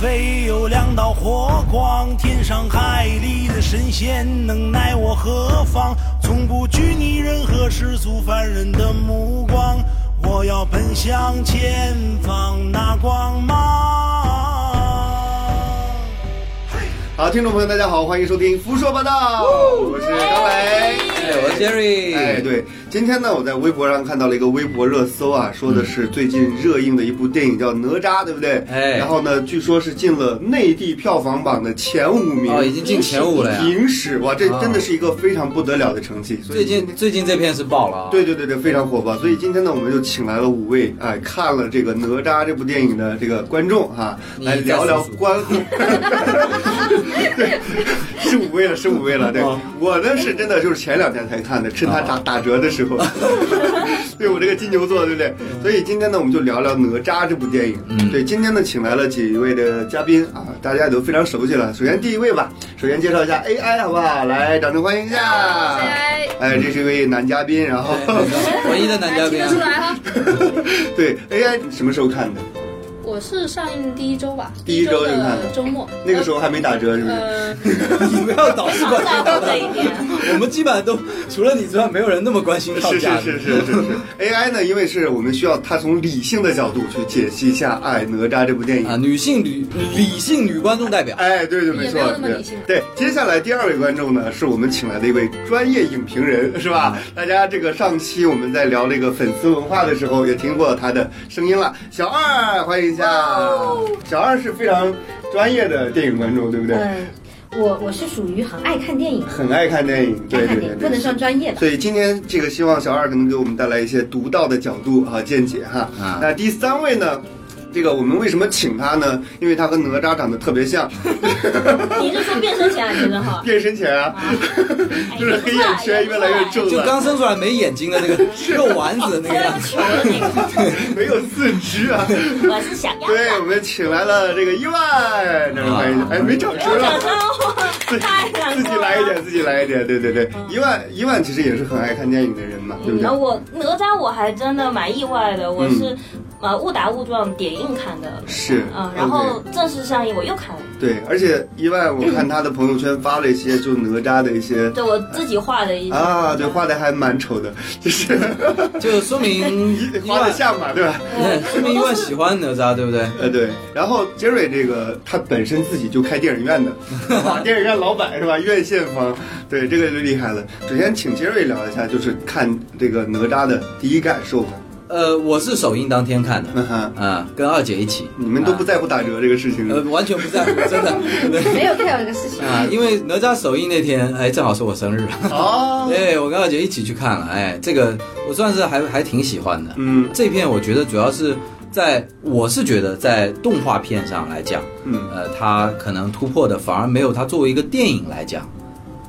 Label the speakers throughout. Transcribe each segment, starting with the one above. Speaker 1: 非有两道火光，天上海里的神仙能奈我何妨？从不拘泥任何世俗凡人的目光，我要奔向前方那光芒。
Speaker 2: 好，听众朋友，大家好，欢迎收听《胡说八道》，我是张磊。
Speaker 3: 哎，我是 Jerry。
Speaker 2: 哎，，对，今天呢，我在微博上看到了一个微博热搜啊，说的是最近热映的一部电影叫《哪吒》，对不对？
Speaker 3: 哎
Speaker 2: 然后呢，据说是进了内地票房榜的前五名，
Speaker 3: 哦已经进前五了呀
Speaker 2: 影史哇，这
Speaker 3: 啊
Speaker 2: 真的是一个非常不得了的成绩。所以
Speaker 3: 最近最近这片是爆了啊。
Speaker 2: 对对对对，非常火
Speaker 3: 嗯
Speaker 2: 爆。所以今天呢，我们就请来了五位哎看了这个《哪吒》这部电影的这个观众哈、
Speaker 3: 你
Speaker 2: 来聊聊
Speaker 3: 再数数
Speaker 2: 观后。 对，是五位了，是五位了。对
Speaker 3: 哦，
Speaker 2: 我呢是真的就是前两天才看的，趁它打打折的时 候。对我这个金牛座，对不对？所以今天呢，我们就聊聊《哪吒》这部电影。
Speaker 3: 嗯
Speaker 2: 对，今天呢，请来了几位的嘉宾啊，大家也都非常熟悉了。首先第一位吧，首先介绍一下 AI 好不好？来，掌声欢迎一下。
Speaker 4: 谁
Speaker 2: 哎，这是一位男嘉宾，然后
Speaker 4: 哎
Speaker 3: 对，唯一的男嘉宾
Speaker 2: 哎
Speaker 3: 啊
Speaker 4: 听得出。来哈，
Speaker 2: 对 AI 你什么时候看的？
Speaker 4: 我是上映第一周吧，
Speaker 2: 第一周就看了
Speaker 4: 的周末，
Speaker 2: 那个时候还没打折，是不是？
Speaker 4: 呃，
Speaker 3: 你不要导师
Speaker 4: 上
Speaker 3: 关心
Speaker 4: 到这一点，
Speaker 3: 我们基本上都除了你之外，没有人那么关
Speaker 4: 呃
Speaker 3: 心票
Speaker 2: 是
Speaker 3: 价。
Speaker 2: 是是是 是是，AI 呢？因为是我们需要它从理性的角度去解析一下《哎哪吒》这部电
Speaker 3: 啊，
Speaker 2: 影。
Speaker 3: 女性女理性女观众代表。
Speaker 2: 哎，对对，没
Speaker 4: 也
Speaker 2: 错
Speaker 4: 没有那，么
Speaker 2: 对
Speaker 4: 理性
Speaker 2: 对。接下来第二位观众呢，是我们请来的一位专业影评人， 是
Speaker 4: 嗯
Speaker 2: 吧？大家这个上期我们在聊这个粉丝文化的时候，也听过他的声音了。小二，欢迎一下。
Speaker 4: 哦
Speaker 2: 小二是非常专业的电影观众，对不对？
Speaker 5: 嗯，我我是属于很爱看电影，
Speaker 2: 很爱看电 影，对
Speaker 5: 爱看
Speaker 2: 对
Speaker 5: 电
Speaker 2: 对
Speaker 5: 影，
Speaker 2: 对
Speaker 5: 不。能算专业吧。
Speaker 2: 所以今天这个希望小二能给我们带来一些独到的角度和见解哈。
Speaker 3: 啊
Speaker 2: 那第三位呢？这个我们为什么请他呢？因为他和哪吒长得特别像，
Speaker 5: 你是说变声前还是 变后？
Speaker 2: 变身前啊，就是黑眼圈越来越重
Speaker 3: 就
Speaker 2: 了，
Speaker 3: 刚生出来没眼睛的那个肉丸子那个 样子，
Speaker 2: 没有四肢 啊。
Speaker 5: 我是想要
Speaker 2: 对，我们请来了这个伊万，掌声欢迎！哎，没掌声 了，自自己来一点，自己来一点，对对对。伊万，伊万其实也是很爱看电影的人嘛，对不对
Speaker 6: 然后？嗯我哪吒我还真的蛮意外的，我是、呃误打误撞点映看的，
Speaker 2: 是
Speaker 6: 嗯，然
Speaker 2: OK
Speaker 6: 后正式上映我又看了，
Speaker 2: 对，而且意外，我看他的朋友圈发了一些就哪吒的一些
Speaker 6: 对我自己画的一些
Speaker 2: 啊，对，画的还蛮丑的，就是
Speaker 3: 就说明伊
Speaker 2: 画的
Speaker 3: 万，
Speaker 2: 像嘛，对吧？
Speaker 3: 对说明伊万喜欢哪吒，对不对？
Speaker 2: 呃，对。然后杰瑞这个他本身自己就开电影院的，哇电影院老板是吧？院线方，对，这个就厉害了。首先请杰瑞聊一下，就是看这个哪吒的第一感受吧。
Speaker 3: 呃，我是首映当天看的，
Speaker 2: 嗯哼，
Speaker 3: 啊，跟二姐一起。
Speaker 2: 你们都不
Speaker 3: 啊
Speaker 2: 在乎打折这个事情，
Speaker 3: 呃，完全不 在乎，真的。对
Speaker 5: 没有 care 这个事情。
Speaker 3: 啊，因为哪吒首映那天，哎，正好是我生日，
Speaker 2: 哦，
Speaker 3: 对我跟二姐一起去看了，哎，这个我算是还还挺喜欢的。
Speaker 2: 嗯
Speaker 3: 这片我觉得主要是在，我是觉得在动画片上来讲，
Speaker 2: 嗯，
Speaker 3: 呃，它可能突破的反而没有它作为一个电影来讲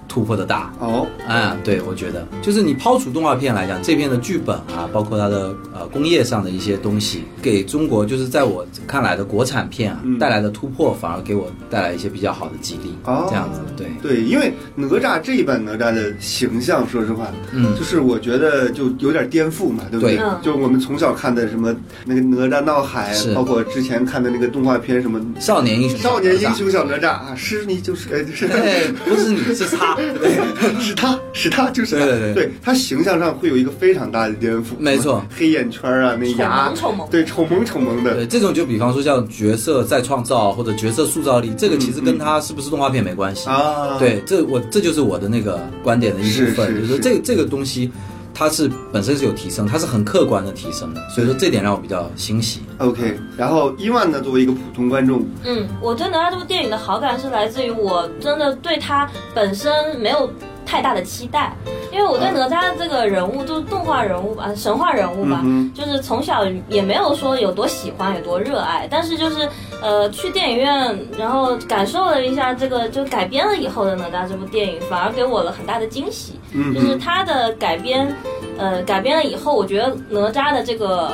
Speaker 3: 突破的大。
Speaker 2: 哦，
Speaker 3: 啊、对，我觉得就是你抛除动画片来讲，这片的剧本啊，包括它的呃工业上的一些东西，给中国就是在我看来的国产片啊、
Speaker 2: 嗯
Speaker 3: 带来的突破，反而给我带来一些比较好的激励。
Speaker 2: 哦
Speaker 3: 这样子，对，
Speaker 2: 对，因为哪吒这一版哪吒的形象，说实话，
Speaker 3: 嗯
Speaker 2: 就是我觉得就有点颠覆嘛，对不对？
Speaker 3: 对
Speaker 6: 嗯
Speaker 2: 就我们从小看的什么那个哪吒闹海，
Speaker 3: 是
Speaker 2: 包括之前看的那个动画片什么
Speaker 3: 少年英雄，
Speaker 2: 《少年英。雄小哪吒》啊，是你就是哎，是
Speaker 3: 对，不是你是他，对，
Speaker 2: 是他是他就是他，
Speaker 3: 对对对
Speaker 2: 他形象上会有一个非常大的颠覆，
Speaker 3: 没错，
Speaker 2: 黑眼圈啊，那牙，
Speaker 6: 丑萌丑萌
Speaker 2: 对，丑萌丑萌的，
Speaker 3: 对，这种就比方说像角色再创造或者角色塑造力，这个其实跟他是不是动画片没关系。
Speaker 2: 啊，
Speaker 3: 对，这我这就是我的那个观点的一部分，
Speaker 2: 是是
Speaker 3: 就是
Speaker 2: 是
Speaker 3: 这这个东西，它是本身是有提升，它是很客观的提升的，所以说这点让我比较欣喜。
Speaker 2: ，OK。然后伊万呢，作为一个普通观众，
Speaker 6: 嗯，我对哪吒这部电影的好感是来自于我真的对他本身没有太大的期待，因为我对哪吒这个人物就是动画人物吧，神话人物吧，
Speaker 2: 嗯
Speaker 6: 就是从小也没有说有多喜欢有多热爱，但是就是呃去电影院，然后感受了一下这个就改编了以后的哪吒这部电影，反而给我了很大的惊喜。
Speaker 2: 嗯
Speaker 6: 就是它的改编，呃，改编了以后，我觉得哪吒的这个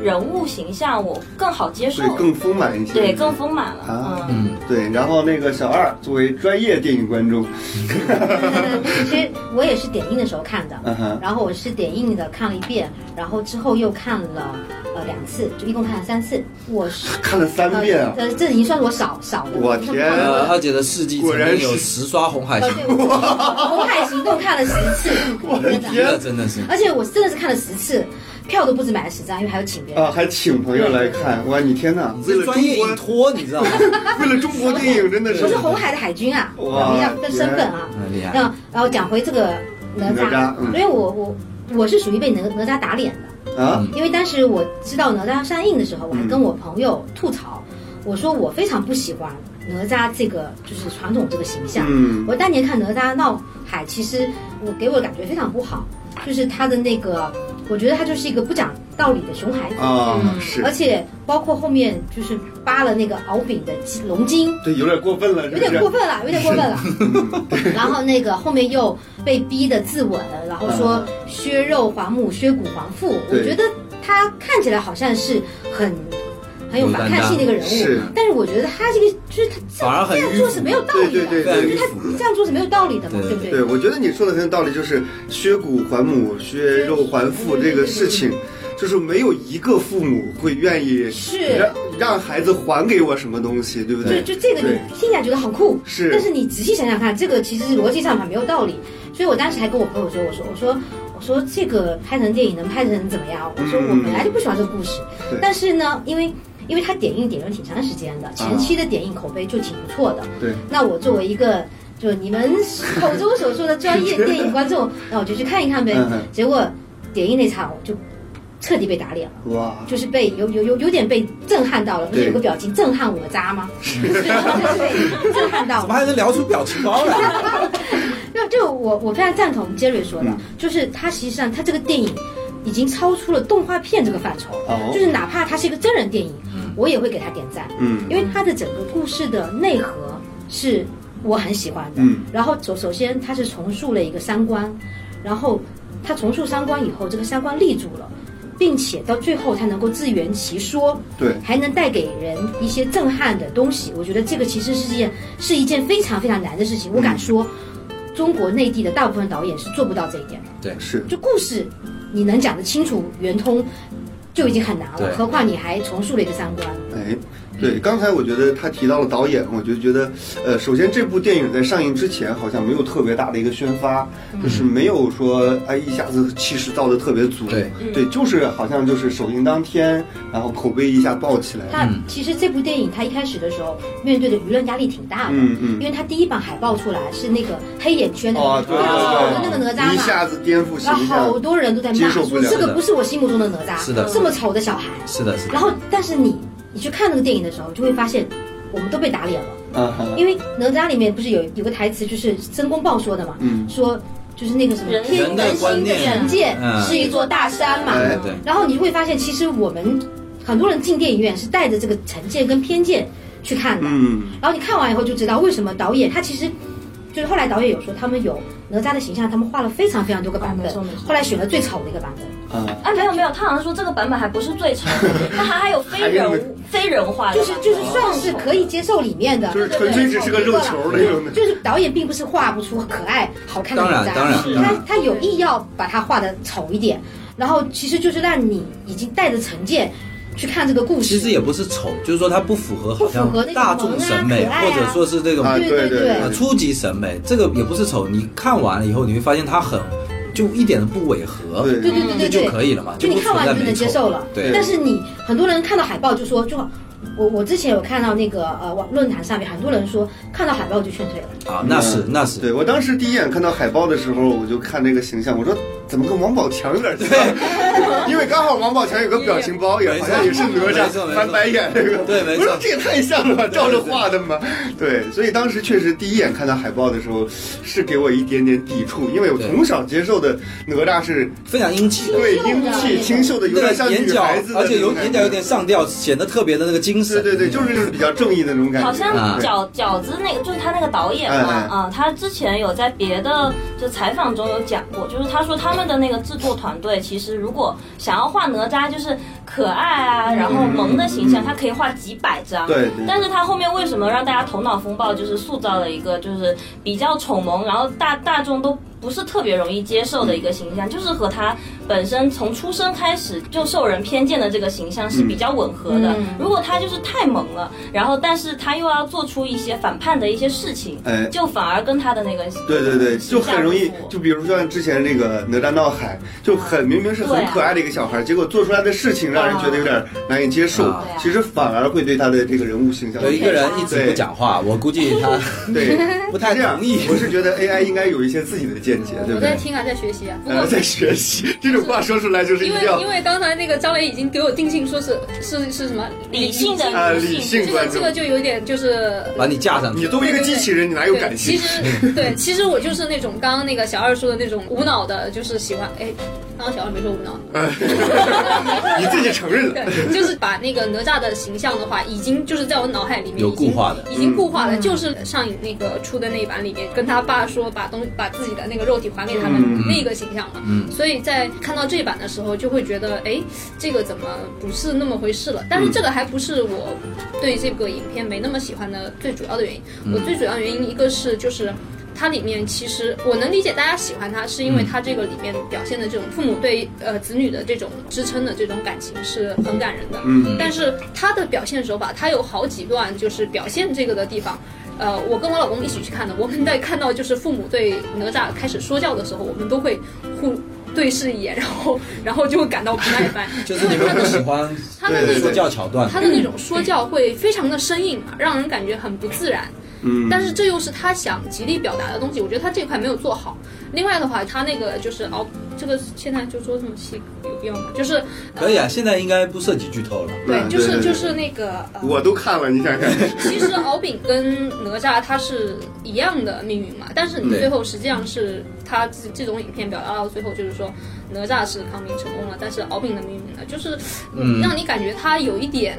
Speaker 6: 人物形象我更好接受
Speaker 2: 所以，更丰满一些。
Speaker 6: 对，更丰满了
Speaker 2: 啊。
Speaker 6: 嗯，
Speaker 2: 对，然后那个小二作为专业电影观众，
Speaker 5: 其实我也是点映的时候看的，
Speaker 2: 嗯哼，
Speaker 5: 然后我是点映的看了一遍，然后之后又看了呃两次，就一共看了三次。我是
Speaker 2: 看了三遍啊，
Speaker 5: 呃，这已经算是我少少的。
Speaker 2: 我天啊
Speaker 3: 呃，二姐的事迹
Speaker 2: 果
Speaker 3: 曾
Speaker 2: 然
Speaker 3: 经
Speaker 2: 是
Speaker 3: 有十刷红海
Speaker 5: 呃，
Speaker 3: 行
Speaker 5: 对，
Speaker 3: 动，
Speaker 5: 我《红海行动》看了十次，
Speaker 2: 我的
Speaker 3: 真的
Speaker 2: 天啊
Speaker 3: 真的是。
Speaker 5: 而且我真的是看了十次，票都不止买了十张，因为还要请别人。
Speaker 2: 啊，还请朋友来看，哇，你天哪
Speaker 3: 你，
Speaker 2: 为
Speaker 3: 是
Speaker 2: 了
Speaker 3: 专
Speaker 2: 中
Speaker 3: 业
Speaker 2: 国
Speaker 3: 影，托，你知 道吗？
Speaker 2: 为了中国电影真的是
Speaker 5: 我是红海的海军啊，
Speaker 2: 哇
Speaker 5: 一样的身份啊。
Speaker 3: 嗯，厉害。
Speaker 5: 那然后讲回这个哪吒，
Speaker 2: 哪吒嗯
Speaker 5: 因为我我我是属于被哪哪吒打脸的。
Speaker 2: 啊，
Speaker 5: 因为当时我知道哪吒上映的时候，我
Speaker 2: 嗯
Speaker 5: 还跟我朋友吐槽，我说我非常不喜欢哪吒这个就是传统这个形象。
Speaker 2: 嗯
Speaker 5: 我当年看哪吒闹海，其实我给我的感觉非常不好，
Speaker 2: 哎
Speaker 5: 就是他的那个，我觉得他就是一个不讲道理的熊孩子，
Speaker 2: 啊是
Speaker 5: 而，且包括后面就是扒了那个敖丙的龙筋。
Speaker 2: 对，有点过分了，是
Speaker 5: 有
Speaker 2: 不
Speaker 5: 点
Speaker 2: 哎是
Speaker 5: 过？分了，有点过分了。 然后那个后面又被逼的自刎，然后说削肉还母，削骨还父。我
Speaker 2: 嗯对
Speaker 5: 觉得他看起来好像是很很有反抗性的一个人
Speaker 2: 是
Speaker 5: 物，但是我觉得他这个就是他这
Speaker 3: 反而很
Speaker 5: 这样做是没有道
Speaker 2: 嗯对
Speaker 5: 理啊的
Speaker 2: 对，对
Speaker 3: 非
Speaker 2: 对
Speaker 3: 常迂
Speaker 5: 他
Speaker 3: 腐
Speaker 5: 这样做是没有道理的嘛，
Speaker 3: 对
Speaker 5: 对不
Speaker 2: 对，？我觉得你说的很有道理，就是削骨还母、削肉还父这个事情，就是没有一个父母会愿意
Speaker 5: 是
Speaker 2: 让。让孩子还给我什么东西，对不
Speaker 5: 就
Speaker 2: 对？
Speaker 5: 就这个，你
Speaker 2: 对
Speaker 5: 听起来觉得好酷，
Speaker 2: 是
Speaker 5: 但是你仔细想想看，这个其实逻辑上很没有道理。所以我当时还跟我朋友说，我说我说我说这个拍成电影能拍成怎么样？我说我
Speaker 2: 嗯
Speaker 5: 本来就不喜欢这个故事，
Speaker 2: 对
Speaker 5: 但是呢，因为因为它点映点了挺长时间的，前期的点映口碑就挺不错的。
Speaker 2: 啊对，
Speaker 5: 那我作为一个。就你们口中所说的专业电影观 众，那我就去看一看呗
Speaker 2: 嗯嗯。
Speaker 5: 结果点映那场，我就彻底被打脸了。
Speaker 2: 哇，
Speaker 5: 就是被有有有有点被震撼到了，不是有个表情震撼我渣吗？ 就是被震撼到
Speaker 3: 怎么。还能聊出表情 包来？
Speaker 5: 那就我我非常赞同杰瑞说的
Speaker 2: 嗯，
Speaker 5: 就是他实际上他这个电影已经超出了动画片这个范畴
Speaker 2: 哦，
Speaker 5: 就是哪怕它是一个真人电影，我也会给他点赞，
Speaker 2: 嗯
Speaker 5: 因为它的整个故事的内核是我很喜欢的
Speaker 2: 嗯。
Speaker 5: 然后首首先它是重塑了一个三观，然后它重塑三观以后，这个三观立住了。并且到最后，它能够自圆其说，
Speaker 2: 对，
Speaker 5: 还能带给人一些震撼的东西。我觉得这个其实是一件是一件非常非常难的事情。我敢说，中国内地的大部分导演是做不到这一点的。
Speaker 2: 是
Speaker 5: 就故事，你能讲得清楚圆通，就已经很难了，
Speaker 3: 对
Speaker 5: 何况你还重塑了一个三啊观。
Speaker 2: 哎，对，刚才我觉得他提到了导演，我就觉得，呃，首先这部电影在上映之前好像没有特别大的一个宣发，就是没有说哎一下子气势造的特别足，
Speaker 3: 对
Speaker 2: 对，就是好像就是首映当天，然后口碑一下爆起来，
Speaker 5: 它其实这部电影它一开始的时候面对的舆论压力挺大的，
Speaker 2: 嗯嗯
Speaker 5: 因为它第一版海报出来是那个黑眼圈的
Speaker 2: 哦，
Speaker 5: 那
Speaker 2: 对
Speaker 5: 个，
Speaker 2: 对
Speaker 5: 那
Speaker 2: 对，
Speaker 5: 个哪吒
Speaker 2: 一
Speaker 5: 嘛。
Speaker 2: 下子颠覆
Speaker 5: 然后
Speaker 2: 形
Speaker 5: 好
Speaker 2: 象，
Speaker 5: 多人都在
Speaker 2: 接
Speaker 5: 骂
Speaker 2: 受不
Speaker 5: 说
Speaker 2: 了
Speaker 5: 这个
Speaker 3: 的
Speaker 5: 不是我心目中的哪吒，
Speaker 3: 是的
Speaker 5: 这么丑的小孩，
Speaker 3: 是的，是的
Speaker 5: 然。后，但是你你去看那个电影的时候，就会发现我们都被打脸了，
Speaker 2: 啊哈，
Speaker 5: 因为哪吒里面不是有有个台词就是申公豹说的嘛，
Speaker 2: 嗯
Speaker 5: 说就是那个什么
Speaker 6: 人
Speaker 5: 天
Speaker 3: 人的观念
Speaker 5: 人界
Speaker 3: 嗯
Speaker 5: 是一座大山嘛，
Speaker 2: 哎
Speaker 3: 对对，
Speaker 5: 然后你就会发现，其实我们很多人进电影院是带着这个成见跟偏见去看的，
Speaker 2: 嗯，
Speaker 5: 然后你看完以后就知道为什么导演他其实。就是后来导演有说，他们有哪吒的形象，他们画了非常非常多个版
Speaker 6: 啊没
Speaker 5: 本
Speaker 6: 错没，错
Speaker 5: 后来选了最丑的一个版本。
Speaker 2: 啊，
Speaker 6: 啊，没有没有，他好像说这个版本还不是最长，他还还有非人物非人
Speaker 2: 啊
Speaker 6: 化的
Speaker 5: 就
Speaker 6: 版
Speaker 5: 是
Speaker 6: 本，
Speaker 5: 就是算是可以接受里面的，
Speaker 2: 就是纯粹只是个肉球那种的，
Speaker 5: 就是导演并不是画不出可爱好看的
Speaker 3: 当然
Speaker 5: 人
Speaker 3: 当然
Speaker 2: 啊
Speaker 3: 当
Speaker 5: 他
Speaker 3: 然
Speaker 5: 他有意要把它画的丑一点，然后其实就是让你已经带着成见去看这个故事，
Speaker 3: 其实也不是丑，就是说它不符合好像
Speaker 5: 不符合那种
Speaker 3: 大众审美，
Speaker 5: 萌啊可
Speaker 3: 或
Speaker 5: 爱啊
Speaker 3: 者说是这种
Speaker 2: 啊，
Speaker 5: 对
Speaker 2: 对
Speaker 5: 对对
Speaker 3: 呃初级审美，这个也不是丑。你看完了以后，你会发现它很就一点都不违和，
Speaker 2: 对
Speaker 5: 对对对对
Speaker 3: 这
Speaker 5: 对，
Speaker 3: 就可以了嘛，
Speaker 5: 就
Speaker 3: 不
Speaker 5: 你看
Speaker 3: 存
Speaker 5: 完
Speaker 3: 在
Speaker 5: 你就
Speaker 3: 美
Speaker 5: 能接
Speaker 3: 丑
Speaker 5: 受了。
Speaker 3: 对，
Speaker 5: 但是你很多人看到海报就说，就我我之前有看到那个呃网论坛上面很多人说看到海报就劝退了，
Speaker 3: 啊，那是那是，
Speaker 2: 嗯对我当时第一眼看到海报的时候，我就看这个形象，我说怎么跟王宝强有点像？ 因为刚好王宝强有个表情包，也好像也是哪
Speaker 3: 没错没
Speaker 2: 吒
Speaker 3: 错
Speaker 2: 翻白眼那个，
Speaker 3: 对没错
Speaker 2: 我说这也太像了吧，照着画的嘛。对，所以当时确实第一眼看到海报的时候，是给我一点点抵触，因为我
Speaker 3: 对
Speaker 2: 从小接受的哪吒是
Speaker 3: 非常英气的。
Speaker 2: 对英气清秀的，有
Speaker 3: 那
Speaker 2: 点
Speaker 3: 个
Speaker 2: 像
Speaker 3: 眼
Speaker 2: 女
Speaker 3: 角
Speaker 2: 孩子，的
Speaker 3: 而且
Speaker 2: 那种
Speaker 3: 有
Speaker 2: 感觉，
Speaker 3: 眼角有点上吊，显得特别的那个精
Speaker 2: 对
Speaker 3: 神。
Speaker 2: 对对，就是比较正义的那种感觉，
Speaker 6: 好像
Speaker 3: 啊
Speaker 6: 饺饺子那个就是他那个导演嘛
Speaker 2: 哎哎
Speaker 6: 啊，他之前有在别的就采访中有讲过，就是他说他们的那个制作团队，其实如果想要画哪吒，就是可爱啊，然后萌的形
Speaker 2: 嗯
Speaker 6: 象，他可以画几百张。
Speaker 2: 对对
Speaker 6: 但是他后面为什么让大家头脑风暴？就是塑造了一个就是比较丑萌，然后大大众都不是特别容易接受的一个形象，就是和他本身从出生开始就受人偏见的这个形象是
Speaker 2: 嗯
Speaker 6: 比较吻合的。如果他就是太萌了，然后但是他又要做出一些反叛的一些事情，
Speaker 2: 哎
Speaker 6: 就反而跟他的那个
Speaker 2: 对对
Speaker 4: 嗯
Speaker 2: 对，
Speaker 6: 形
Speaker 2: 就
Speaker 6: 象
Speaker 2: 很容易
Speaker 6: 不符，
Speaker 2: 就比如像之前这个哪吒闹海，就很明明是很
Speaker 6: 对啊
Speaker 2: 可爱的一个小孩，结果做出来的事情让人觉得有点难以接受
Speaker 3: 啊，
Speaker 2: 其实反而会对他的这个人物形象
Speaker 3: 有一个人一直不讲话，我估计他
Speaker 2: 对
Speaker 3: 不太
Speaker 2: 这样
Speaker 3: 同意。
Speaker 2: 我是觉得 AI 应该有一些自己的见解，对
Speaker 4: 我
Speaker 2: 不
Speaker 4: 在
Speaker 2: 对？
Speaker 4: 听啊，在学习啊。不
Speaker 2: 呃，
Speaker 4: 过
Speaker 2: 在学习这种话说出来就是一
Speaker 4: 因
Speaker 2: 定
Speaker 4: 为
Speaker 2: 要
Speaker 4: 因为刚才那个张磊已经给我定性说是是是什么
Speaker 6: 理性的
Speaker 2: 啊
Speaker 6: 女性
Speaker 2: 理性
Speaker 4: 这
Speaker 2: 观
Speaker 4: 个
Speaker 2: 众
Speaker 4: 这。个就有点就是
Speaker 3: 把你架上去
Speaker 2: 你，作为一个机器人，你哪有
Speaker 4: 对，
Speaker 2: 感
Speaker 4: 其
Speaker 2: 性？
Speaker 4: 实对，其实我就是那种刚刚那个小二说的那种无脑的，就是喜欢哎，刚刚小二没说无脑，
Speaker 2: 呃你自己承认了。
Speaker 4: 对，就是把那个哪吒的形象的话，已经就是在我脑海里面
Speaker 3: 有
Speaker 4: 已经
Speaker 3: 固化的嗯
Speaker 4: 已经固化了。就是上影那个出的那一版里面，跟他爸说把东把自己的那个肉体还给他们、
Speaker 2: 嗯
Speaker 4: 那个形象嘛。
Speaker 3: 嗯
Speaker 4: 所以在看到这一版的时候，就会觉得哎，这个怎么不是那么回事了？
Speaker 3: 嗯
Speaker 4: 但是这个还不是我对这个影片没那么喜欢的最主要的原因。
Speaker 3: 嗯
Speaker 4: 我最主要原因一个是就是。它里面其实我能理解大家喜欢它，是因
Speaker 3: 嗯
Speaker 4: 为它这个里面表现的这种父母对呃子女的这种支撑的这种感情是很感人的。
Speaker 2: 嗯，
Speaker 4: 但是它的表现手法，它有好几段就是表现这个的地方。呃，我跟我老公一起去看的，我们在看到就是父母对哪吒开始说教的时候，我们都会互对视一眼，然后然后就会感到不耐烦，
Speaker 3: 就是你们不喜欢
Speaker 4: 他的那
Speaker 2: 对
Speaker 4: 种
Speaker 3: 说教桥段，
Speaker 4: 他的那种说教会非常的生硬，让人感觉很不自然。
Speaker 2: 嗯，
Speaker 4: 但是这又是他想极力表达的东西，我觉得他这块没有做好。另外的话，他那个就是哦，这个现在就说这么细有必要吗？就是呃
Speaker 3: 可以啊。现在应该不涉及剧透了。
Speaker 4: 对，
Speaker 2: 嗯
Speaker 4: 就
Speaker 2: 对
Speaker 4: 是
Speaker 2: 对
Speaker 4: 就是那个呃，
Speaker 2: 我都看了，你想 想，
Speaker 4: 其实敖丙跟哪吒他是一样的命运嘛，但是你
Speaker 3: 对
Speaker 4: 最后实际上是他这这种影片表达到最后就是说，哪吒是抗命成功了，但是敖丙的命运呢，就是
Speaker 3: 嗯
Speaker 4: 让你感觉他有一点。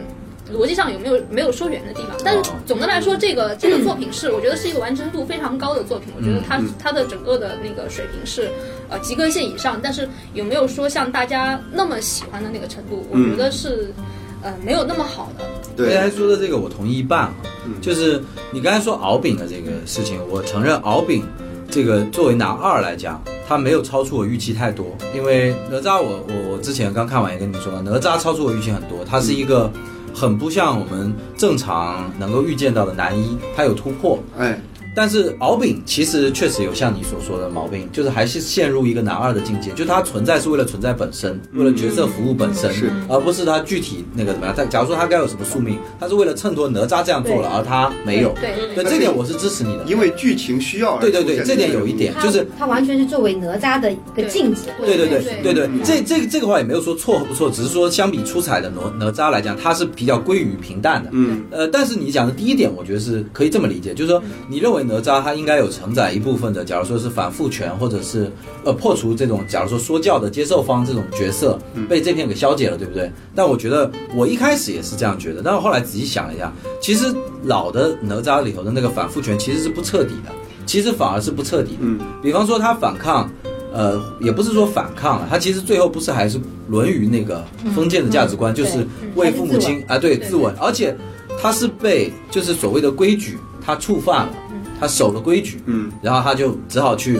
Speaker 4: 逻辑上有没有没有说圆的地方？但是
Speaker 3: 哦
Speaker 4: 总的来说，这 个这个作品是我觉得是一个完成度非常高的作品。我
Speaker 3: 嗯
Speaker 4: 觉得它它的整个的那个水平是呃及格线以上，但是有没有说像大家那么喜欢的那个程度？我
Speaker 2: 嗯
Speaker 4: 觉得是呃没有那么好的。
Speaker 2: 对
Speaker 3: AI 说的这个我同意一半啊，就是你刚才说敖丙的这个事情，我承认敖丙这个作为男二来讲，他没有超出我预期太多，因为哪吒我我我之前刚看完也跟你说了，哪吒超出我预期很多，他是一个很不像我们正常能够预见到的男一，他有突破，
Speaker 2: 哎，
Speaker 3: 但是敖丙其实确实有像你所说的毛病，就是还是陷入一个男二的境界，就他存在是为了存在本身，为了角色服务本身，
Speaker 2: 是
Speaker 3: 而不是他具体那个怎么样。但假如说他该有什么宿命，他是为了衬托哪吒这样做了，而他没有。
Speaker 4: 对，
Speaker 3: 对这点我是支持你的。
Speaker 2: 因为剧情需要而
Speaker 3: 对对对
Speaker 2: 出现
Speaker 3: 这点
Speaker 2: 个人
Speaker 3: 有一
Speaker 2: 物
Speaker 3: 点就是
Speaker 5: 他完全是作为哪吒的一个镜子。
Speaker 3: 对对对
Speaker 4: 对
Speaker 3: 对对
Speaker 2: 嗯，
Speaker 3: 这这这个话也没有说错和不错，只是说相比出彩的哪哪吒来讲，它是比较归于平淡的。
Speaker 2: 嗯，
Speaker 3: 呃，但是你讲的第一点，我觉得是可以这么理解，就是说，你认为哪吒他应该有承载一部分的，假如说是反父权，或者是呃破除这种假如说说教的接受方这种角色
Speaker 2: 嗯
Speaker 3: 被这片给消解了，对不对？但我觉得我一开始也是这样觉得，但我后来仔细想了一下，其实老的哪吒里头的那个反父权其实是不彻底的，其实反而是不彻底的。
Speaker 2: 嗯，
Speaker 3: 比方说他反抗。呃，也不是说反抗了，他其实最后不是还是沦于那个封建的价值观，就是为父母亲啊，对，自刎，而且他是被就是所谓的规矩，他触犯了，他守了规矩，
Speaker 2: 嗯，
Speaker 3: 然后他就只好去。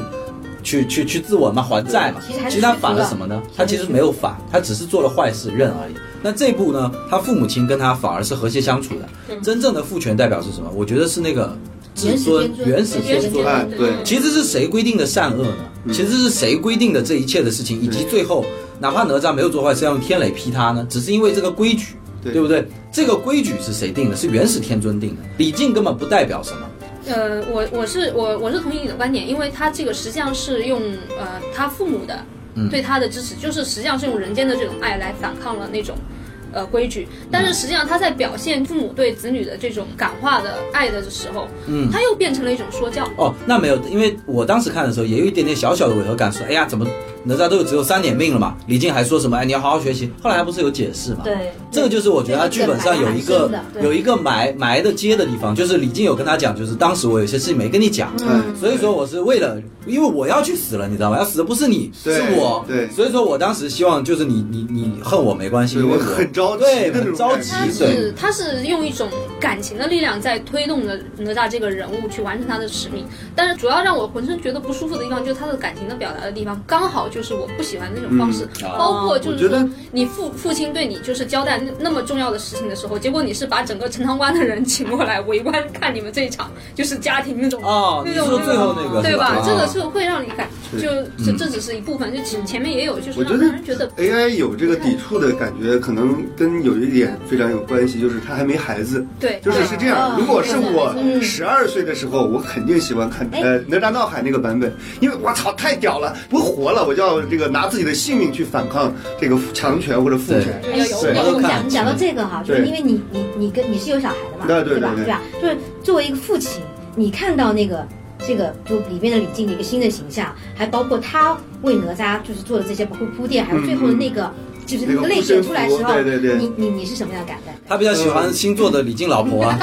Speaker 3: 去去去自刎嘛，还债嘛。
Speaker 5: 对其实还是
Speaker 3: 他
Speaker 5: 屈服
Speaker 3: 反了
Speaker 5: 了
Speaker 3: 什么呢？他其实没有反，他只是做了坏事认而已。那这一步呢，他父母亲跟他反而是和谐相处的。真正的父权代表是什么？我觉得是那个至
Speaker 5: 原始
Speaker 3: 尊
Speaker 5: 天、尊
Speaker 3: 原始天
Speaker 4: 原始
Speaker 3: 尊
Speaker 4: 天尊。
Speaker 2: 哎，对，
Speaker 3: 其实是谁规定的善恶呢？其实是谁规定的这一切的事情，以及最后哪怕哪吒没有做坏事，要用天雷劈他呢？只是因为这个规矩，
Speaker 2: 对
Speaker 3: 对不对？这个规矩是谁定的？是元始天尊定的，李靖根本不代表什么。
Speaker 4: 呃，我我是我我是同意你的观点，因为他这个实际上是用呃他父母的对他的支持，就是实际上是用人间的这种爱来反抗了那种。呃，规矩，但是实际上他在表现父母对子女的这种感化的爱的时候，嗯，他又变成了一种说教，
Speaker 3: 哦，那没有，因为我当时看的时候也有一点点小小的违和感，说哎呀，怎么哪吒都只有三点命了嘛，李靖还说什么哎你要好好学习，后来还不是有解释嘛？
Speaker 6: 对，
Speaker 3: 这个就是我觉得他剧本上有一个
Speaker 5: 这个埋得蛮深的对
Speaker 3: 有一个埋埋的接的地方，就是李靖有跟他讲，就是当时我有些事情没跟你讲，
Speaker 2: 嗯
Speaker 3: 所以说我是为了，因为我要去死了，你知道吗？要死的不是你，
Speaker 2: 对
Speaker 3: 是我，
Speaker 2: 对
Speaker 3: 所以说我当时希望就是你你你恨我没关系，
Speaker 2: 对
Speaker 3: 因为
Speaker 2: 我很着急
Speaker 3: 对，
Speaker 2: 的那
Speaker 3: 很
Speaker 2: 种
Speaker 3: 着
Speaker 2: 感
Speaker 3: 急
Speaker 4: 他，
Speaker 2: 觉
Speaker 3: 对
Speaker 4: 是他是用一种感情的力量在推动着哪吒这个人物去完成他的使命，但是主要让我浑身觉得不舒服的地方就是他的感情的表达的地方，刚好就是我不喜欢的那种方式，
Speaker 3: 嗯啊
Speaker 4: 包括就
Speaker 2: 我
Speaker 4: 是
Speaker 2: 觉得
Speaker 4: 说你父父亲对你就是交代那那么重要的事情的时候，结果你是把整个陈塘关的人请过来围观看你们这一场就是家庭那种
Speaker 2: 啊
Speaker 3: 哦，你
Speaker 4: 那种
Speaker 3: 说最后那个
Speaker 4: 对吧
Speaker 3: 吧？？
Speaker 4: 这个是会让你感，
Speaker 2: 是嗯
Speaker 4: 就这这只是一部分，就前前面也有，就是
Speaker 2: 我觉
Speaker 4: 让
Speaker 2: 得
Speaker 4: 人觉得
Speaker 2: AI 哎有这个抵触的感觉，可能跟有一点非常有关系，就是他还没孩子。
Speaker 4: 对，
Speaker 2: 就是是这样
Speaker 5: 啊，
Speaker 2: 如果是我
Speaker 5: 嗯
Speaker 2: 十二岁的时候，我肯定喜欢看
Speaker 5: 哎
Speaker 2: 呃《哪吒闹海》那个版本，因为我操太屌了，不活了，我就要这个拿自己的性命去反抗这个强权或者父权。
Speaker 4: 对要有
Speaker 2: 对
Speaker 5: 哎
Speaker 3: 我都
Speaker 5: 我
Speaker 3: 看
Speaker 5: 讲讲到这个哈，就是
Speaker 2: 对
Speaker 5: 因为你你你跟你是有小孩的嘛，
Speaker 2: 对对
Speaker 5: 吧？
Speaker 2: 对对
Speaker 5: 对吧？就是作为一个父亲，你看到那个这个就里面的李靖的一个新的形象，还包括他为哪吒就是做的这些包括铺垫，还有最后的
Speaker 3: 嗯
Speaker 5: 那个、就是那
Speaker 2: 那
Speaker 5: 个
Speaker 2: 个
Speaker 5: 泪点出来的时候，
Speaker 2: 护身符对对对
Speaker 5: 你你你是什么样的感感？
Speaker 3: 他比较喜欢星座的李靖老婆 啊，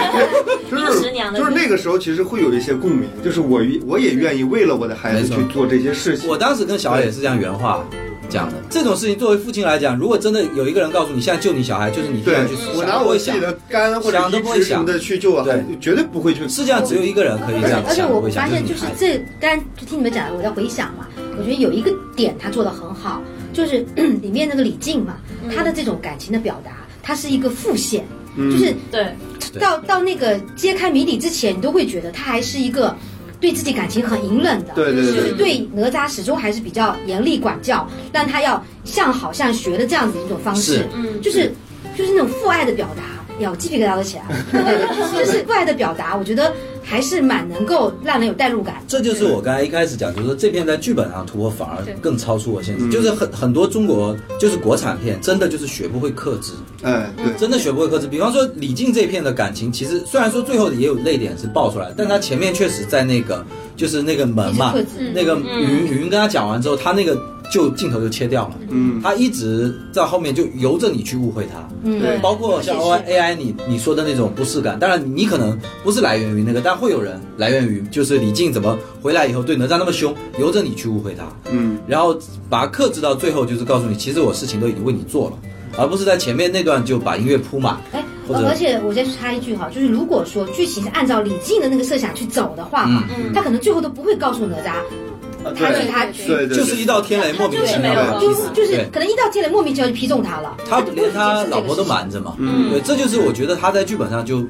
Speaker 2: 就
Speaker 6: 那个
Speaker 2: 是
Speaker 6: 十娘的
Speaker 2: 就是那个时候，其实会有一些共鸣，就是我我也愿意为了我的孩子
Speaker 3: 没
Speaker 2: 去
Speaker 3: 错
Speaker 2: 做这些事情
Speaker 3: 我。当时跟小孩也是这样原话讲的。这种事情作为父亲来讲，如果真的有一个人告诉你现在救你小孩，就是你现
Speaker 2: 对
Speaker 3: 在去死，
Speaker 2: 我
Speaker 3: 想
Speaker 2: 拿
Speaker 3: 都不
Speaker 2: 我
Speaker 3: 会
Speaker 2: 自
Speaker 3: 想
Speaker 2: 己的肝或者
Speaker 3: 想都
Speaker 2: 移
Speaker 3: 不会
Speaker 2: 植什么的去救我孩子，
Speaker 3: 对
Speaker 2: 绝对不会去。
Speaker 3: 世界上只有一个人可以这样
Speaker 5: 而且
Speaker 3: 想，
Speaker 5: 我
Speaker 3: 不会想
Speaker 5: 发现就是是
Speaker 3: 女孩子
Speaker 5: 这，刚才听你们讲，我在回想嘛，我觉得有一个点他做的很好，就是 里面那个李靖嘛，他的这种感情的表达，他是一个复线，
Speaker 2: 嗯
Speaker 5: 就是
Speaker 6: 对，
Speaker 3: 对
Speaker 5: 到到那个揭开谜底之前，你都会觉得他还是一个对自己感情很隐忍的，
Speaker 2: 对对对
Speaker 5: 就是
Speaker 2: 对
Speaker 5: 对哪吒始终还是比较严厉管教，让他要向好向学的这样子一种方式
Speaker 3: 是，
Speaker 5: 嗯，就是就是那种父爱的表达。哎呀，我鸡皮疙瘩都起来了，就是父爱的表达，我觉得还是蛮能够让人有代入感。
Speaker 3: 这就是我刚才一开始讲，就是说这片在剧本上突破反而
Speaker 4: 对
Speaker 3: 更超出我现实，就是很很多中国就是国产片真的就是学不会克制，
Speaker 2: 哎，对，
Speaker 3: 真的学不会克制。比方说李靖这片的感情，其实虽然说最后也有泪点是爆出来，但他前面确实在那个就是那个门嘛
Speaker 5: 一直克制，
Speaker 3: 那个云云跟他讲完之后，他那个就镜头就切掉了。
Speaker 2: 嗯，
Speaker 3: 他一直在后面就由着你去误会他，
Speaker 5: 嗯
Speaker 2: 对
Speaker 3: 包括像
Speaker 5: 确实
Speaker 3: O AI 你你说的那种不适感，当然你可能不是来源于那个，但会有人来源于就是李靖怎么回来以后对哪吒那么凶，由着你去误会他，
Speaker 2: 嗯，
Speaker 3: 然后把他克制到最后，就是告诉你其实我事情都已经为你做了，而不是在前面那段就把音乐铺满，
Speaker 5: 哎，
Speaker 3: 或者
Speaker 5: 而而且我再插一句哈，就是如果说剧情是按照李靖的那个设想去走的话
Speaker 3: 嗯
Speaker 5: 哈，他可能最后都不会告诉哪吒，
Speaker 2: 啊
Speaker 5: 呃他让
Speaker 2: 对
Speaker 5: 他去
Speaker 2: 对对，
Speaker 3: 就是一道天雷莫名其妙
Speaker 2: 他
Speaker 3: 的
Speaker 2: 就
Speaker 5: 就是是就是
Speaker 3: 对
Speaker 5: 可能一到天雷莫名其妙就劈中他了，
Speaker 3: 他
Speaker 5: 就不
Speaker 3: 连
Speaker 5: 会
Speaker 3: 他
Speaker 5: 解释这个
Speaker 3: 老婆都
Speaker 5: 事情。
Speaker 3: 瞒着嘛，对，这就是我觉得他在剧本上就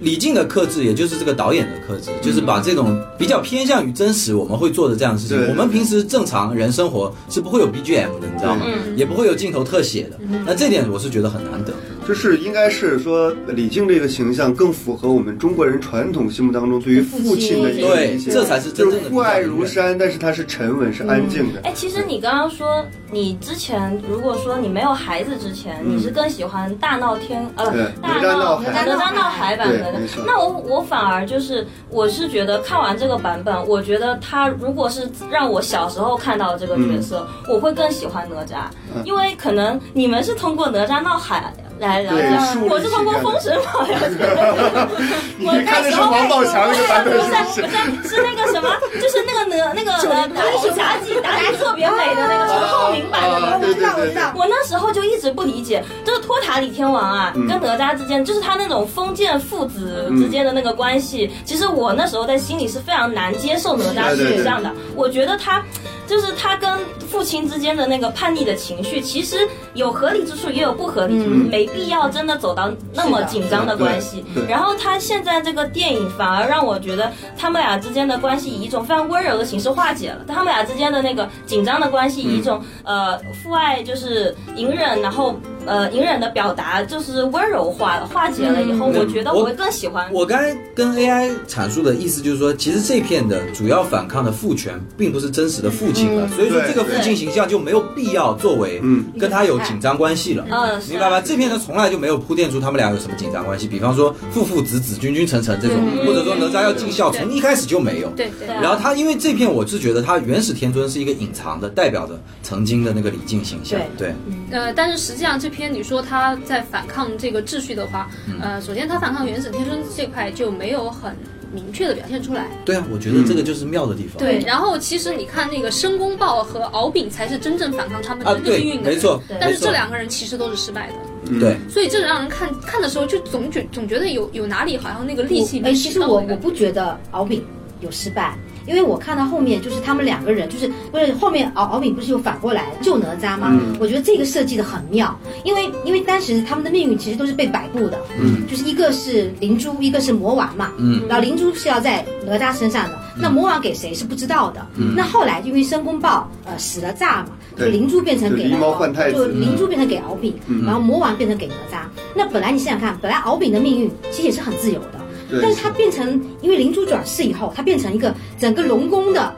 Speaker 3: 李靖的克制，也就是这个导演的克制，就是把这种比较偏向于真实我们会做的这样的事
Speaker 2: 对
Speaker 3: 情，我们平时正常人生活是不会有 BGM 的，你知道吗？也不会有镜头特写的，那这点我是觉得很难得。
Speaker 2: 就是应该是说李靖这个形象更符合我们中国人传统心目当中对于父亲的一个
Speaker 3: 对
Speaker 2: 理解，
Speaker 3: 这才是真正的
Speaker 2: 就是父爱如山，但是他是沉稳是安静
Speaker 5: 嗯
Speaker 2: 的，
Speaker 6: 哎，其实你刚刚说，你之前如果说你没有孩子之前，你是更喜欢大闹天呃
Speaker 2: 嗯对
Speaker 6: 大
Speaker 2: 哪吒闹
Speaker 6: 闹
Speaker 2: 海
Speaker 6: 哪吒闹海版
Speaker 2: 对
Speaker 6: 本
Speaker 2: 没错。
Speaker 6: 那我我反而就是我是觉得看完这个版本，我觉得他如果是让我小时候看到这个
Speaker 2: 嗯
Speaker 6: 角色，我会更喜欢哪吒，因为可能你们是通过哪吒闹海来了
Speaker 2: 对
Speaker 6: 解
Speaker 2: 树立
Speaker 6: 我是通过
Speaker 2: 起这样的
Speaker 6: 封神 榜 了解的。
Speaker 2: 你
Speaker 6: 我
Speaker 2: 看的是王宝强那个版本是不
Speaker 6: 不是
Speaker 2: 是？
Speaker 6: 不是是那个什么，就是那个哪那个呃打妲己妲己特别美的那个陈浩民版的那
Speaker 2: 啊
Speaker 6: 个。
Speaker 2: 对对
Speaker 5: 我
Speaker 2: 对
Speaker 5: 知道
Speaker 6: 我那时候就一直不理解，这个托塔李天王啊，跟哪吒之间，就是他那种封建父子之间的那个关系，其实我那时候在心里是非常难接受哪吒
Speaker 2: 对对对
Speaker 6: 是这样的。我觉得他，就是他跟父亲之间的那个叛逆的情绪，其实有合理之处，也有不合理之处，没必要真的走到那么
Speaker 5: 是的
Speaker 6: 紧张的
Speaker 2: 对
Speaker 6: 关系。
Speaker 2: 对
Speaker 6: 然后他现在这个电影反而让我觉得他们俩之间的关系以一种非常温柔的形式化解了，但他们俩之间的那个紧张的关系以一种、呃父爱就是隐忍，然后呃隐忍的表达就是温柔化化解了以后，
Speaker 3: 嗯
Speaker 6: 我觉得
Speaker 3: 我
Speaker 6: 我会更喜欢。
Speaker 3: 我刚才跟 AI 阐述的意思就是说，其实这片的主要反抗的父权并不是真实的父亲了，
Speaker 2: 嗯
Speaker 3: 所以说
Speaker 2: 对
Speaker 3: 这个父亲形象就没有必要作为
Speaker 2: 嗯
Speaker 3: 跟他有紧张关系了。
Speaker 6: 嗯，是啊
Speaker 3: 明白吧？这片呢从来就没有铺垫出他们俩有什么紧张关系，比方说父父子子、君君臣臣这种，
Speaker 4: 嗯
Speaker 3: 或者说哪吒要尽孝，
Speaker 4: 对
Speaker 3: 从一开始就没有。
Speaker 4: 对对
Speaker 6: 对啊
Speaker 3: 然后他因为这片，我是觉得他原始天尊是一个隐藏的，代表着曾经的那个李靖形象。对，
Speaker 4: 呃，但是实际上这篇你说他在反抗这个秩序的话，
Speaker 3: 嗯
Speaker 4: 呃，首先他反抗原始天尊这块就没有很明确的表现出来。
Speaker 3: 对啊，我觉得这个就是妙的地方。
Speaker 4: 对，然后其实你看那个申公豹和敖丙才是真正反抗他们
Speaker 3: 啊
Speaker 4: 真，正命
Speaker 3: 对，
Speaker 4: 运的
Speaker 3: 没
Speaker 4: 人，
Speaker 3: 错，
Speaker 6: 对
Speaker 4: 但
Speaker 3: 没
Speaker 4: 是
Speaker 3: 错
Speaker 4: 这，两个人其实都是失败的，
Speaker 2: 嗯
Speaker 3: 对。
Speaker 4: 所以这让人看看的时候就总觉总觉得有有哪里好像那个力气
Speaker 5: 我哎，
Speaker 4: 没
Speaker 5: 其
Speaker 4: 使
Speaker 5: 实
Speaker 4: 到
Speaker 5: 我
Speaker 4: 那个
Speaker 5: 我不觉得敖丙有失败，因为我看到后面就是他们两个人，就是不是后面敖敖丙不是又反过来救哪吒吗？
Speaker 2: 嗯
Speaker 5: 我觉得这个设计的很妙，因为因为当时他们的命运其实都是被摆布的，
Speaker 2: 嗯，
Speaker 5: 就是一个是灵珠，一个是魔丸嘛，
Speaker 3: 嗯，
Speaker 5: 然后灵珠是要在哪吒身上的，
Speaker 2: 嗯
Speaker 5: 那魔丸给谁是不知道的，那后来因为申公豹呃使了诈嘛，就
Speaker 2: 对
Speaker 5: 灵珠变成
Speaker 2: 就
Speaker 5: 给
Speaker 2: 狸
Speaker 5: 了
Speaker 2: 猫换太子
Speaker 5: 就灵珠变成给敖丙，
Speaker 2: 嗯
Speaker 5: 然后魔丸变成给哪吒。那本来你想想看，本来敖丙的命运其实也是很自由的，
Speaker 2: 对
Speaker 5: 但是他变成因为灵珠转世以后，他变成一个整个龙宫的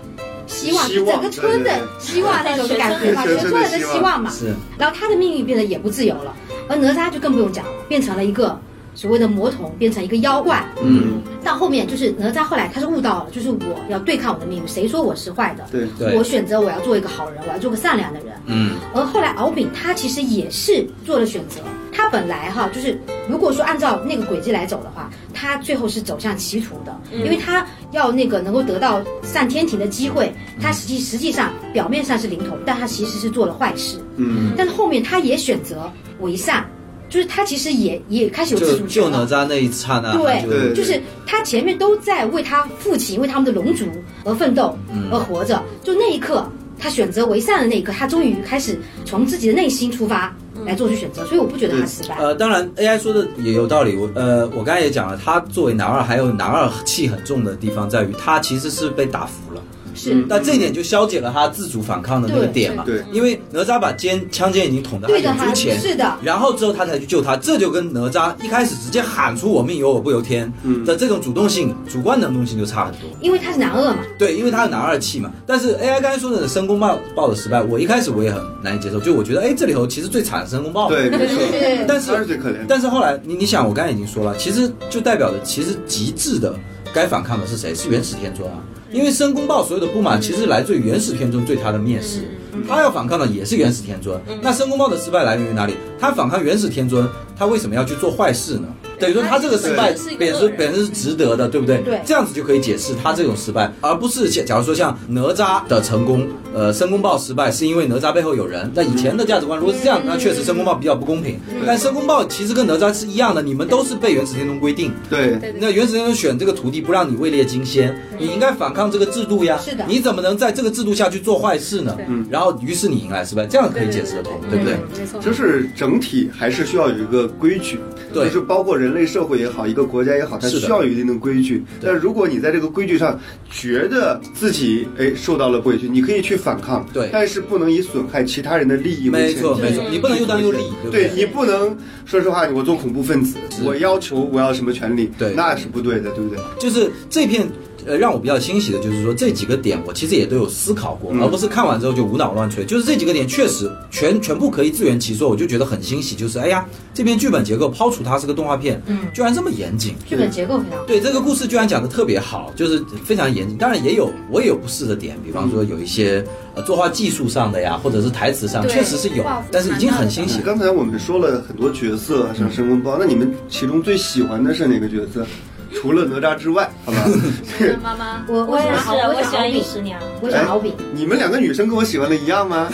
Speaker 5: 希望，
Speaker 2: 希望
Speaker 5: 整个村的
Speaker 2: 对对对
Speaker 5: 希望 那种感觉嘛，
Speaker 2: 全
Speaker 5: 全
Speaker 2: 村的
Speaker 5: 村人的希望嘛。
Speaker 3: 是，
Speaker 5: 然后他的命运变得也不自由了，而哪吒就更不用讲了，变成了一个所谓的魔童，变成一个妖怪。
Speaker 2: 嗯，
Speaker 5: 到后面就是哪吒后来他是悟到了，就是我要对抗我的命运，谁说我是坏的？
Speaker 2: 对
Speaker 3: 对
Speaker 5: 我选择我要做一个好人，我要做个善良的人。
Speaker 3: 嗯，
Speaker 5: 而后来敖丙他其实也是做了选择，他本来哈就是如果说按照那个轨迹来走的话，他最后是走向歧途的，因为他要那个能够得到上天庭的机会，他实际实际上表面上是灵童，但他其实是做了坏事，
Speaker 2: 嗯，
Speaker 5: 但是后面他也选择为善，就是他其实也也开始有自
Speaker 3: 就
Speaker 5: 主权
Speaker 3: 就哪
Speaker 5: 了。
Speaker 3: 吒那一刹那，
Speaker 5: 对
Speaker 3: 他
Speaker 2: 对
Speaker 3: 啊就
Speaker 5: 就是他前面都在为他父亲、为他们的龙族而奋斗、
Speaker 3: 嗯
Speaker 5: 而活着。就那一刻，他选择为善的那一刻，他终于开始从自己的内心出发来做出选择，所以我不觉得他失败。
Speaker 3: 呃，当然 AI 说的也有道理。我呃，我刚才也讲了，他作为男二，还有男二气很重的地方在于，他其实是被打服了。
Speaker 5: 是
Speaker 2: 嗯
Speaker 3: 但这一点就消解了他自主反抗的那个点嘛。
Speaker 2: 对对
Speaker 3: 因为哪吒把尖枪尖已经捅到他
Speaker 5: 对的
Speaker 3: 眼
Speaker 5: 哈
Speaker 3: 珠前，
Speaker 5: 是的
Speaker 3: 然后之后他才去救他，这就跟哪吒一开始直接喊出“我命由我不由天”
Speaker 2: 嗯
Speaker 3: 的这种主动性、主观能动性就差很多。
Speaker 5: 因为他是男二嘛，
Speaker 3: 对，因为他有男二气嘛。但是 AI 刚才说的申公豹豹的失败，我一开始我也很难以接受，就我觉得哎，这里头其实最惨的申公豹嘛。
Speaker 2: 对，没错，
Speaker 5: 对
Speaker 3: 但是
Speaker 2: 他是最可怜的，
Speaker 3: 但是后来你你想，我刚才已经说了，其实就代表着其实极致的该反抗的是谁？是原始天尊啊。因为申公豹所有的不
Speaker 2: 嗯
Speaker 3: 满，其实来自于原始天尊对他的蔑视，他要反抗的也是原始天尊。
Speaker 2: 嗯
Speaker 3: 那申公豹的失败来源于哪里？他反抗原始天尊，他为什么要去做坏事呢？等于说他这个失败
Speaker 4: 对
Speaker 3: 本身本身是值得的，对不对？
Speaker 5: 对
Speaker 3: 这样子就可以解释他这种失败，而不是假如说像哪吒的成功，呃，申公豹失败是因为哪吒背后有人。那以前的价值观如果是这样，那确实申公豹比较不公平。但申公豹其实跟哪吒是一样的，你们都是被原始天尊规定。
Speaker 2: 对，
Speaker 4: 对对
Speaker 3: 那原始天尊选这个徒弟不让你位列金仙，你应该反抗这个制度呀。
Speaker 5: 是的
Speaker 3: 你怎么能在这个制度下去做坏事呢
Speaker 4: 对？
Speaker 3: 然后于是你迎来失败，这样可以解释得通，对不对？
Speaker 4: 嗯没错，
Speaker 2: 就是整体还是需要有一个规矩，
Speaker 3: 对
Speaker 2: 就是包括人类社会也好，一个国家也好，它
Speaker 3: 是的
Speaker 2: 需要有一定的规矩。
Speaker 3: 对
Speaker 2: 但如果你在这个规矩上觉得自己哎受到了委屈，你可以去反抗，
Speaker 3: 对
Speaker 2: 但是不能以损害其他人的利益为
Speaker 3: 没
Speaker 2: 前提。
Speaker 3: 错没错，你不能又当又立，对不
Speaker 2: 对你不能说实话，我做恐怖分子，我要求我要什么权利，
Speaker 3: 对
Speaker 2: 那是不对的，对不对？
Speaker 3: 就是这片呃让我比较欣喜的就是说这几个点我其实也都有思考过，
Speaker 2: 嗯
Speaker 3: 而不是看完之后就无脑乱吹。就是这几个点确实全全部可以自圆其说，我就觉得很欣喜。就是哎呀，这篇剧本结构抛除它是个动画片，
Speaker 5: 嗯
Speaker 3: 居然这么严谨。
Speaker 5: 剧本结构非常好。
Speaker 3: 对这个故事居然讲的特别好，就是非常严谨。当然也有我也有不适的点，比方说有一些呃作画技术上的呀，或者是台词上，
Speaker 4: 对
Speaker 3: 确实是有
Speaker 4: 画幅，
Speaker 3: 但是已经很欣喜
Speaker 2: 你
Speaker 3: 了。
Speaker 2: 刚才我们说了很多角色，像申公豹，那你们其中最喜欢的是哪个角色？除了哪吒之外，好 吧？
Speaker 4: 那妈妈，
Speaker 5: 我我
Speaker 6: 我
Speaker 5: 想
Speaker 6: 也是，啊
Speaker 5: 敖
Speaker 6: 我
Speaker 5: 我
Speaker 6: 喜
Speaker 5: 想敖
Speaker 6: 欢
Speaker 5: 丙
Speaker 6: 殷，十娘。
Speaker 5: 我想敖丙。
Speaker 2: 你们两个女生跟我喜欢的一样吗？啊，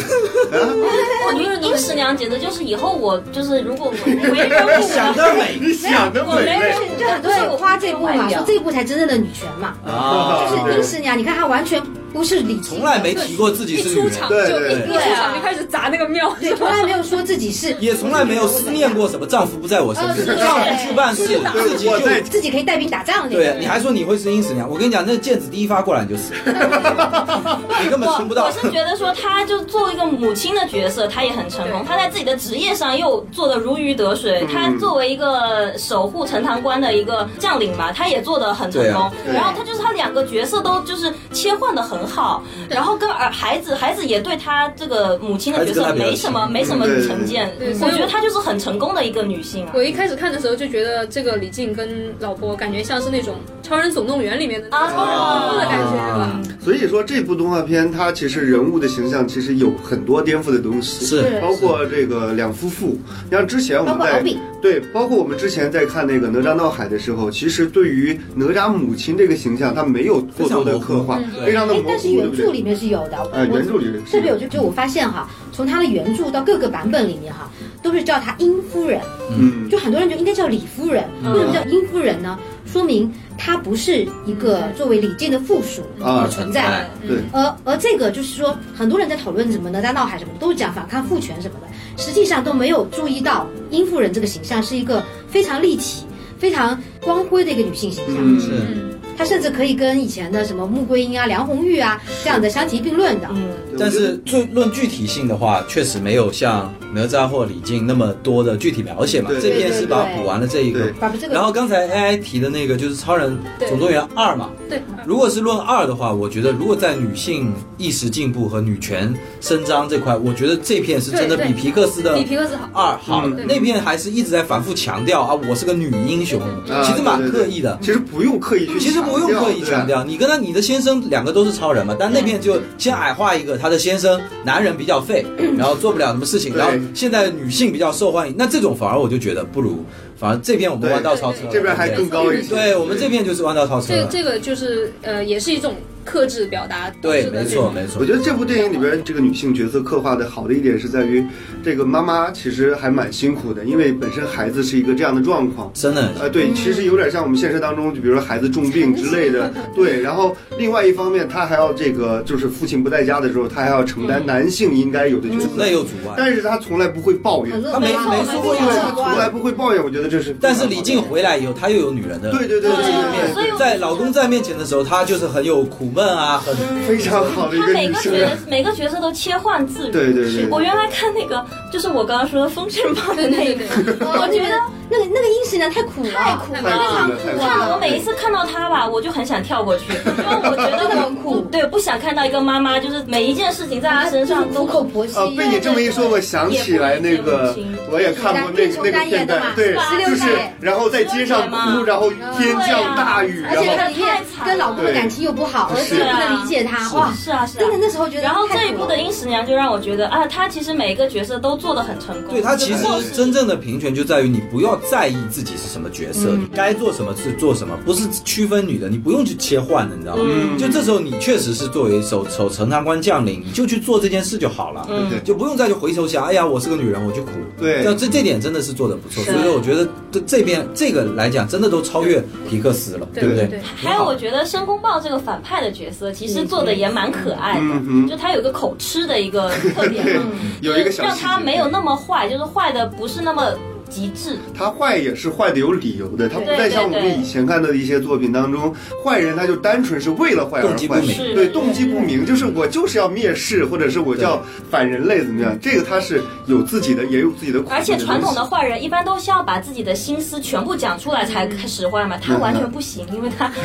Speaker 6: 我觉得殷十娘简直就是以后我就是如果我为人父母，
Speaker 3: 想得美，
Speaker 2: 你想的
Speaker 6: 我没
Speaker 2: 美
Speaker 6: 人
Speaker 2: 味。
Speaker 3: 哎
Speaker 5: 就很多有画夸这部嘛，说这部才真正的女权嘛，
Speaker 3: 啊，
Speaker 5: 就是殷十娘，你看她完全不是理性
Speaker 3: 从 来没提过自己
Speaker 4: 一
Speaker 3: 是女
Speaker 4: 出
Speaker 3: 人
Speaker 4: 场，就
Speaker 2: 对
Speaker 4: 一
Speaker 2: 对
Speaker 4: 一
Speaker 5: 对
Speaker 4: 出场就开始砸那个庙，
Speaker 5: 对，从来没有说自己是，
Speaker 3: 也从来没有思念过什么丈夫不在我身边，
Speaker 5: 呃对
Speaker 3: 丈夫去办事，自己
Speaker 2: 我在
Speaker 3: 就。
Speaker 5: 自己可以带兵打仗那
Speaker 3: 对，你
Speaker 5: 种。
Speaker 3: 还说你会是殷十娘？我跟你讲，那毽子第一发过来你就死了，你根本
Speaker 6: 我
Speaker 3: 撑不到。
Speaker 6: 我是觉得说，她就作为一个母亲的角色，她也很成功。她在自己的职业上又做的如鱼得
Speaker 3: 嗯
Speaker 6: 水。她作为一个守护陈塘关的一个将领嘛，她也做的很成
Speaker 3: 对
Speaker 6: 功
Speaker 3: 啊。
Speaker 2: 对
Speaker 6: 然后她就是她两个角色都就是切换的很好，然后跟儿孩子，孩子也对她这个母亲的角色没什么
Speaker 3: 孩子跟她比较亲
Speaker 6: 没什么
Speaker 2: 嗯
Speaker 6: 成见。
Speaker 4: 对对对
Speaker 6: 我觉得她就是很成功的一个女性啊。
Speaker 4: 我一开始看的时候就觉得这个李靖跟老婆感觉像是那种《超人总动员》里面的那种超人总动员的感觉，对吧？
Speaker 2: 所以说这部动画片它其实人物的形象其实有很多颠覆的东西，
Speaker 3: 是
Speaker 2: 包括这个两夫妇，你像之前我
Speaker 5: 包
Speaker 2: 们
Speaker 5: 括敖
Speaker 2: 在
Speaker 5: 丙，
Speaker 2: 对，包括我们之前在看那个《哪吒闹海》的时候，其实对于哪吒母亲这个形象，他没有过多的刻画
Speaker 4: 非常
Speaker 2: 非常的
Speaker 4: 模，糊
Speaker 5: 哎，
Speaker 2: 模
Speaker 5: 但是
Speaker 2: 糊，对
Speaker 5: 原
Speaker 2: 不
Speaker 5: 著
Speaker 2: 对？
Speaker 5: 里面是有的，
Speaker 2: 呃，
Speaker 5: 我
Speaker 2: 原著里
Speaker 5: 特别有就就我发现哈，从她的原著到各个版本里面哈，都是叫她殷夫人，
Speaker 2: 嗯，
Speaker 5: 就很多人就应该叫李夫人，为什么叫殷夫人呢？说明她不是一个作为李靖的附属
Speaker 2: 啊
Speaker 5: 而存在的。
Speaker 2: 对，
Speaker 4: 嗯
Speaker 5: 而而这个就是说，很多人在讨论什么哪吒闹海什么，都讲反抗父权什么的，实际上都没有注意到殷夫人这个形象是一个非常立体、非常光辉的一个女性形象。
Speaker 2: 嗯
Speaker 3: 是
Speaker 4: 嗯，
Speaker 5: 她甚至可以跟以前的什么穆桂英啊、梁红玉啊这样的相提并论的。
Speaker 6: 嗯，
Speaker 3: 但是最论具体性的话，确实没有像哪吒或李靖那么多的具体描写嘛
Speaker 2: 对。
Speaker 3: 这边是把它补完了这一个
Speaker 2: 对，
Speaker 5: 把这个
Speaker 3: 然后刚才 AI 提的那个就是《超人总动员二》嘛。
Speaker 4: 对，
Speaker 3: 如果是论二的话，我觉得如果在女性意识进步和女权伸张这块，我觉得这片是真的
Speaker 4: 对
Speaker 3: 比
Speaker 4: 对
Speaker 3: 皮克斯的
Speaker 4: 比皮克斯好。
Speaker 3: 二好
Speaker 2: 嗯。
Speaker 3: 那片还是一直在反复强调啊，我是个女英雄，
Speaker 2: 啊
Speaker 3: 其实蛮
Speaker 2: 对对
Speaker 3: 刻
Speaker 2: 对
Speaker 3: 意的。
Speaker 2: 其实不用刻意去强调，
Speaker 3: 其实不用刻意强
Speaker 2: 对吧。
Speaker 3: 调，你跟他你的先生两个都是超人嘛，但那片就先矮化一个，他的先生男人比 较废，然后做不了什么事情，
Speaker 2: 对
Speaker 3: 然后现在女性比较受欢迎，那这种反而我就觉得不如，反而这片我们弯道超车了，
Speaker 2: 这边还更高一些，
Speaker 3: 对我们这片就是弯道超车
Speaker 4: 这
Speaker 3: 了，
Speaker 4: 这个就是呃，也是一种克制表达。
Speaker 3: 对，
Speaker 4: 是的
Speaker 3: 没
Speaker 4: 这
Speaker 3: 错
Speaker 4: 种
Speaker 3: 没错
Speaker 2: 我，觉得这部电影里边这个女性角色刻画的好的一点是在于，这个妈妈其实还蛮辛苦的，因为本身孩子是一个这样的状况。
Speaker 3: 真的
Speaker 2: 呃，对，其实有点像我们现实当中，就比如说孩子重病之类的，对。然后另外一方面，她还要这个，就是父亲不在家的时候，她还要承担男性应该有的角
Speaker 3: 主内
Speaker 2: 色，
Speaker 3: 又主外。
Speaker 2: 但是她从来不会抱
Speaker 5: 很
Speaker 2: 怨，
Speaker 5: 乐啊
Speaker 3: 他没没说过一
Speaker 2: 对，
Speaker 3: 句
Speaker 2: 她从来不会抱怨，我觉得这是。
Speaker 3: 但是李靖，回来以后，他又有女人的
Speaker 2: 对对对对
Speaker 6: 对对，
Speaker 2: 对
Speaker 6: 呃所以
Speaker 2: 对，
Speaker 6: 我
Speaker 3: 在老公在面前的时候，他就是很有苦闷啊，很
Speaker 2: 非常好的一
Speaker 6: 她
Speaker 2: 个
Speaker 6: 每
Speaker 2: 女
Speaker 6: 个
Speaker 2: 生，
Speaker 6: 角每个角色都切换自如。
Speaker 2: 对对对，
Speaker 6: 我原来看那个，就是我刚刚说的《封神榜》的
Speaker 4: 对
Speaker 6: 那
Speaker 4: 对
Speaker 6: 个
Speaker 4: 对， 对，
Speaker 5: 我觉得那个那个殷十娘太苦了，太
Speaker 4: 苦了
Speaker 2: 太棒了，太
Speaker 6: 看
Speaker 2: 棒
Speaker 6: 了，
Speaker 2: 了，
Speaker 6: 我每一次看到他吧，我就很想跳过去，因为我觉得我不对，不想看到一个妈妈，就是每一件事情在她身上
Speaker 5: 苦
Speaker 6: 都
Speaker 5: 口婆
Speaker 2: 啊，
Speaker 5: 心。
Speaker 2: 被你这么一说，我想起来那个，我也看过那个那个片段，对，就是然后在街上哭，然
Speaker 6: 嗯
Speaker 2: 后天降大雨，
Speaker 5: 而
Speaker 2: 然
Speaker 5: 且
Speaker 2: 后
Speaker 5: 她里面跟老公的感情又不好，儿子又不能理解她，哇，
Speaker 6: 是啊是啊
Speaker 5: 真的。那时候觉得
Speaker 6: 然后这
Speaker 5: 太
Speaker 6: 一
Speaker 5: 苦
Speaker 6: 部
Speaker 5: 了
Speaker 6: 的殷十娘就让我觉得啊，她其实每一个角色都做的很成功。
Speaker 3: 对他其实真正的平权就在于你不要在意自己是什么角色，
Speaker 2: 嗯
Speaker 3: 你该做什么是做什么，不是区分女的，你不用去切换的，你知道吗？
Speaker 2: 嗯
Speaker 3: 就这时候你确实是作为守守城塘关将领，你就去做这件事就好了，
Speaker 2: 对
Speaker 3: 就不用再去回头想，哎呀，我是个女人，我就苦。
Speaker 2: 嗯对
Speaker 3: 那这这点真的是做的不错，
Speaker 6: 是
Speaker 3: 所以说我觉得这这边这个来讲，真的都超越皮克斯了，
Speaker 4: 对
Speaker 3: 不
Speaker 2: 对
Speaker 3: 对
Speaker 4: 对？
Speaker 6: 还有，我
Speaker 3: 得
Speaker 6: 觉得申公豹这个反派的角色，其实做的也蛮可爱的，
Speaker 2: 嗯嗯
Speaker 6: 就他有个口吃的一个特点嘛，
Speaker 2: 有一个小
Speaker 6: 嗯让他没有那么坏，就是坏的不是那么极致。
Speaker 2: 他坏也是坏的有理由的，他不再像我们以前看到的一些作品当中，坏人他就单纯是为了坏而坏，对，动机不明，就是我就是要蔑视，或者是我叫反人类怎么样，这个他是有自己的，也有自己的苦。
Speaker 6: 而且传统的坏人一般都是要把自己的心思全部讲出来才
Speaker 2: 嗯
Speaker 6: 使坏嘛，他完全不行，因为他，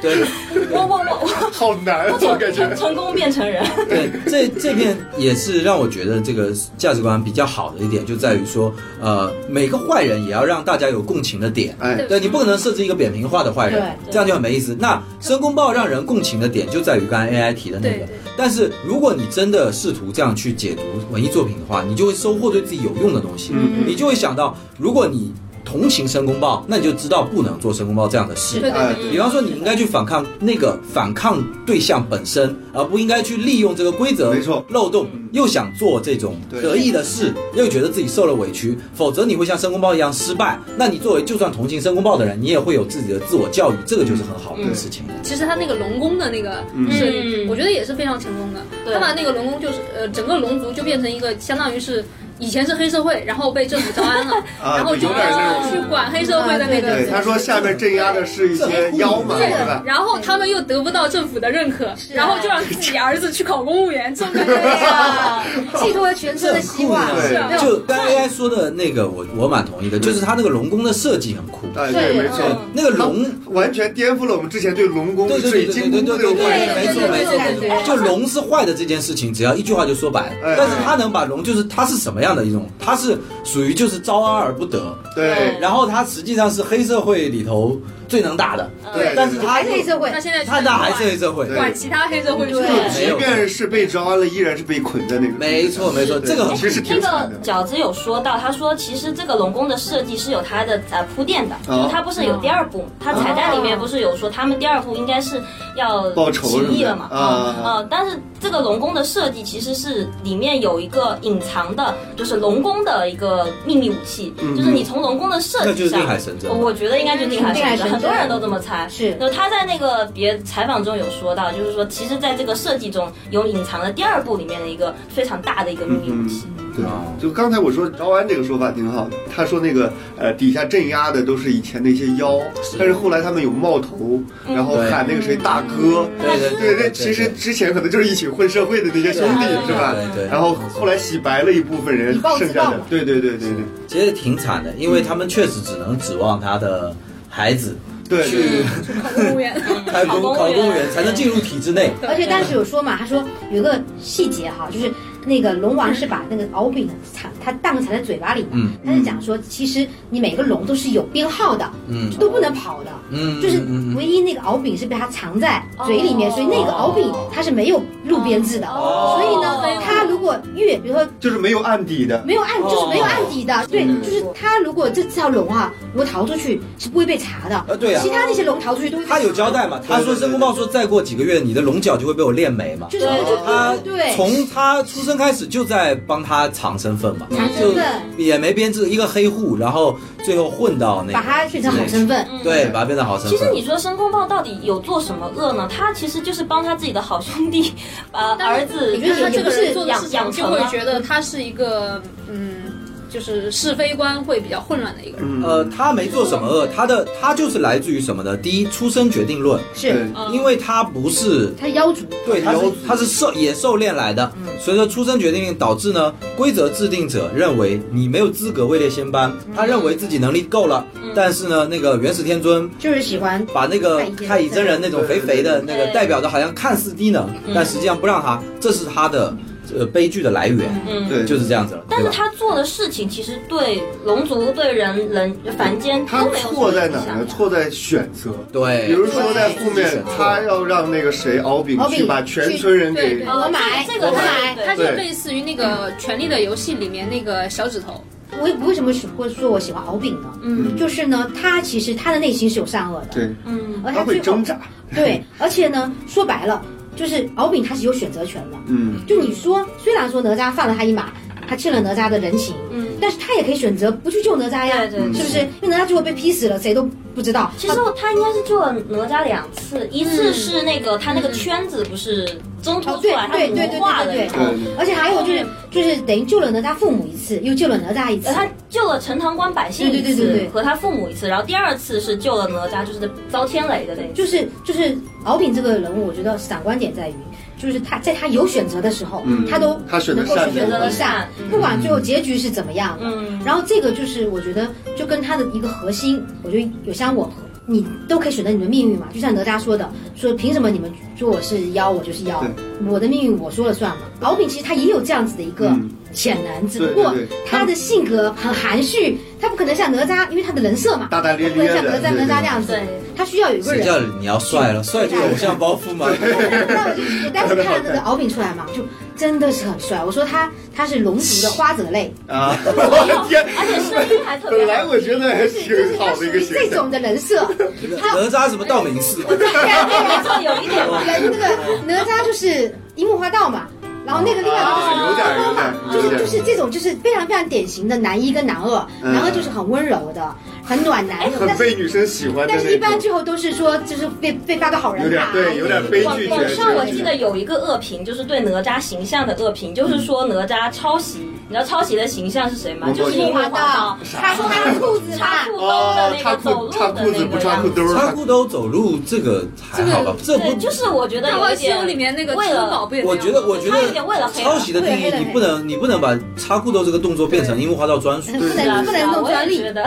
Speaker 3: 对。对
Speaker 6: 我我 我
Speaker 2: 好难，啊
Speaker 6: 我
Speaker 2: 我感觉
Speaker 6: 成。成功变成人，
Speaker 3: 对，这这片也是让我觉得这个价值观比较好的一点，就在于说，呃，每个坏人也要让大家有共情的点。
Speaker 2: 哎，
Speaker 3: 对你不可能设置一个扁平化的坏人
Speaker 5: 对，
Speaker 6: 对
Speaker 3: 这样就很没意思。那申公豹让人共情的点就在于刚才 AI 提的那
Speaker 4: 对
Speaker 3: 个
Speaker 4: 对，
Speaker 3: 但是如果你真的试图这样去解读文艺作品的话，你就会收获对自己有用的东西，你就会想到，如果你。同情申公豹，那你就知道不能做申公豹这样的事。
Speaker 4: 对
Speaker 2: 哎
Speaker 4: 对对，
Speaker 3: 比方说，你应该去反抗那个反抗对象本身，而不应该去利用这个规则
Speaker 2: 没错嗯
Speaker 3: 漏洞，又想做这种
Speaker 2: 对
Speaker 3: 得意的事，又觉得自己受了委屈，否则你会像申公豹一样失败。那你作为就算同情申公豹的人，你也会有自己的自我教育，这个就是很好的事情。
Speaker 4: 其实他那个龙宫的那个设计，
Speaker 6: 嗯
Speaker 4: 我觉得也是非常成功的。
Speaker 6: 对
Speaker 4: 他把那个龙宫就是呃，整个龙族就变成一个相当于是。以前是黑社会，然后被政府招安了，
Speaker 2: 啊
Speaker 4: 然后就
Speaker 2: 有点那种啊
Speaker 4: 去管黑社会的那个。
Speaker 2: 对，他说下面镇压的是一些妖嘛，
Speaker 4: 对
Speaker 2: 是吧？
Speaker 4: 然后他们又得不到政府的认可，
Speaker 5: 是啊
Speaker 4: 然后就让自己儿子去考公务员，这么个
Speaker 5: 对
Speaker 6: 啊
Speaker 5: 呀，寄托了全村的希望，啊
Speaker 2: 这很酷呀
Speaker 5: 没有
Speaker 3: 就刚 AI 说的那个，我我蛮同意的，就是他那个龙宫的设计很酷，
Speaker 2: 哎，对，没错。
Speaker 3: 对那个龙。
Speaker 2: 完全颠覆了我们之前对龙宫
Speaker 3: 对、对
Speaker 2: 水
Speaker 3: 对对
Speaker 2: 晶
Speaker 3: 对
Speaker 2: 宫的
Speaker 3: 对对
Speaker 2: 这种观
Speaker 3: 对，
Speaker 2: 念。
Speaker 3: 没错没错没错。就龙是坏的这件事情，只要一句话就说白。
Speaker 2: 哎
Speaker 3: 但是他能把龙，就是它是什么样的一种，它是属于就是招安而不得，
Speaker 2: 对
Speaker 3: 然后它实际上是黑社会里头最能打的，
Speaker 2: 对，
Speaker 3: 但是他
Speaker 5: 嗯还是黑社会
Speaker 4: 他，现在
Speaker 3: 他那还是黑社会。
Speaker 2: 对
Speaker 4: 管其他黑社会出
Speaker 2: 就
Speaker 4: 来。
Speaker 2: 即便是被招安了，依然是被捆在那个。
Speaker 3: 没错没错，
Speaker 2: 对
Speaker 3: 这个
Speaker 2: 其实挺
Speaker 6: 这
Speaker 2: 惨
Speaker 6: 个
Speaker 2: 的。
Speaker 6: 饺子有说到，他说其实这个龙宫的设计是有它的呃铺垫的，
Speaker 2: 哦
Speaker 6: 就是它不是有第二部，它彩蛋里面不是有说他们第二部应该是要
Speaker 2: 报仇
Speaker 6: 起义了嘛
Speaker 2: 什么？的啊
Speaker 6: 嗯呃，但是这个龙宫的设计其实是里面有一个隐藏的，就是龙宫的一个秘密武器，
Speaker 2: 嗯
Speaker 6: 就是你从龙宫的设
Speaker 3: 那就
Speaker 6: 计
Speaker 3: 是
Speaker 6: 上
Speaker 3: 定海神针
Speaker 6: 呃我觉得应该就是定海
Speaker 5: 定海
Speaker 6: 神针，很
Speaker 5: 神
Speaker 6: 多
Speaker 5: 针
Speaker 6: 人都这么猜。
Speaker 5: 是
Speaker 6: 就他在那个别采访中有说到，就是说其实在这个设计中有隐藏的第二部里面的一个非常大的一个秘密武器。
Speaker 2: 对，就刚才我说招安这个说法挺好的，他说那个呃底下镇压的都是以前的一些妖，但是后来他们有冒头，然后喊那个谁大哥，
Speaker 3: 对对
Speaker 2: 对，那其实之前可能就是一起混社会的那些兄弟是吧？
Speaker 3: 对对
Speaker 2: 然后后来洗白了一部分人
Speaker 5: 以暴，制
Speaker 2: 剩下
Speaker 5: 暴
Speaker 2: 的
Speaker 5: 嘛
Speaker 2: 对对对对对
Speaker 3: 其实挺惨的，因为他们确实只能指望他的孩子
Speaker 2: 对对对，
Speaker 4: 考公务员，
Speaker 3: 开工考公务员才能进入体制内。
Speaker 5: 而且当时有说嘛，他说有个细节哈，就是那个龙王是把那个敖丙藏，他蛋藏在嘴巴里嘛，
Speaker 3: 嗯
Speaker 5: 他是讲说，其实你每个龙都是有编号的，
Speaker 3: 嗯
Speaker 5: 就都不能跑的，
Speaker 3: 嗯
Speaker 5: 就是
Speaker 3: 嗯嗯
Speaker 5: 唯一那个敖丙是被他藏在嘴里面，
Speaker 6: 哦
Speaker 5: 所以那个敖丙他是没有路边制的，
Speaker 6: 哦
Speaker 5: 所以呢
Speaker 6: 哦，
Speaker 5: 他如果越比如说
Speaker 2: 就是没有案底的，
Speaker 5: 没有案，就是没有
Speaker 3: 哦
Speaker 5: 案底的，对，
Speaker 3: 嗯
Speaker 5: 就是他如果这这条龙啊，如果逃出去是不会被查的，
Speaker 3: 呃对啊
Speaker 5: 其他那些龙逃出去都会被
Speaker 3: 他有
Speaker 5: 查
Speaker 3: 交代嘛？他说申公豹说再过几个月你的龙角就会被我练没嘛。
Speaker 5: 就是
Speaker 6: 对
Speaker 5: 就
Speaker 3: 他
Speaker 5: 对，
Speaker 3: 从他出生开始就在帮他藏身份嘛，
Speaker 5: 藏身
Speaker 3: 就
Speaker 5: 份
Speaker 3: 也没编制一个黑户，然后最后混到那个
Speaker 5: 把它变成好身，份。
Speaker 3: 对，把它变成好身
Speaker 6: 其
Speaker 3: 份。
Speaker 6: 实你说申公豹到底有做什么恶呢？他其实就是帮他自己的好兄弟，把儿子
Speaker 5: 我觉
Speaker 4: 就
Speaker 5: 得
Speaker 4: 是他这个人做的事
Speaker 6: 养
Speaker 4: 情，
Speaker 6: 养
Speaker 4: 就
Speaker 6: 成
Speaker 4: 会
Speaker 6: 了
Speaker 4: 觉得他是一个嗯，就是是非观会比较混乱的一个
Speaker 2: 嗯
Speaker 4: 人。
Speaker 3: 呃，他没做什么恶，他的他就是来自于什么呢？第一，出生决定论，
Speaker 5: 是
Speaker 4: 嗯
Speaker 3: 因为他不是
Speaker 5: 他妖族，
Speaker 3: 对，他是
Speaker 2: 有
Speaker 3: 他是狩野兽练来的。随着出生决定导致呢，规则制定者认为你没有资格位列仙班，他认为自己能力够了，但是呢，那个元始天尊
Speaker 5: 就是喜欢
Speaker 3: 把那个太乙真人那种肥肥的那个
Speaker 6: 对
Speaker 3: 代表的，好像看似低能，但实际上不让他，这是他的呃悲剧的来源，
Speaker 2: 对，
Speaker 3: 就是这样子了。
Speaker 6: 但
Speaker 3: 对
Speaker 6: 是
Speaker 3: 吧？
Speaker 6: 他做的事情其实对龙族、对人、人凡间
Speaker 2: 他
Speaker 6: 都没有
Speaker 2: 错在哪
Speaker 6: 什
Speaker 2: 儿
Speaker 6: 么
Speaker 2: 呢？
Speaker 6: 影响
Speaker 2: 错在选择。
Speaker 3: 对，
Speaker 2: 比如说在后面
Speaker 3: 选错，
Speaker 2: 他要让那个谁敖丙
Speaker 5: 敖丙
Speaker 2: 去把全村人
Speaker 4: 对
Speaker 2: 给
Speaker 4: 对
Speaker 5: 我买
Speaker 6: 这个
Speaker 5: 我
Speaker 6: 他
Speaker 5: 买
Speaker 4: 他
Speaker 6: 对
Speaker 4: 就类似于那个《权力的游戏》里面那个小指头，
Speaker 5: 我我为什么喜会说我喜欢敖丙呢？
Speaker 6: 嗯
Speaker 5: 就是呢，他其实他的内心是有善恶的，
Speaker 2: 对，
Speaker 6: 嗯
Speaker 5: 而
Speaker 2: 他
Speaker 5: 最
Speaker 2: 会
Speaker 5: 后
Speaker 2: 挣扎，
Speaker 5: 对，而且呢，说白了，就是敖丙他是有选择权的。
Speaker 2: 嗯，
Speaker 5: 就你说，虽然说哪吒放了他一马，他欠了哪吒的人情，
Speaker 6: 嗯。
Speaker 5: 但是他也可以选择不去救哪吒呀，
Speaker 6: 对对对
Speaker 5: 是不是？因为哪吒最后被劈死了，谁都不知道。
Speaker 6: 其实他应该是救了哪吒两次，一次是那个他那个圈子不是挣脱
Speaker 5: 哦，
Speaker 6: 出
Speaker 5: 对
Speaker 6: 来，他
Speaker 5: 对对对
Speaker 6: 魔化了
Speaker 5: 对
Speaker 6: 以
Speaker 5: 对
Speaker 6: 后，
Speaker 5: 对，而且还有就是就是等于救了哪吒父母一次，又救了哪吒一次
Speaker 6: 呃，，他救了陈塘关百姓一
Speaker 5: 对对对对
Speaker 6: 次
Speaker 5: 对
Speaker 6: 和他父母一次，然后第二次是救了哪吒，就是遭天雷的那一次。
Speaker 5: 就是就是敖丙这个人物，我觉得闪光点在于，就是他在他有选择的时候，他都
Speaker 2: 嗯他选择
Speaker 5: 能够
Speaker 2: 善
Speaker 5: 选
Speaker 2: 良
Speaker 5: 择善，不管最后结局是怎么样的。
Speaker 6: 嗯
Speaker 5: 然后这个就是我觉得就跟他的一个核心，我觉得有相吻合。你都可以选择你的命运嘛，就像哪吒说的，说凭什么你们说我是妖，我就是妖，我的命运我说了算嘛。敖丙其实他也有这样子的一个
Speaker 2: 嗯
Speaker 5: 潜能，只
Speaker 2: 对
Speaker 5: 不过
Speaker 2: 对对
Speaker 5: 他的性格很含蓄，他不可能像哪吒，因为他的人设嘛，
Speaker 2: 大大咧
Speaker 5: 不能
Speaker 2: 咧
Speaker 5: 像哪
Speaker 2: 的，
Speaker 5: 吒哪吒那样子
Speaker 6: 对，
Speaker 5: 他需要有一个
Speaker 3: 谁
Speaker 5: 人。
Speaker 3: 叫你要帅了？帅就有偶像包袱吗？
Speaker 5: 那我就我当时看了那个敖丙出来嘛，就真的是很帅。我说他他是龙族的花泽类，
Speaker 2: 啊！我的天，
Speaker 6: 而且是这还特别
Speaker 2: 本
Speaker 6: 好
Speaker 2: 来 我觉得还挺
Speaker 5: 他
Speaker 2: 好
Speaker 5: 属
Speaker 2: 的一个
Speaker 5: 于
Speaker 2: 形
Speaker 5: 这
Speaker 2: 象
Speaker 5: 种，的人设，他
Speaker 3: 哪吒什么道明寺嘛，
Speaker 6: 哎没错，有一点吧。
Speaker 5: 人那个哪吒就是樱木花道嘛，然后那个另外一个就是
Speaker 2: 啊有点
Speaker 5: 东
Speaker 2: 儿
Speaker 5: 方嘛，就
Speaker 2: 有点儿有点
Speaker 5: 是
Speaker 2: 儿
Speaker 5: 就是这种就是非常非常典型的男一跟男二，
Speaker 2: 嗯
Speaker 5: 男二就是很温柔的，很暖男的，
Speaker 2: 很
Speaker 5: 但是
Speaker 2: 被女生喜欢的
Speaker 5: 但是一
Speaker 2: 那
Speaker 5: 般
Speaker 2: 种。
Speaker 5: 最后都是说就是被被发个好
Speaker 2: 有
Speaker 5: 人啊
Speaker 2: 点
Speaker 5: 卡，
Speaker 2: 对，有点悲
Speaker 6: 网
Speaker 2: 剧角
Speaker 6: 网
Speaker 2: 色。
Speaker 6: 上我记得有一个恶评，就是对哪吒形象的恶评，就是说哪吒抄袭。你知道抄袭的形象是谁吗？
Speaker 2: 我
Speaker 6: 就是樱
Speaker 5: 樱
Speaker 6: 木
Speaker 5: 木
Speaker 6: 花
Speaker 5: 花道啊
Speaker 6: 道，
Speaker 5: 他说他的裤子
Speaker 6: 插
Speaker 5: 嘛
Speaker 6: 裤。兜的
Speaker 2: 哦，
Speaker 6: 那
Speaker 2: 插
Speaker 6: 个走
Speaker 2: 裤
Speaker 6: 路
Speaker 2: 插
Speaker 6: 的
Speaker 2: 裤子
Speaker 6: 那
Speaker 2: 不
Speaker 6: 个
Speaker 2: 插
Speaker 6: 样
Speaker 2: 裤
Speaker 6: 子。
Speaker 2: 兜儿，
Speaker 3: 插裤兜走路这个还好吧？这
Speaker 6: 对，
Speaker 3: 不，
Speaker 6: 就是我觉得
Speaker 4: 那
Speaker 6: 有
Speaker 4: 外
Speaker 6: 一
Speaker 4: 星
Speaker 6: 点
Speaker 4: 里面那个
Speaker 6: 为
Speaker 4: 吃
Speaker 6: 了
Speaker 4: 宝不也那
Speaker 3: 我
Speaker 4: 样
Speaker 3: 觉得，我觉
Speaker 6: 他有点为
Speaker 3: 得
Speaker 6: 了黑
Speaker 3: 抄袭的定义
Speaker 5: 为了，黑
Speaker 3: 你不能，你不能把插裤兜这个动作变成樱木花道专属。
Speaker 5: 不能啊不能弄专利
Speaker 6: 啊我也觉，得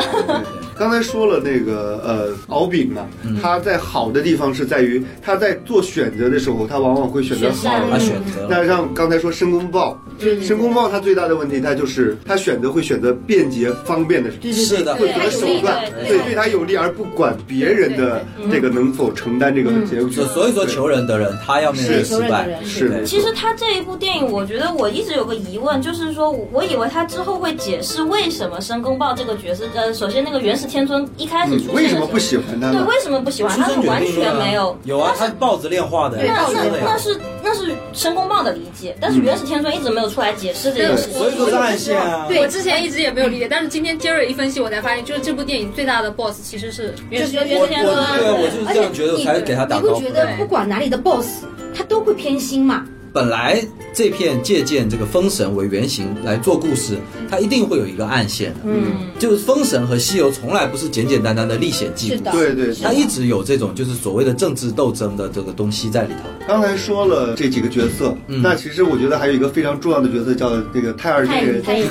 Speaker 2: 刚才说了那个呃，敖丙呢，
Speaker 3: 嗯
Speaker 2: 他在好的地方是在于他在做选择的时候，他往往会选择
Speaker 6: 选
Speaker 2: 好
Speaker 6: 善
Speaker 2: 的
Speaker 3: 他选择
Speaker 2: 那
Speaker 3: 了，
Speaker 2: 像刚才说申公豹，申公豹他最大的问题，他就是他选择会选择便捷方便的
Speaker 5: 对对
Speaker 3: 是
Speaker 5: 对，
Speaker 3: 的，
Speaker 2: 或者手段，
Speaker 6: 对
Speaker 2: 对对他有利而不管别人的这个能否承担这
Speaker 6: 嗯
Speaker 2: 个结果。
Speaker 3: 所所以说求人的人，他要面对
Speaker 5: 是
Speaker 3: 失
Speaker 5: 求人的
Speaker 3: 败。
Speaker 5: 人
Speaker 2: 是
Speaker 3: 对
Speaker 2: 没
Speaker 6: 其
Speaker 2: 错
Speaker 6: 实他这一部电影，我觉得我一直有个疑问，就是说，我以为他之后会解释为什么申公豹这个角色，呃，首先那个元始天尊一开始
Speaker 2: 你
Speaker 6: 出现的时
Speaker 2: 嗯为什
Speaker 6: 候，
Speaker 2: 么不喜欢他
Speaker 6: 对，
Speaker 2: 呢？
Speaker 6: 为什么不喜欢？
Speaker 3: 出
Speaker 6: 他
Speaker 3: 生
Speaker 6: 是
Speaker 3: 决
Speaker 6: 完
Speaker 3: 定论
Speaker 6: 全
Speaker 3: 啊
Speaker 6: 没有。
Speaker 3: 有啊，他抱着练化的，
Speaker 5: 对
Speaker 6: 那
Speaker 3: 抱
Speaker 6: 是
Speaker 3: 着
Speaker 6: 那
Speaker 3: 样。
Speaker 6: 是那是申公豹的理解，但是元始天尊一直没有出来解释这件事情。嗯
Speaker 3: 所以说是暗线啊。
Speaker 5: 对
Speaker 4: 我之前一直也没有理解，但是今天杰瑞一分析，我才发现，就是这部电影最大的 boss 其实是
Speaker 6: 元始
Speaker 3: 我我
Speaker 6: 元始
Speaker 3: 对
Speaker 6: 天尊啊，
Speaker 3: 啊，我就是这
Speaker 5: 而且
Speaker 3: 样觉得，我才给他打
Speaker 5: 你
Speaker 3: 高
Speaker 5: 会
Speaker 3: 分
Speaker 5: 觉。得不管哪里的 boss，他都会偏心嘛？
Speaker 3: 本来这片借鉴这个封神为原型来做故事，它一定会有一个暗线的。嗯，就是封神和西游从来不是简简单单的历险记
Speaker 5: 是
Speaker 3: 故
Speaker 5: 的，
Speaker 2: 对对，
Speaker 3: 它一直有这种就是所谓的政治斗争的这个东西在里头。
Speaker 2: 刚才说了这几个角色，
Speaker 3: 嗯
Speaker 2: 那其实我觉得还有一个非常重要的角色叫那个太二这个人，
Speaker 6: 太乙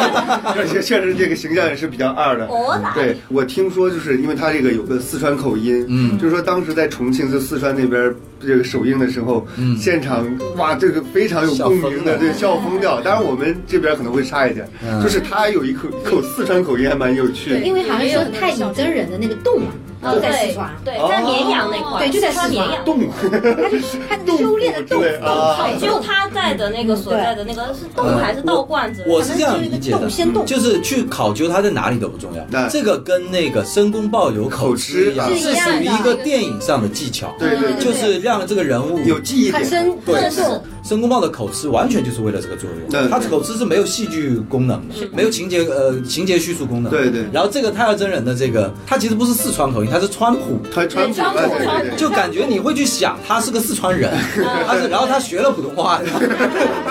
Speaker 2: 确实确实这个形象也是比较二的。
Speaker 6: 哦啦
Speaker 2: 对，我听说就是因为他这个有个四川口音，
Speaker 3: 嗯
Speaker 2: 就是说当时在重庆就四川那边这个首映的时候，
Speaker 3: 嗯
Speaker 2: 现场哇这个非常有共鸣的，
Speaker 3: 笑疯了
Speaker 2: 对，笑疯掉。当然我们这边可能会差一点，
Speaker 3: 嗯
Speaker 2: 就是他有一口口四川口音还蛮有趣的。
Speaker 5: 因为好像说太乙真人的那个洞嘛，就在四川，
Speaker 6: 对，哦在绵阳那块儿，
Speaker 5: 对就在四
Speaker 6: 他
Speaker 5: 川
Speaker 6: 绵阳。
Speaker 2: 动，
Speaker 5: 他修炼的洞
Speaker 2: 对啊，
Speaker 6: 只有他在的那个所在的那个是洞还是道观之类的
Speaker 3: 嗯我是这样理解
Speaker 5: 动
Speaker 3: 的
Speaker 5: 先，动
Speaker 3: 就是去考究它在哪里都不重
Speaker 2: 对
Speaker 3: 要，这个跟那个申公豹有口吃一样，
Speaker 2: 口啊
Speaker 5: 吃
Speaker 3: 是
Speaker 5: 一样
Speaker 3: 属
Speaker 5: 的
Speaker 3: 于一个电影上的技巧，
Speaker 2: 对对对，
Speaker 3: 就是让这个人物
Speaker 2: 有记忆
Speaker 5: 很
Speaker 2: 点。
Speaker 5: 深
Speaker 3: 对
Speaker 5: 很深。
Speaker 3: 申公豹的口吃完全就是为了这个作用，
Speaker 2: 对对
Speaker 3: 他口吃是没有戏剧功能的，没有情节呃情节叙述功能。
Speaker 2: 对对
Speaker 3: 然后这个太二真人的这个，他其实不是四川口音，他是川普。
Speaker 2: 传传统
Speaker 6: 川
Speaker 2: 的，
Speaker 6: 普
Speaker 2: 对
Speaker 6: 川
Speaker 2: 对对，
Speaker 6: 普
Speaker 3: 就感觉你会去想他是个四川人，他是然后他学了普通话，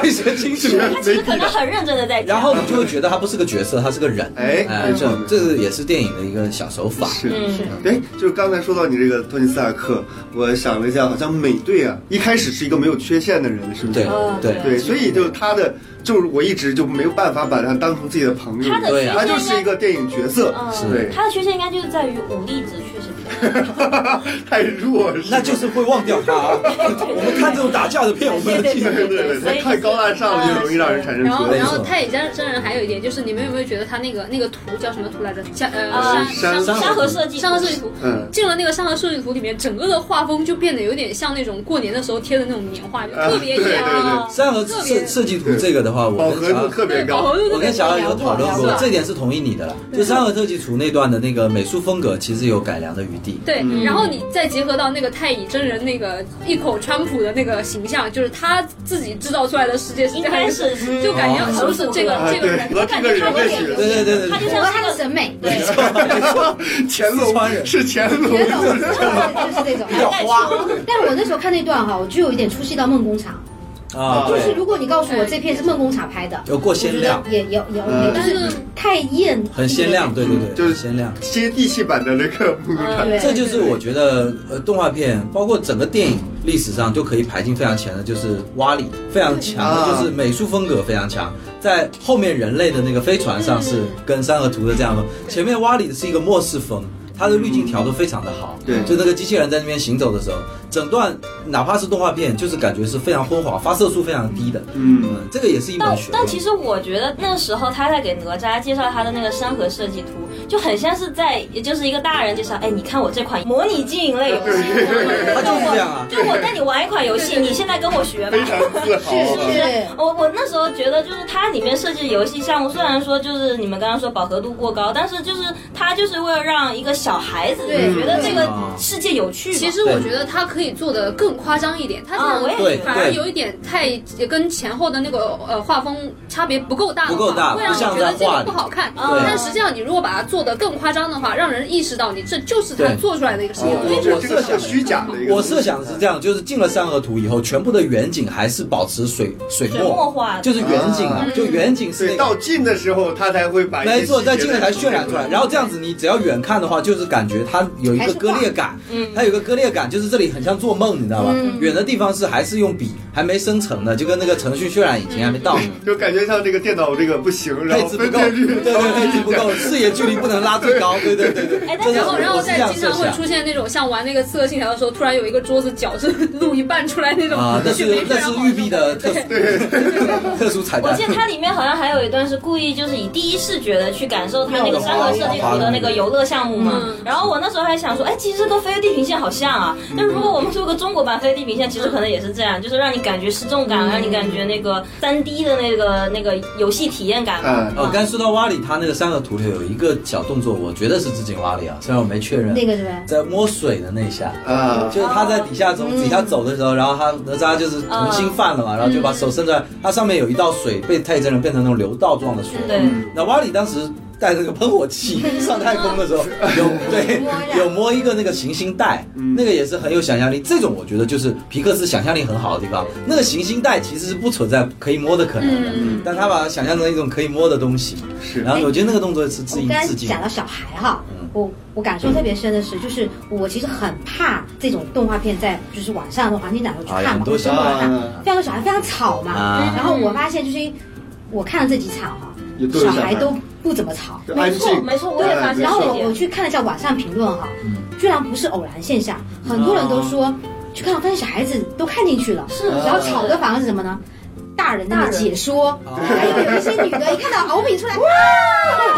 Speaker 3: 会学清楚，
Speaker 6: 他其实可能很认真的在讲。
Speaker 3: 然后你就会觉得他不是个角色，他是个人。
Speaker 2: 哎没错
Speaker 3: 这
Speaker 2: 没错
Speaker 3: 这个也是电影的一个小手法。
Speaker 2: 是
Speaker 6: 嗯
Speaker 2: 是，哎，就是刚才说到你这个托尼斯塔克，我想了一下，好像美队啊，一开始是一个没有缺陷的人，是不是
Speaker 3: 对？
Speaker 6: 哦
Speaker 3: 对
Speaker 2: 对，所以就他的，就是我一直就没有办法把他当成自己的朋友，
Speaker 6: 他的
Speaker 3: 对啊
Speaker 2: 他就是一个电影角色，对
Speaker 6: 嗯，，他的缺陷应该就是在于武力值确实不够。
Speaker 2: 太弱了，
Speaker 3: 那就是会忘掉他。我们看这种打架的片，我们
Speaker 6: 对
Speaker 3: 记
Speaker 6: 对
Speaker 2: 对对对
Speaker 6: 所以
Speaker 2: 对，太高大上了，就容易让人产生
Speaker 4: 然后，
Speaker 2: 隔
Speaker 4: 然
Speaker 2: 阂。
Speaker 4: 后太乙真真人还有一点就是，你们有没有觉得他那个那个图叫什么图来着？山
Speaker 6: 啊
Speaker 4: 呃
Speaker 2: 山
Speaker 4: 山
Speaker 6: 沙盒设计，
Speaker 4: 山河设计图。
Speaker 2: 嗯
Speaker 4: 进了那个山河设计图里面，整个的画风就变得有点像那种过年的时候贴的那种年画，就特别
Speaker 2: 啊对对
Speaker 4: 严
Speaker 2: 对
Speaker 4: 啊。
Speaker 3: 山河设设计图这个的话，我
Speaker 2: 饱
Speaker 3: 跟
Speaker 2: 和
Speaker 3: 小
Speaker 2: 度特别
Speaker 4: 对饱哦
Speaker 2: 高
Speaker 4: 和，度
Speaker 3: 我
Speaker 4: 特别
Speaker 3: 跟小
Speaker 4: 高
Speaker 3: 二有讨论
Speaker 4: 是
Speaker 3: 过
Speaker 4: 吧，
Speaker 3: 这点是同意你的啦。就山河特技厨那段的那个美术风格，其实有改良的余地。
Speaker 4: 对，
Speaker 2: 嗯
Speaker 4: 然后你再结合到那个太乙真人那个一口川普的那个形象，就是他自己制造出来的世界是这样的，
Speaker 6: 应该是
Speaker 4: 就感觉是不是这个
Speaker 2: 啊，
Speaker 4: 这个
Speaker 2: 对，
Speaker 4: 人
Speaker 2: 和这个人的角色
Speaker 3: 对对对
Speaker 6: 他就
Speaker 3: 对，
Speaker 5: 符
Speaker 6: 像
Speaker 5: 合
Speaker 6: 是
Speaker 5: 他
Speaker 6: 那
Speaker 5: 的
Speaker 6: 个
Speaker 5: 审美，
Speaker 6: 对，
Speaker 2: 乾隆
Speaker 3: 四川人
Speaker 2: 是乾隆，
Speaker 5: 觉得我就是这种。但我那时候看那段哈，我就有一点出戏到梦工厂，
Speaker 3: 对啊，
Speaker 5: 就是
Speaker 3: 对，
Speaker 5: 如果你告诉我这片是梦工厂拍的，
Speaker 3: 有过鲜亮
Speaker 5: 我觉得，也也也 OK，
Speaker 2: 嗯
Speaker 5: 但是太艳，
Speaker 3: 很鲜亮，对对对，
Speaker 2: 就是
Speaker 3: 很鲜亮。
Speaker 2: 接地气版的那个木
Speaker 6: 嗯
Speaker 5: 对
Speaker 3: 这就是我觉得，呃，动画片包括整个电影历史上就可以排进非常前的，就是蛙里非常强
Speaker 2: 嗯
Speaker 3: 的，
Speaker 2: 啊
Speaker 3: 就是美术风格非常强。在后面人类的那个飞船上是跟山河图的这样风，前面蛙里的是一个末世风，它的滤镜调得非常的好。
Speaker 2: 对
Speaker 3: 就那个机器人在那边行走的时候，整段哪怕是动画片，就是感觉是非常昏黄，发射速非常低的。
Speaker 2: 嗯
Speaker 3: 嗯，这个也是一门
Speaker 6: 但
Speaker 3: 学问。
Speaker 6: 但其实我觉得那时候他在给哪吒介绍他的那个山河设计图，就很像是在，也就是一个大人介绍，哎，你看我这款模拟经营类游戏，
Speaker 3: 他就是这样啊。
Speaker 6: 就我带你玩一款游戏，
Speaker 4: 对对对
Speaker 6: 你现在跟我学吧
Speaker 2: 非。常自豪啊。
Speaker 5: 是
Speaker 6: 我我那时候觉得，就是它里面设计的游戏项目，虽然说就是你们刚刚说饱和度过高，但是就是它就是为了让一个小孩子
Speaker 5: 对
Speaker 6: 觉得这个
Speaker 3: 嗯
Speaker 6: 世界有趣嘛。
Speaker 4: 其实我觉得他可以做的更夸张一点，他
Speaker 6: 啊我也
Speaker 4: 这
Speaker 3: 对
Speaker 4: 样反而
Speaker 3: 对
Speaker 4: 有一点太也跟前后的那个呃画风差别不够大的话，
Speaker 3: 不够大
Speaker 4: 会让
Speaker 3: 不像
Speaker 4: 我觉得这
Speaker 3: 在画
Speaker 4: 个
Speaker 3: 里
Speaker 4: 不好看。
Speaker 6: 对
Speaker 4: 但实际上，你如果把它做的更夸张的话，让人意识到你这就是他
Speaker 3: 对哦
Speaker 4: 做出来的一个事情。
Speaker 3: 我
Speaker 2: 这
Speaker 3: 我
Speaker 2: 这个
Speaker 3: 设想
Speaker 2: 是虚假的一个。
Speaker 3: 我设想是这样，就是进了山河图以后，全部的远景还是保持水水
Speaker 6: 水墨画
Speaker 3: 就是远景啊
Speaker 2: 啊，
Speaker 3: 就远景是
Speaker 2: 对，
Speaker 3: 那个
Speaker 2: 到近的时候他才会把一些
Speaker 3: 没错，在
Speaker 2: 细
Speaker 3: 镜
Speaker 2: 节
Speaker 3: 头才渲染出来。然后这样子，你只要远看的话，就是感觉它有一个割裂感，
Speaker 4: 嗯
Speaker 3: 它有一个割裂感，就是这里很像做梦，你知道吧？远的地方是还是用笔，还没生成的，就跟那个程序渲染引擎还没到呢。
Speaker 2: 就感觉像这个电脑这个不行，嗯然
Speaker 3: 配
Speaker 2: 后
Speaker 3: 置不
Speaker 2: 分
Speaker 3: 够，
Speaker 2: 辨
Speaker 3: 对
Speaker 2: 率
Speaker 3: 对对，配置不够，视野距离不能拉最高，对对对对。
Speaker 6: 哎但
Speaker 3: 真的
Speaker 4: 然后，然后
Speaker 3: 我是
Speaker 4: 再
Speaker 3: 这样
Speaker 4: 经常
Speaker 3: 设
Speaker 4: 会
Speaker 3: 想
Speaker 4: 出现那种像玩那个《刺客信条》的时候，突然有一个桌子脚是露一半出来那种
Speaker 3: 啊，那
Speaker 4: 就没
Speaker 3: 是那
Speaker 4: 非常
Speaker 3: 是
Speaker 4: 好
Speaker 3: 育碧的特
Speaker 4: 对
Speaker 3: 殊特殊彩
Speaker 6: 我
Speaker 3: 蛋
Speaker 6: 记。得它里面好像还有一段是故意就是以第一视觉的去感受它那个山河设计图的那个游乐项目嘛
Speaker 4: 嗯。
Speaker 6: 然后我那时候还想说，哎，其实这跟飞越地平线好像啊。但如果我们做个中国版飞越地平线，其实可能也是这样，就是让你感觉失重感，让你感觉那个三 D 的那个那个游戏体验感嘛。
Speaker 2: 嗯
Speaker 3: 呃，刚才说到蛙里，它那个三个图里有一个小动作，我觉得是致敬蛙里啊，虽然我没确认。
Speaker 5: 那个是吧？
Speaker 3: 在摸水的那一下，
Speaker 2: 啊，
Speaker 3: 就是他在底下走底下走的时候，然后他哪吒就是童心犯
Speaker 5: 嗯
Speaker 3: 了嘛，然后就把手伸出来，它上面有一道水被太乙真人变成那种流道状的水。
Speaker 6: 对，
Speaker 3: 那瓦里当时带着个喷火器上太空的时 候，有对有摸一个那个行星带，那个也是很有想象力。这种我觉得就是皮克斯想象力很好的地方。那个行星带其实是不存在可以摸的可能的，
Speaker 5: 嗯
Speaker 3: 但他把它想象成一种可以摸的东西。
Speaker 2: 是
Speaker 3: 然后我觉得那个动作是
Speaker 5: 我
Speaker 3: 致
Speaker 5: 们
Speaker 3: 敬
Speaker 5: 刚才
Speaker 3: 致敬。
Speaker 5: 讲 到小孩哈，
Speaker 3: 嗯
Speaker 5: 我我感受特别深的是，就是我其实很怕这种动画片在就是晚上的环境下头去
Speaker 3: 哎
Speaker 5: 看
Speaker 3: 很
Speaker 5: 嘛，
Speaker 3: 多
Speaker 5: 我生活来
Speaker 2: 小
Speaker 5: 看
Speaker 2: 孩，
Speaker 5: 非常多小孩非常吵嘛。
Speaker 3: 啊
Speaker 5: 然后我发现就是我看了这几场哈
Speaker 2: 也，都有
Speaker 5: 小
Speaker 2: 小孩
Speaker 5: 孩都不怎么吵。
Speaker 2: 就安
Speaker 6: 没错
Speaker 2: 静，嗯
Speaker 6: 没错，我也发现这一点。
Speaker 5: 然后我我去看了一下网上评论哈，
Speaker 6: 嗯
Speaker 5: 居然不是偶然现象，很多人都说去看，发现小孩子都看进去了，
Speaker 6: 哦是
Speaker 5: 然后吵的反而是什么呢？大人
Speaker 6: 大
Speaker 5: 的
Speaker 6: 人哦
Speaker 5: 解说，还有有一些女的一看到敖丙出来，哇，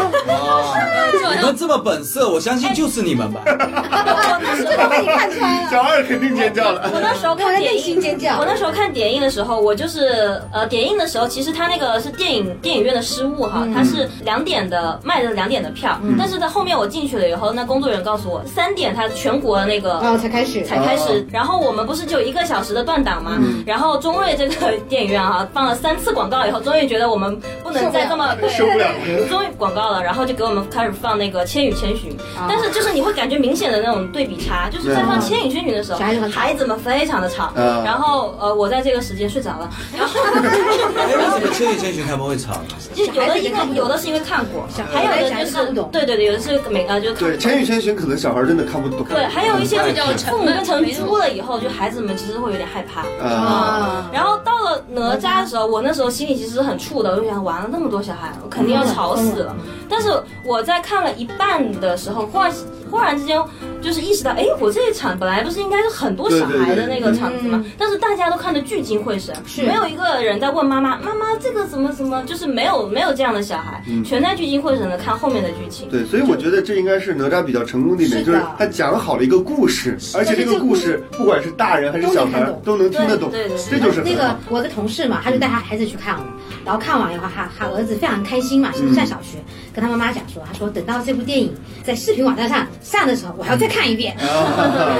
Speaker 3: 哇
Speaker 4: 就好
Speaker 3: 你
Speaker 4: 像
Speaker 3: 们这么本色，我
Speaker 5: 哎
Speaker 3: 相信就是你们吧。
Speaker 6: 我那时候
Speaker 5: 这都被你看出来 了。
Speaker 2: 小二肯定尖叫
Speaker 6: 我
Speaker 2: 了。
Speaker 6: 哦那时候
Speaker 5: 我
Speaker 6: 看
Speaker 5: 在
Speaker 6: 点
Speaker 5: 内心
Speaker 6: 映，
Speaker 5: 尖叫
Speaker 6: 我那时候看点映的时候，我就是呃，点映的时候，其实它那个是电影电影院的失误
Speaker 2: 嗯
Speaker 6: 哈，它是两点的卖的两点的票，但是在后面我进去了以后，那工作人员告诉我三点它全国的那个
Speaker 5: 然后才开始，
Speaker 6: 才开
Speaker 2: 哦嗯
Speaker 6: 始。然后我们不是就一个小时的断档嘛，然后中瑞这个 电影院啊放了三次广告以后，终于觉得我们不能再这么对
Speaker 2: 受不了了
Speaker 6: 终于广告了，然后就给我们开始放那个《千与千寻》，
Speaker 5: 啊
Speaker 6: 但是就是你会感觉明显的那种对比差，就是在放《千与千寻》的时候，
Speaker 5: 嗯小孩子很吵
Speaker 6: 孩子们非常的吵，
Speaker 2: 嗯
Speaker 6: 然后呃我在这个时间睡 着了，然后
Speaker 3: 哎，为什么千与千寻他们会吵？
Speaker 6: 就有的因
Speaker 5: 小孩子也看不
Speaker 6: 为
Speaker 5: 懂
Speaker 6: 有的是因为看过
Speaker 5: 小，
Speaker 6: 还
Speaker 5: 孩
Speaker 6: 有的
Speaker 5: 小孩
Speaker 6: 就
Speaker 5: 子
Speaker 6: 是
Speaker 5: 看不懂
Speaker 6: 对对对，有的是没呃就是看
Speaker 2: 对，
Speaker 6: 不
Speaker 2: 《
Speaker 6: 懂
Speaker 2: 千与千寻》可能小孩真的看不懂。嗯
Speaker 6: 对，还有一些
Speaker 3: 比
Speaker 4: 较沉
Speaker 6: 父母
Speaker 4: 闷
Speaker 6: 变成
Speaker 4: 没那么
Speaker 6: 猪了以后，就孩子们其实会有点害怕。
Speaker 2: 啊，
Speaker 5: 啊，
Speaker 6: 然后到了哪吒的时候，我那时候心里其实很怵的，我就想完了那么多小孩，我肯定要吵死了。但是我在看了一半的时候，忽然忽然之间就是意识到，哎，我这一场本来不是应该是很多小孩的那个场子吗？但是大家都看得聚精会神，没有一个人在问妈妈，妈妈这个怎么怎么，就是没有没有这样的小孩，全在聚精会神的看后面的剧情。
Speaker 2: 对，所以我觉得这应该是哪吒比较成功的一点，
Speaker 5: 是
Speaker 2: 就
Speaker 5: 的
Speaker 2: 是他讲好了一个故事，而且这个故事不管是大人还是小孩都能听得懂
Speaker 6: 对对，对
Speaker 2: 这就是
Speaker 5: 那
Speaker 2: 很
Speaker 5: 个
Speaker 2: 好。
Speaker 5: 我的同事嘛，他就带他孩子去看了，然后看完以后，他他儿子非常开心嘛，是
Speaker 6: 嗯
Speaker 5: 上小学，跟他妈妈讲说，他说等到这部电影在视频网站上上的时候，我还要再看一 遍。
Speaker 6: 哦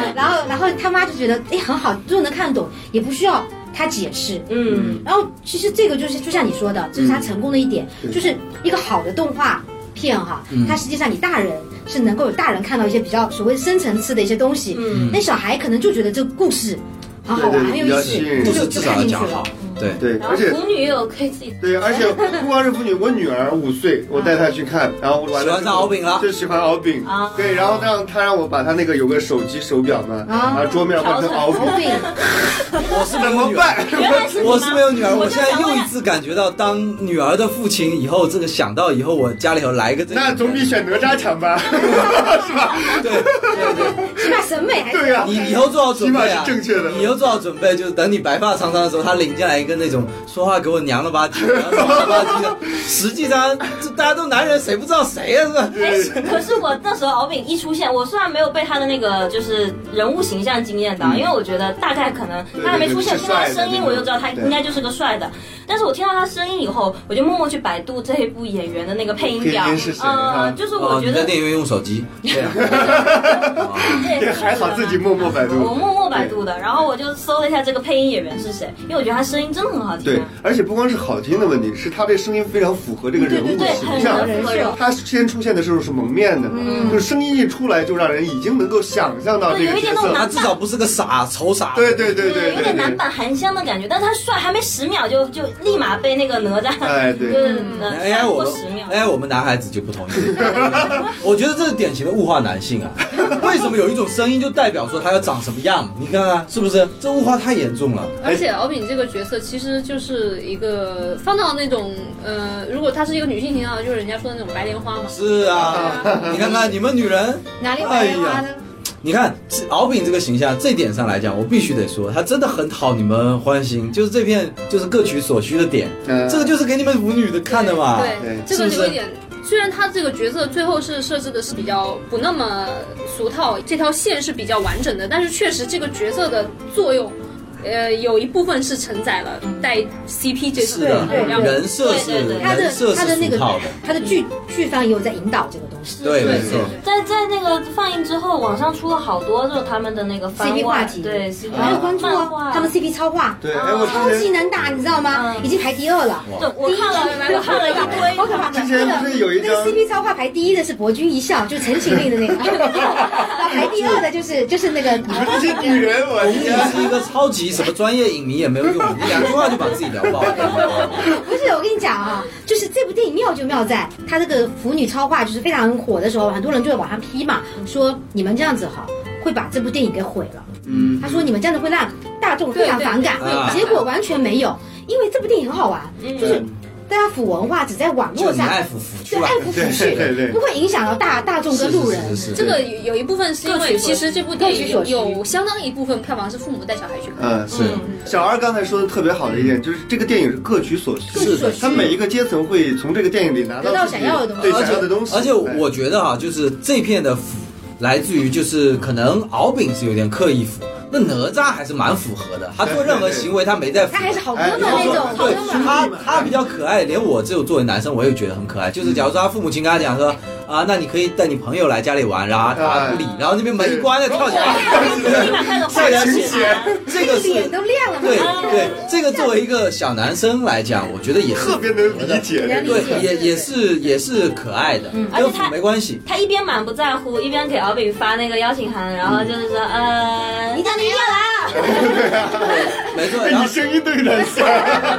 Speaker 2: 啊
Speaker 5: 然后然后他妈就觉得哎很好，就能看懂，也不需要他解释。
Speaker 6: 嗯，
Speaker 5: 然后其实这个就是就像你说的，这是他成功的一点，
Speaker 2: 嗯对嗯
Speaker 5: 就是一个好的动画。片哈，它实际上你大人是能够有大人看到一些比较所谓深层次的一些东西，那小孩可能就觉得这个故事很好玩，
Speaker 2: 嗯对对
Speaker 5: 很有意
Speaker 2: 比较吸
Speaker 5: 思
Speaker 2: 引，
Speaker 3: 故
Speaker 5: 就
Speaker 3: 事
Speaker 5: 就
Speaker 3: 至
Speaker 5: 看
Speaker 3: 少要
Speaker 5: 进去
Speaker 3: 讲
Speaker 5: 了
Speaker 3: 好。，对
Speaker 2: 对，
Speaker 6: 然后
Speaker 2: 而且
Speaker 6: 腐女也有可以自己
Speaker 2: 对，而且不光是腐女，我女儿五岁，我带她去看，然后完了
Speaker 3: 嗯喜欢上敖丙了
Speaker 2: 就喜欢敖丙
Speaker 6: 啊，
Speaker 2: 对，然后让她让我把她那个有个手机手表嘛，
Speaker 5: 啊
Speaker 2: 啊，桌面换成敖丙，
Speaker 5: 毛病，
Speaker 3: 我是
Speaker 2: 怎
Speaker 3: 没有
Speaker 2: 么
Speaker 3: 女儿，
Speaker 2: 办？
Speaker 6: 原来是你妈
Speaker 3: 我是没有女儿，我
Speaker 6: 就
Speaker 3: 现在
Speaker 6: 想
Speaker 3: 又
Speaker 6: 问
Speaker 3: 一次感觉到，当女儿的父亲以后，这个想到以后我家里头来一个这个，
Speaker 2: 那总比选哪吒强 吧，是吧？
Speaker 3: 对对对，
Speaker 5: 起码审美还是
Speaker 2: 对呀
Speaker 3: 你以后做好准备啊，
Speaker 2: 起码是正确的
Speaker 3: 你以后做好准备，就是等你白发苍苍的时候，他领进来一个那种说话给我娘了吧唧的，娘了吧唧的。实际上，这大家都男人，谁不知道谁啊呀、是吧？
Speaker 6: 哎，可是我那时候敖丙一出现，我虽然没有被他的那个就是人物形象惊艳到，因为我觉得大概可能他还没出现，
Speaker 2: 对对对
Speaker 6: 听他的
Speaker 2: 是帅的
Speaker 6: 声音
Speaker 2: 那种
Speaker 6: 我就知道他
Speaker 2: 对
Speaker 6: 应该就是个帅的。但是我听到他声音以后，我就默默去百度这一部演员的那个配音表
Speaker 2: 配音是，谁啊
Speaker 6: 呃，就是我
Speaker 3: 哦，
Speaker 6: 觉
Speaker 3: 你
Speaker 6: 得
Speaker 3: 在电影院用手 机，对啊，
Speaker 6: 这
Speaker 2: 也
Speaker 6: 也
Speaker 2: 还好自己默默百度
Speaker 6: 我哦默默百度的，然后我就搜了一下这个配音演员是谁，因为我觉得他声音真的很好听
Speaker 2: 对
Speaker 6: 啊，，
Speaker 2: 而且不光是好听的问题，是他这声音非常符合这个人物的
Speaker 6: 对，
Speaker 2: 形
Speaker 6: 很
Speaker 2: 象。
Speaker 6: 能符合人物。
Speaker 2: 他先出现的时候是蒙面的，就是声音一出来就让人已经能够想象到这个
Speaker 6: 对有一
Speaker 2: 角
Speaker 6: 点那种
Speaker 2: 色。
Speaker 3: 他至少不是个傻丑傻。
Speaker 2: 对对对对
Speaker 6: 对，有
Speaker 2: 对
Speaker 6: 点
Speaker 2: 对
Speaker 6: 男。版韩香的感觉，但是他帅，还没十秒就就立马被那个哪吒，
Speaker 2: 哎对
Speaker 6: 就是呃
Speaker 3: 哎，
Speaker 6: 超
Speaker 3: 我
Speaker 6: 过
Speaker 3: 们
Speaker 6: 十秒，
Speaker 3: 哎，我们男孩子就不同意。 我觉得这是典型的物化男性啊！为什么有一种声音就代表说他要长什么样？你看看是不是？这物化太严重了。
Speaker 4: 而且敖丙这个角色其实就是一个放到那种呃，如果她是一个女性形象，就是人家说的那种白莲花嘛。
Speaker 3: 是啊，你看看你们女人
Speaker 5: 哪里白花
Speaker 3: 哎
Speaker 5: 呢？
Speaker 3: 你看这敖丙这个形象，这点上来讲，我必须得说，他真的很讨你们欢心，就是这片就是各取所需的点，
Speaker 2: 嗯
Speaker 3: 这个就是给你们舞女的看的嘛。
Speaker 4: 对
Speaker 2: 对，
Speaker 4: 这个
Speaker 3: 是不是
Speaker 4: 有一点。虽然他这个角色最后是设置的是比较不那么俗套，这条线是比较完整的，但是确实这个角色的作用，呃，有一部分是承载了带 CP 角色
Speaker 3: 是的，
Speaker 5: 对对
Speaker 3: 人设是
Speaker 6: 对对对
Speaker 5: 他的
Speaker 3: 人设
Speaker 5: 他的
Speaker 3: 是
Speaker 5: 那
Speaker 3: 俗
Speaker 5: 个
Speaker 3: 套的，
Speaker 5: 他的剧剧方也有在引导这个东西。
Speaker 3: 对，
Speaker 2: 对
Speaker 3: 没错
Speaker 2: 对。
Speaker 6: 在在那个放映之后，网上出了好多就是他们的那个番
Speaker 5: CP
Speaker 6: 外
Speaker 5: 话题
Speaker 6: 对 CP
Speaker 5: 我还有关注
Speaker 6: 漫
Speaker 5: 哦
Speaker 6: 画，
Speaker 5: 他们 CP 超话，啊
Speaker 2: 对，哎，我
Speaker 5: 超
Speaker 2: 之
Speaker 5: 级
Speaker 2: 前
Speaker 5: 难打，你知道吗？
Speaker 6: 嗯
Speaker 5: 已经排第二了。
Speaker 6: 对我看了我看了一堆，
Speaker 5: 好可怕！
Speaker 2: 之前不是有一
Speaker 5: 那个
Speaker 2: 张
Speaker 5: CP 超话排第一的是《博君一笑》，就是《陈情令》 的那个，然后排第二的就是就是那个。
Speaker 2: 你们这些女人，我
Speaker 3: 红
Speaker 2: 天
Speaker 3: 你是一个超级什么专业影迷也没 有用，你两句话就把自己聊爆了。
Speaker 5: 不是，我跟你讲啊，就是这部电影妙就妙在它这个腐女超话就是非常火的时候，很多人就在网上批嘛，
Speaker 6: 嗯
Speaker 5: 说你们这样子哈，会把这部电影给毁了。
Speaker 2: 嗯，
Speaker 5: 他说你们这样子会让大众非常反感
Speaker 3: 对对
Speaker 2: 啊
Speaker 3: 对，对
Speaker 5: 结果完全没有，因为这部电影很好玩，
Speaker 6: 嗯
Speaker 5: 就是大家腐文化只在网
Speaker 3: 就
Speaker 5: 络
Speaker 3: 你
Speaker 5: 上。
Speaker 3: 爱腐腐去
Speaker 5: 对，
Speaker 3: 吧
Speaker 5: 爱。不
Speaker 2: 对
Speaker 5: 抚恤，
Speaker 2: 对对
Speaker 5: 不会影响到大大众跟路人。
Speaker 3: 是是是是
Speaker 4: 这个有有一部分是因
Speaker 6: 各
Speaker 4: 为
Speaker 6: 取所
Speaker 4: 其
Speaker 6: 需
Speaker 4: 实这部电
Speaker 5: 各
Speaker 4: 影
Speaker 5: 取所
Speaker 4: 有
Speaker 5: 需
Speaker 4: 有相当一部分票房是父母带小孩去看。
Speaker 2: 嗯，
Speaker 3: 是
Speaker 2: 小二刚才说的特别好的一点，就是这个电影是各取所需，
Speaker 5: 各取所需
Speaker 2: 他每一个阶层会从这个电影里拿到
Speaker 5: 得到
Speaker 2: 自己
Speaker 5: 想要的东西
Speaker 2: 对
Speaker 3: 而
Speaker 2: 想要的东
Speaker 3: 且
Speaker 2: 西。
Speaker 3: 而且
Speaker 2: 哎
Speaker 3: 我觉得哈、就是这片的腐来自于就是可能敖丙是有点刻意腐，那哪吒还是蛮符合的，他做任何行为他没在腐
Speaker 5: 他。还是好哥们
Speaker 2: 哎
Speaker 5: 那种，好
Speaker 3: 对
Speaker 5: 哥们儿。
Speaker 3: 他，他比较可爱，连我这种作为男生，我也觉得很可爱。
Speaker 2: 嗯
Speaker 3: 就是假如说他父母亲跟他讲说，啊，那你可以带你朋友来家里玩，然后他不理，
Speaker 2: 哎
Speaker 3: 然后那边门一关，就跳起来，
Speaker 6: 立马开始换
Speaker 3: 这个
Speaker 6: 人
Speaker 3: 是这个是
Speaker 5: 脸都亮了嘛，
Speaker 3: 对对，这个作为一个小男生来讲，我觉得也是
Speaker 2: 特别能理解，
Speaker 5: 能理解
Speaker 3: 对，也也是也是可爱的，
Speaker 5: 嗯
Speaker 3: 跟腐没关系。
Speaker 6: 他一边满不在乎，一边给敖丙发那个邀请函，然后就是说，呃，
Speaker 5: 你到底要来啊？
Speaker 3: 没错，然
Speaker 2: 哎
Speaker 3: 后
Speaker 2: 你声音都有点像。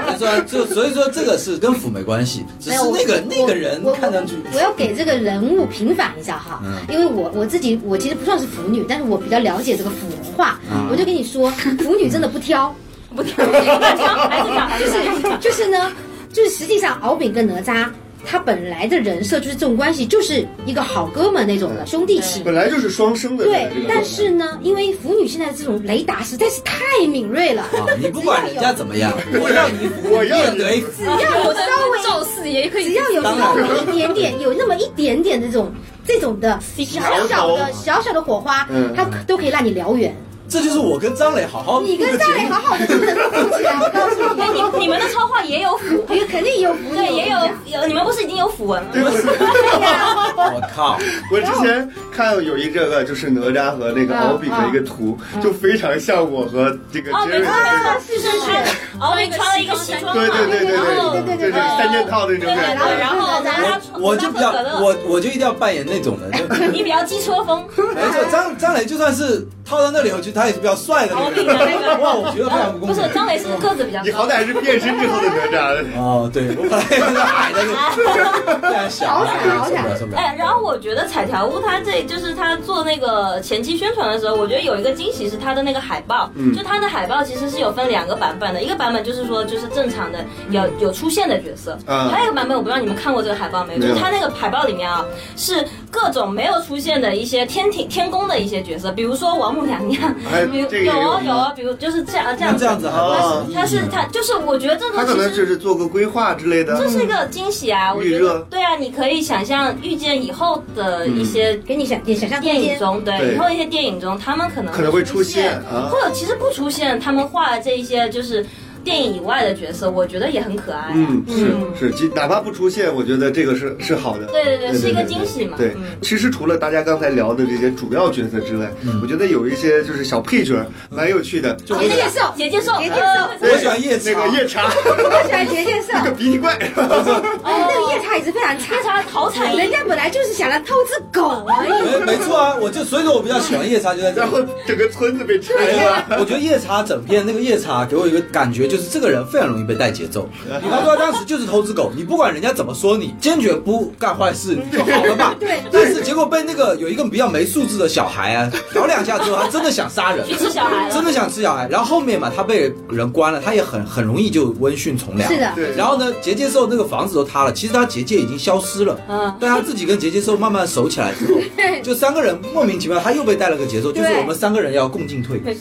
Speaker 3: 没错，就所以说这个是跟腐没关系，只是那个那个人
Speaker 5: 我
Speaker 3: 看上去嗯
Speaker 5: 我要给这个人物平反一下哈，因为我我自己我其实不算是腐女，但是我比较了解这个腐文化，
Speaker 3: 嗯
Speaker 5: 我就跟你说，腐女真的不 挑，
Speaker 6: 不挑，还是挑，还是挑，还
Speaker 5: 就是
Speaker 6: 挑。
Speaker 5: 是 就是呢，就是实际上敖丙跟哪吒。他本来的人设就是这种关系，就是一个好哥们那种的兄弟情。
Speaker 2: 本来就是双生的，
Speaker 5: 对
Speaker 2: 这个，
Speaker 5: 但是呢，因为腐女现在这种雷达实在是太敏锐了，
Speaker 3: 啊，你不管人家怎么 样，我要你腐，
Speaker 2: 我要
Speaker 3: 你得腐
Speaker 5: 只要有
Speaker 4: 我的
Speaker 5: 稍微
Speaker 4: 赵四爷可以
Speaker 5: 只要有稍微一点点，有那么一点点这种这种的小小的小小的火花
Speaker 2: 嗯，
Speaker 5: 它都可以让你燎原。
Speaker 3: 这就是我跟张磊好好
Speaker 5: 你跟
Speaker 3: 录的
Speaker 5: 张
Speaker 3: 节
Speaker 5: 磊
Speaker 3: 目
Speaker 5: 好好的就能够起来，我告诉
Speaker 6: 哎，
Speaker 5: 你，
Speaker 6: 你你们的超话也有腐，
Speaker 5: 因为肯定有腐女，
Speaker 6: 对，也有有，你们不是已经有腐文了吗？
Speaker 2: 对我
Speaker 3: 我靠，
Speaker 2: 我之前看到有一这个呃就是哪吒和那
Speaker 6: 嗯
Speaker 2: 个敖丙的一个图，就非常像我和这个
Speaker 6: 哦，
Speaker 2: 杰
Speaker 6: 没
Speaker 2: 瑞的
Speaker 6: 错没
Speaker 2: 那个，
Speaker 6: 错，就是他，敖丙穿了一个哦西装嘛，
Speaker 2: 对对对
Speaker 6: 然后
Speaker 2: 对对，就是三件套的那
Speaker 6: 对对
Speaker 2: 种
Speaker 6: 对，
Speaker 2: 感
Speaker 6: 然
Speaker 2: 觉。
Speaker 6: 后哪吒
Speaker 5: 我
Speaker 3: 我就比较
Speaker 6: 拿可乐
Speaker 3: 我我就一定要扮演那种人，就
Speaker 6: 你比较机车风，
Speaker 3: 没错，张张磊就算是套到那里，我觉得他也是比较帅的那
Speaker 6: 敖
Speaker 3: 个
Speaker 6: 丙的那
Speaker 3: 人。
Speaker 6: 个， 哦
Speaker 3: 哇，我觉得非常不公
Speaker 6: 不
Speaker 3: 平。
Speaker 6: 是张磊是个子比较
Speaker 2: 你
Speaker 6: 高
Speaker 2: 好，歹是变身之后的哪吒，
Speaker 3: 哦，对，我本来也是矮的， 非常哎小，啊
Speaker 5: 好惨好惨
Speaker 3: 受不了受不了
Speaker 6: 哎，然后我觉得彩条屋它这就是它做那个前期宣传的时候，我觉得有一个惊喜是它的那个海报，
Speaker 2: 嗯
Speaker 6: 就它的海报其实是有分两个版本的，一个版本就是说就是正常的有有出现的角色，
Speaker 2: 嗯
Speaker 6: 还有一个版本我不知道你们看过这个海报没有，
Speaker 2: 没
Speaker 6: 就
Speaker 2: 有
Speaker 6: 是它那个海报里面啊是各种没有出现的一些天庭天宫的一些角色，比如说王母娘娘
Speaker 2: 哎，
Speaker 6: 比如
Speaker 2: 这个也
Speaker 6: 有哦
Speaker 2: 有
Speaker 6: 有哦，比如就是这样这
Speaker 3: 那
Speaker 6: 样
Speaker 3: 这样子还啊
Speaker 2: 哦
Speaker 3: 有
Speaker 6: 它是它就是我觉得这
Speaker 2: 他可
Speaker 6: 种其
Speaker 2: 能
Speaker 6: 实
Speaker 2: 就是做个规划之类的
Speaker 6: 这。是一个惊喜啊！我觉
Speaker 2: 预热
Speaker 6: 得对啊，你可以想象遇见以后的一些
Speaker 2: 嗯
Speaker 5: 给你想也想象 空
Speaker 6: 电影
Speaker 5: 间。
Speaker 6: 中，对
Speaker 2: 对
Speaker 6: 以后一些电影中，他们可
Speaker 2: 嗯
Speaker 6: 能
Speaker 2: 可能会出现
Speaker 6: 现，
Speaker 2: 啊
Speaker 6: 或者其实不出现，他们画的这一些就是电影以外的角色，我觉得也很可爱啊。
Speaker 2: 嗯，是是，即哪怕不出现，我觉得这个是是好的。
Speaker 6: 对对对，是一个惊喜嘛。
Speaker 2: 对
Speaker 6: 嗯，
Speaker 2: 其实除了大家刚才聊的这些主要角色之外，
Speaker 3: 嗯
Speaker 2: 我觉得有一些就是小配角蛮有趣的，就
Speaker 5: 结界兽，
Speaker 6: 结界兽，
Speaker 5: 结界
Speaker 6: 呃
Speaker 5: 兽，
Speaker 3: 我喜欢夜叉
Speaker 2: 那个夜叉，
Speaker 5: 我喜欢结界兽。
Speaker 2: 那个鼻涕怪，
Speaker 5: 哎，那个夜叉也是非常差
Speaker 6: 夜，叉好惨一
Speaker 5: 人家本来就是想来偷只狗而已。
Speaker 3: 没没错啊，我就所以说我比较喜欢夜叉，就在这
Speaker 2: 然
Speaker 3: 里。
Speaker 2: 后整个村子被拆
Speaker 6: 哎
Speaker 2: 了。
Speaker 3: 我觉得夜叉整片那个夜叉给我一个感觉，就是这个人非常容易被带节奏。比方说他当时就是偷只狗，你不管人家怎么说你，坚决不干坏事就好了 嘛。
Speaker 5: 对
Speaker 3: 但是结果被那个有一个比较没素质的小孩 啊，搞两下之后，他真的想杀人，
Speaker 6: 去吃小孩了
Speaker 3: 真的想吃小孩。然后后面嘛，他被人关了，他也很很容易就温驯从良。
Speaker 5: 是的
Speaker 2: 对
Speaker 3: 然后呢，结界兽那个房子都塌了，其实他结界已经消失了。
Speaker 6: 嗯
Speaker 3: 但他自己跟结界兽慢慢熟起来之 后，就三个人莫名其妙他又被带了个节奏，就是
Speaker 5: 对
Speaker 3: 我们三个人要共进退。
Speaker 2: 对，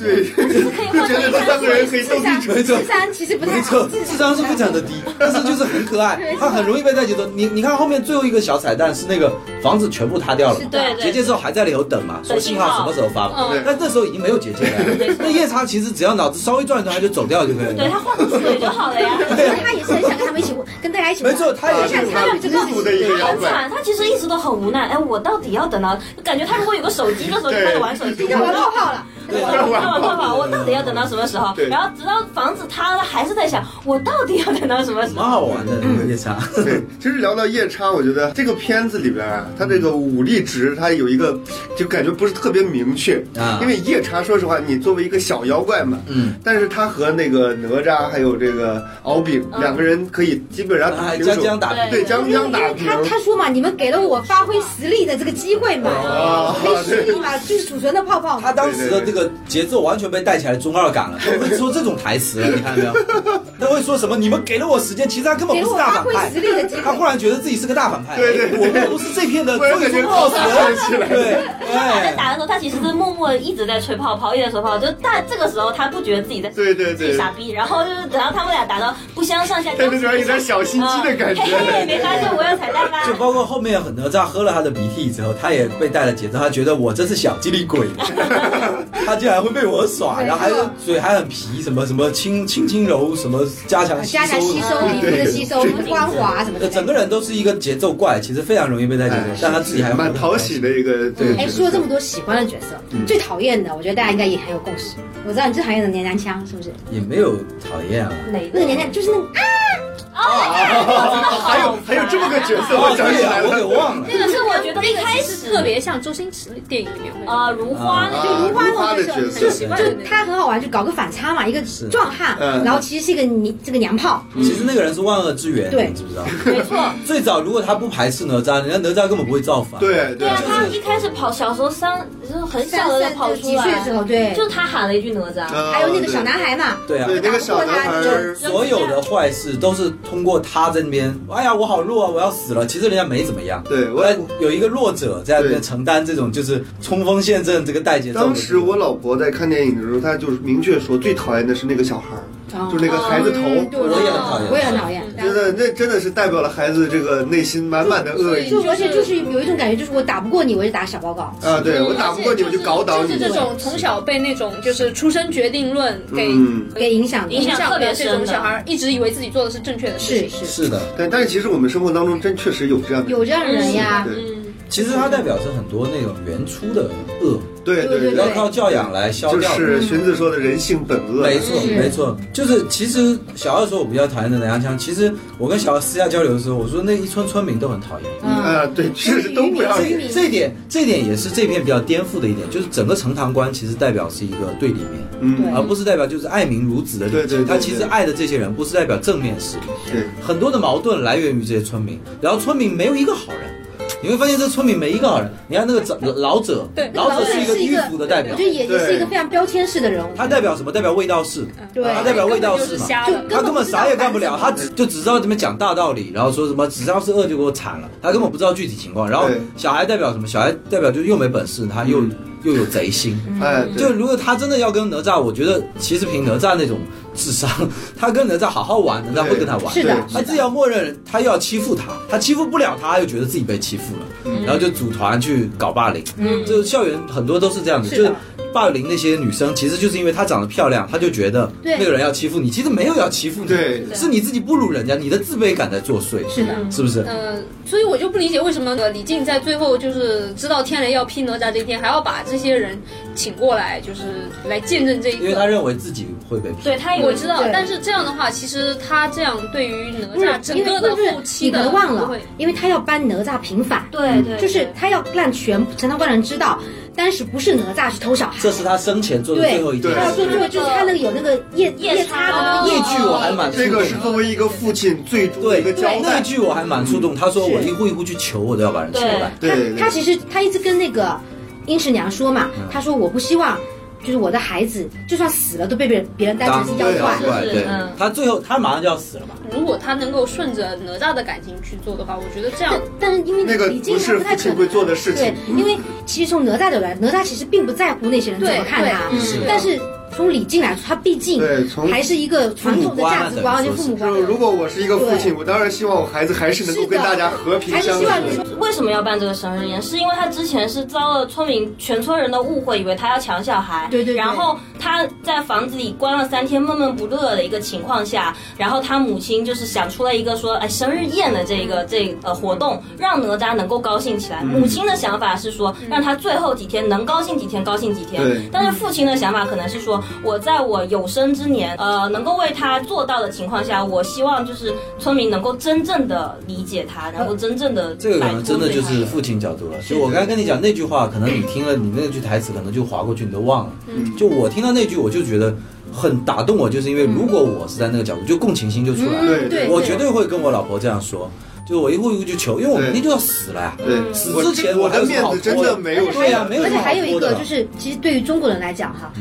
Speaker 2: 就觉得他三个人可以斗地主。
Speaker 3: 没错
Speaker 5: 智商其实不太
Speaker 3: 没
Speaker 5: 好
Speaker 3: 错，， 智商是非常的低，但是就是很可爱，它很容易被带节奏。你你看后面最后一个小彩蛋是那个房子全部塌掉了嘛，
Speaker 5: 是的
Speaker 6: 对
Speaker 3: 结
Speaker 6: 对
Speaker 3: 界之后还在里头等嘛，说信号什么时候发嘛
Speaker 2: 嗯。
Speaker 3: 但那时候已经没有结界了，那夜叉其实只要脑子稍微转一转，他就走掉就可以
Speaker 6: 对，
Speaker 3: 了。
Speaker 6: 他换个腿就好 了呀。
Speaker 5: 其
Speaker 3: 啊
Speaker 5: 实他也是很想跟他们一起玩，跟大家一起玩。
Speaker 3: 没错他也
Speaker 5: 很
Speaker 3: 是
Speaker 5: 想参与这个
Speaker 2: 孤独的一个摇
Speaker 6: 很
Speaker 2: 摆。
Speaker 6: 惨，啊他其实一直都很无奈。哎，我到底要等到？感觉他如果有个手机，那时候就开始玩手机，
Speaker 5: 要玩泡泡了，
Speaker 6: 对， 我办办法，我到底要等到什么时候
Speaker 2: 对？
Speaker 6: 然后直到房子塌了，还是在想我到底要等到什么时
Speaker 3: 蛮
Speaker 6: 候？
Speaker 3: 好玩的那个夜叉，
Speaker 2: 对，其实聊到夜叉，我觉得这个片子里边啊，它这个武力值它有一个，就感觉不是特别明确
Speaker 3: 啊
Speaker 2: 因为夜叉，说实话，你作为一个小妖怪嘛，
Speaker 3: 嗯，
Speaker 2: 但是他和那个哪吒还有这个敖丙、
Speaker 5: 嗯
Speaker 2: 两个人可以基本上打
Speaker 3: 还
Speaker 2: 平
Speaker 3: 啊将
Speaker 2: 手，
Speaker 3: 将打平。
Speaker 2: 对，将
Speaker 5: 因为
Speaker 2: 将
Speaker 5: 因
Speaker 2: 打
Speaker 5: 为
Speaker 2: 平。
Speaker 5: 他他说嘛，你们给了我发挥实力的这个机会嘛，
Speaker 2: 哦
Speaker 5: 可以蓄力嘛，就是储存的泡泡
Speaker 3: 他
Speaker 5: 嘛。
Speaker 3: 当时的这个节奏完全被带起来中二感了，他会说这种台词啊了，你看到没有？他会说什么？你们给了我时间，其实他根本
Speaker 5: 给
Speaker 3: 不
Speaker 5: 我
Speaker 3: 是
Speaker 5: 发
Speaker 3: 大反
Speaker 5: 挥
Speaker 3: 派
Speaker 5: 实。力的机
Speaker 3: 他忽
Speaker 5: 会，
Speaker 3: 然觉得自己是个大反派，哎
Speaker 2: 对对对
Speaker 3: 我不是这片的
Speaker 2: 突然
Speaker 3: 最
Speaker 2: 感觉
Speaker 3: 终 boss，
Speaker 2: 起来
Speaker 3: 对，
Speaker 6: 在
Speaker 3: 哎，
Speaker 6: 打的时候，他其实是默默一直在吹泡泡，一直在吹泡泡。就但这个时候，他不觉得自己在
Speaker 2: 对对
Speaker 6: 自己
Speaker 2: 对，
Speaker 6: 傻逼。然后就是等到他们俩打到不相上下，嗯
Speaker 2: 在那边有点小心机的感觉。
Speaker 6: 嘿嘿，没发现我有彩蛋啦！
Speaker 3: 就包括后面很哪吒喝了他的鼻涕之后，他也被带了节奏，他觉得我真是小机灵鬼，他竟然会被我耍，然后还是嘴还很皮，什么什么轻轻轻柔，什么加强吸
Speaker 5: 哦加强
Speaker 3: 收
Speaker 5: 吸。收皮肤的吸收、光滑什么
Speaker 3: 呃
Speaker 5: 的。
Speaker 3: 整个人都是一个节奏怪，其实非常容易被带节奏，但他自己还
Speaker 2: 哎蛮讨喜。的一个，对。
Speaker 5: 哎，说了这么多喜欢的角色，
Speaker 3: 嗯
Speaker 5: 最讨厌的，我觉得大家应该也很有共识。我知道你最讨厌的娘娘腔是不是？
Speaker 3: 也没有讨厌啊。
Speaker 6: 哪
Speaker 5: 那个娘娘就是那个啊，
Speaker 2: 还有还有这么个角色，我想起
Speaker 3: 对
Speaker 2: 来
Speaker 3: 啊，我给
Speaker 2: 了。
Speaker 3: 忘了。
Speaker 6: 那个是我觉得一开始
Speaker 4: 特别像周星驰的电影里面会有
Speaker 6: 啊，如花那
Speaker 5: 就
Speaker 6: 个
Speaker 5: 如花那
Speaker 2: 的
Speaker 5: 种
Speaker 2: 角
Speaker 5: 就
Speaker 2: 色，
Speaker 5: 是就他很好玩，就搞个反差嘛，一个
Speaker 3: 是
Speaker 5: 壮汉，
Speaker 2: 嗯
Speaker 5: 然后其实是一个娘这个娘炮，
Speaker 3: 其实那个人是万恶之源，
Speaker 5: 对
Speaker 3: 你知不知道？
Speaker 6: 没错。
Speaker 3: 最早如果他不排斥哪吒，人家哪吒根本不会造反。
Speaker 2: 对
Speaker 6: 对啊，他一开始跑，小时候三就是很小的时候跑出
Speaker 5: 几岁的时候，
Speaker 6: 来，
Speaker 5: 对，
Speaker 6: 就他喊了一句哪吒。
Speaker 2: 啊
Speaker 5: 还有那个小男孩嘛，
Speaker 3: 哦对啊，
Speaker 2: 嗯对那个小男孩儿，
Speaker 3: 所有的坏事都是通过他这边，哎呀，我好弱啊，我要死了。其实人家没怎么样，
Speaker 2: 对我
Speaker 3: 我有一个弱者在那边承担这种就是冲锋陷阵这个带节奏的这个。
Speaker 2: 当时我老婆在看电影的时候，她就是明确说最讨厌的是那个小孩儿，就是那个孩子头，
Speaker 3: 我也很讨厌
Speaker 5: 哦我也很讨厌。
Speaker 2: 真的那真的是代表了孩子这个内心满满的恶意
Speaker 5: 就而且就是有一种感觉，就是我打不过你，我就打小报告。
Speaker 3: 嗯
Speaker 2: 啊！对我打不过你，我就搞倒
Speaker 4: 就
Speaker 2: 你
Speaker 4: 是。这种从小被那种就是出生决定论给
Speaker 2: 嗯
Speaker 5: 给影响的
Speaker 4: 影响
Speaker 6: 特别
Speaker 4: 的
Speaker 6: 深
Speaker 4: 这种
Speaker 6: 的
Speaker 4: 小孩儿，一直以为自己做的是正确的事
Speaker 5: 是
Speaker 4: 情。
Speaker 5: 是，
Speaker 3: 是的，
Speaker 2: 但但是其实我们生活当中真确实有这样的，
Speaker 5: 有这样的人呀，
Speaker 2: 对，
Speaker 4: 嗯，
Speaker 3: 其实它代表着很多那种原初的恶，
Speaker 2: 对
Speaker 5: 对对
Speaker 3: 不要靠教养来消
Speaker 2: 就
Speaker 3: 掉的。
Speaker 2: 是荀子说的人性本恶，
Speaker 3: 没错，
Speaker 4: 是
Speaker 3: 没错，就是其实小二说我比较讨厌的南洋腔，其实我跟小二私下交流的时候，我说那一村村民都很讨厌。
Speaker 4: 嗯，
Speaker 2: 啊，对，是都不要
Speaker 4: 嗯
Speaker 2: 脸。
Speaker 3: 这这一点，这一点也是这片比较颠覆的一点，就是整个呈堂观其实代表是一个对立面，
Speaker 2: 嗯
Speaker 5: 对，
Speaker 3: 而不是代啊表就是爱民如子的理解。
Speaker 2: 对对对对
Speaker 3: 他其实爱的这些人不是代表正面势力，
Speaker 2: 对，
Speaker 3: 很多的矛盾来源于这些村民，然后村民没有一个好人。你会发现这村民没一个好人。你看那个长老者，
Speaker 4: 对
Speaker 3: 老者是一个
Speaker 5: 是一
Speaker 3: 迂
Speaker 5: 个
Speaker 3: 腐的代表
Speaker 5: 我觉，得也也是一
Speaker 2: 对
Speaker 5: 个非常标签式的人物。
Speaker 3: 他代表什么？代表味道士，
Speaker 5: 对
Speaker 3: 他代表味道
Speaker 4: 就是
Speaker 3: 士嘛。
Speaker 4: 瞎
Speaker 5: 就
Speaker 4: 了。
Speaker 3: 他根本啥也干不了，
Speaker 5: 根
Speaker 3: 他
Speaker 5: 本
Speaker 3: 只就只知道这边讲大道理，然后说什么只要是饿就给我铲了，他根本不知道具体情况。然后
Speaker 2: 对
Speaker 3: 小孩代表什么？小孩代表就是又没本事，他又
Speaker 2: 嗯
Speaker 3: 又有贼心。
Speaker 2: 哎，
Speaker 3: 就
Speaker 2: 对，
Speaker 3: 如果他真的要跟哪吒，我觉得其实凭哪吒那种智商，他跟哪吒好好玩，哪吒会跟他玩。
Speaker 5: 是的
Speaker 2: 对
Speaker 3: 他自己要默认他又要欺负他，他欺负不了他，他又觉得自己被欺负了，然后就组团去搞霸凌。
Speaker 4: 嗯
Speaker 3: 就校园很多都是这样子，
Speaker 5: 是
Speaker 3: 就
Speaker 5: 的
Speaker 3: 是霸凌那些女生，其实就是因为她长得漂亮，她就觉得
Speaker 5: 对
Speaker 3: 那个人要欺负你，其实没有要欺负你，
Speaker 2: 对
Speaker 3: 是你自己不如人家，你的自卑感在作祟，
Speaker 5: 是的
Speaker 3: 是不是？
Speaker 4: 嗯，所以我就不理解为什么呃李靖在最后就是知道天雷要劈哪吒这一天，还要把这些人请过来，就是来见证这一刻。哎
Speaker 3: 因为他认为自己会被
Speaker 6: 对他有
Speaker 4: 我知道
Speaker 5: 对，
Speaker 4: 但是这样的话，其实他这样对于哪
Speaker 5: 不是
Speaker 4: 吒，整
Speaker 5: 因为
Speaker 4: 个的
Speaker 5: 不是
Speaker 4: 后期
Speaker 5: 你
Speaker 4: 的
Speaker 5: 别忘
Speaker 4: 不
Speaker 5: 了
Speaker 4: 会，
Speaker 5: 因为他要帮哪吒平反，
Speaker 6: 对对，
Speaker 5: 就是他要让全陈塘关人知道，当时不是哪吒去偷小孩，
Speaker 3: 这是他生前做的
Speaker 5: 对
Speaker 3: 最后一件
Speaker 5: 他要
Speaker 3: 事。
Speaker 5: 做最后就是他那个有那个夜
Speaker 6: 夜
Speaker 5: 夜
Speaker 6: 叉
Speaker 5: 叉的那
Speaker 3: 那
Speaker 5: 个夜
Speaker 3: 句我还蛮触
Speaker 2: 这
Speaker 3: 动
Speaker 2: 个是
Speaker 3: 的。
Speaker 2: 作为一个父亲最终的
Speaker 3: 对
Speaker 2: 一个交
Speaker 3: 那
Speaker 2: 代。嗯
Speaker 3: 句我还蛮触动。他说我一户一户去求，我都要把人求来。
Speaker 2: 对对嗯
Speaker 5: 他他其实他一直跟那个殷十娘说嘛，他说我不希望。就是我的孩子，就算死了都被别人别人当成是妖
Speaker 2: 对
Speaker 5: 怪
Speaker 2: 妖，
Speaker 3: 怪
Speaker 6: 是
Speaker 3: 对
Speaker 6: 嗯，
Speaker 3: 他最后他马上就要死了嘛。
Speaker 4: 如果他能够顺着哪吒的感情去做的话，我觉得这样
Speaker 5: 但但是因为
Speaker 2: 那个
Speaker 5: 李靖
Speaker 2: 不
Speaker 5: 他
Speaker 2: 是
Speaker 5: 不
Speaker 2: 父
Speaker 5: 太可
Speaker 2: 亲
Speaker 5: 能
Speaker 2: 会做的事情
Speaker 5: 对，因为其实从哪吒的来，哪吒其实并不在乎那些人怎么看他
Speaker 4: 对对是，
Speaker 5: 但是从李靖来说，他毕竟
Speaker 2: 对从
Speaker 5: 还是一个传统的价值
Speaker 2: 啊
Speaker 5: 观，
Speaker 3: 父
Speaker 5: 就
Speaker 3: 母
Speaker 5: 父母观
Speaker 2: 就。如果我是一个父亲，我当然希望我孩子还是能够
Speaker 5: 是的
Speaker 2: 跟大家和平
Speaker 5: 还是
Speaker 2: 相
Speaker 5: 希望
Speaker 2: 处
Speaker 5: 你。
Speaker 6: 为什么要办这个生日宴？是因为他之前是遭了村民全村人的误会，以为他要抢小孩，
Speaker 5: 对对对
Speaker 6: 然后他在房子里关了三天，闷闷不乐的一个情况下，然后他母亲就是想出了一个说，哎，生日宴的这个这呃活动，让哪吒能够高兴起来。
Speaker 5: 嗯
Speaker 6: 母亲的想法是说，让他最后几天能高兴几天，高兴几天。
Speaker 2: 对
Speaker 6: 但是父亲的想法可能是说，我在我有生之年，呃，能够为他做到的情况下，我希望就是村民能够真正的理解他，然后
Speaker 5: 呃
Speaker 6: 真正的
Speaker 3: 这个可能真的就是父亲角度了。就我刚才跟你讲那句话，可能你听了你那句台词，可能就划过去，你都忘了。
Speaker 2: 嗯
Speaker 3: 就我听到那句，我就觉得很打动我，就是因为如果我是在那个角度，就共情心就出来了。
Speaker 2: 嗯对
Speaker 5: 对
Speaker 3: 我绝对会跟我老婆这样说，就我一户一户去求，因为我明天就要死了呀。
Speaker 2: 对，
Speaker 3: 死
Speaker 2: 我
Speaker 3: 之前
Speaker 2: 我
Speaker 3: 还
Speaker 2: 的
Speaker 3: 有什
Speaker 2: 面
Speaker 3: 么好
Speaker 2: 子真
Speaker 3: 拖
Speaker 2: 的没有。
Speaker 3: 对呀、啊没有
Speaker 5: 而
Speaker 3: 什
Speaker 5: 且
Speaker 3: 么好
Speaker 5: 还有一
Speaker 3: 说的嗯
Speaker 5: 个
Speaker 3: 了
Speaker 5: 就是，其实对于中国人来讲哈，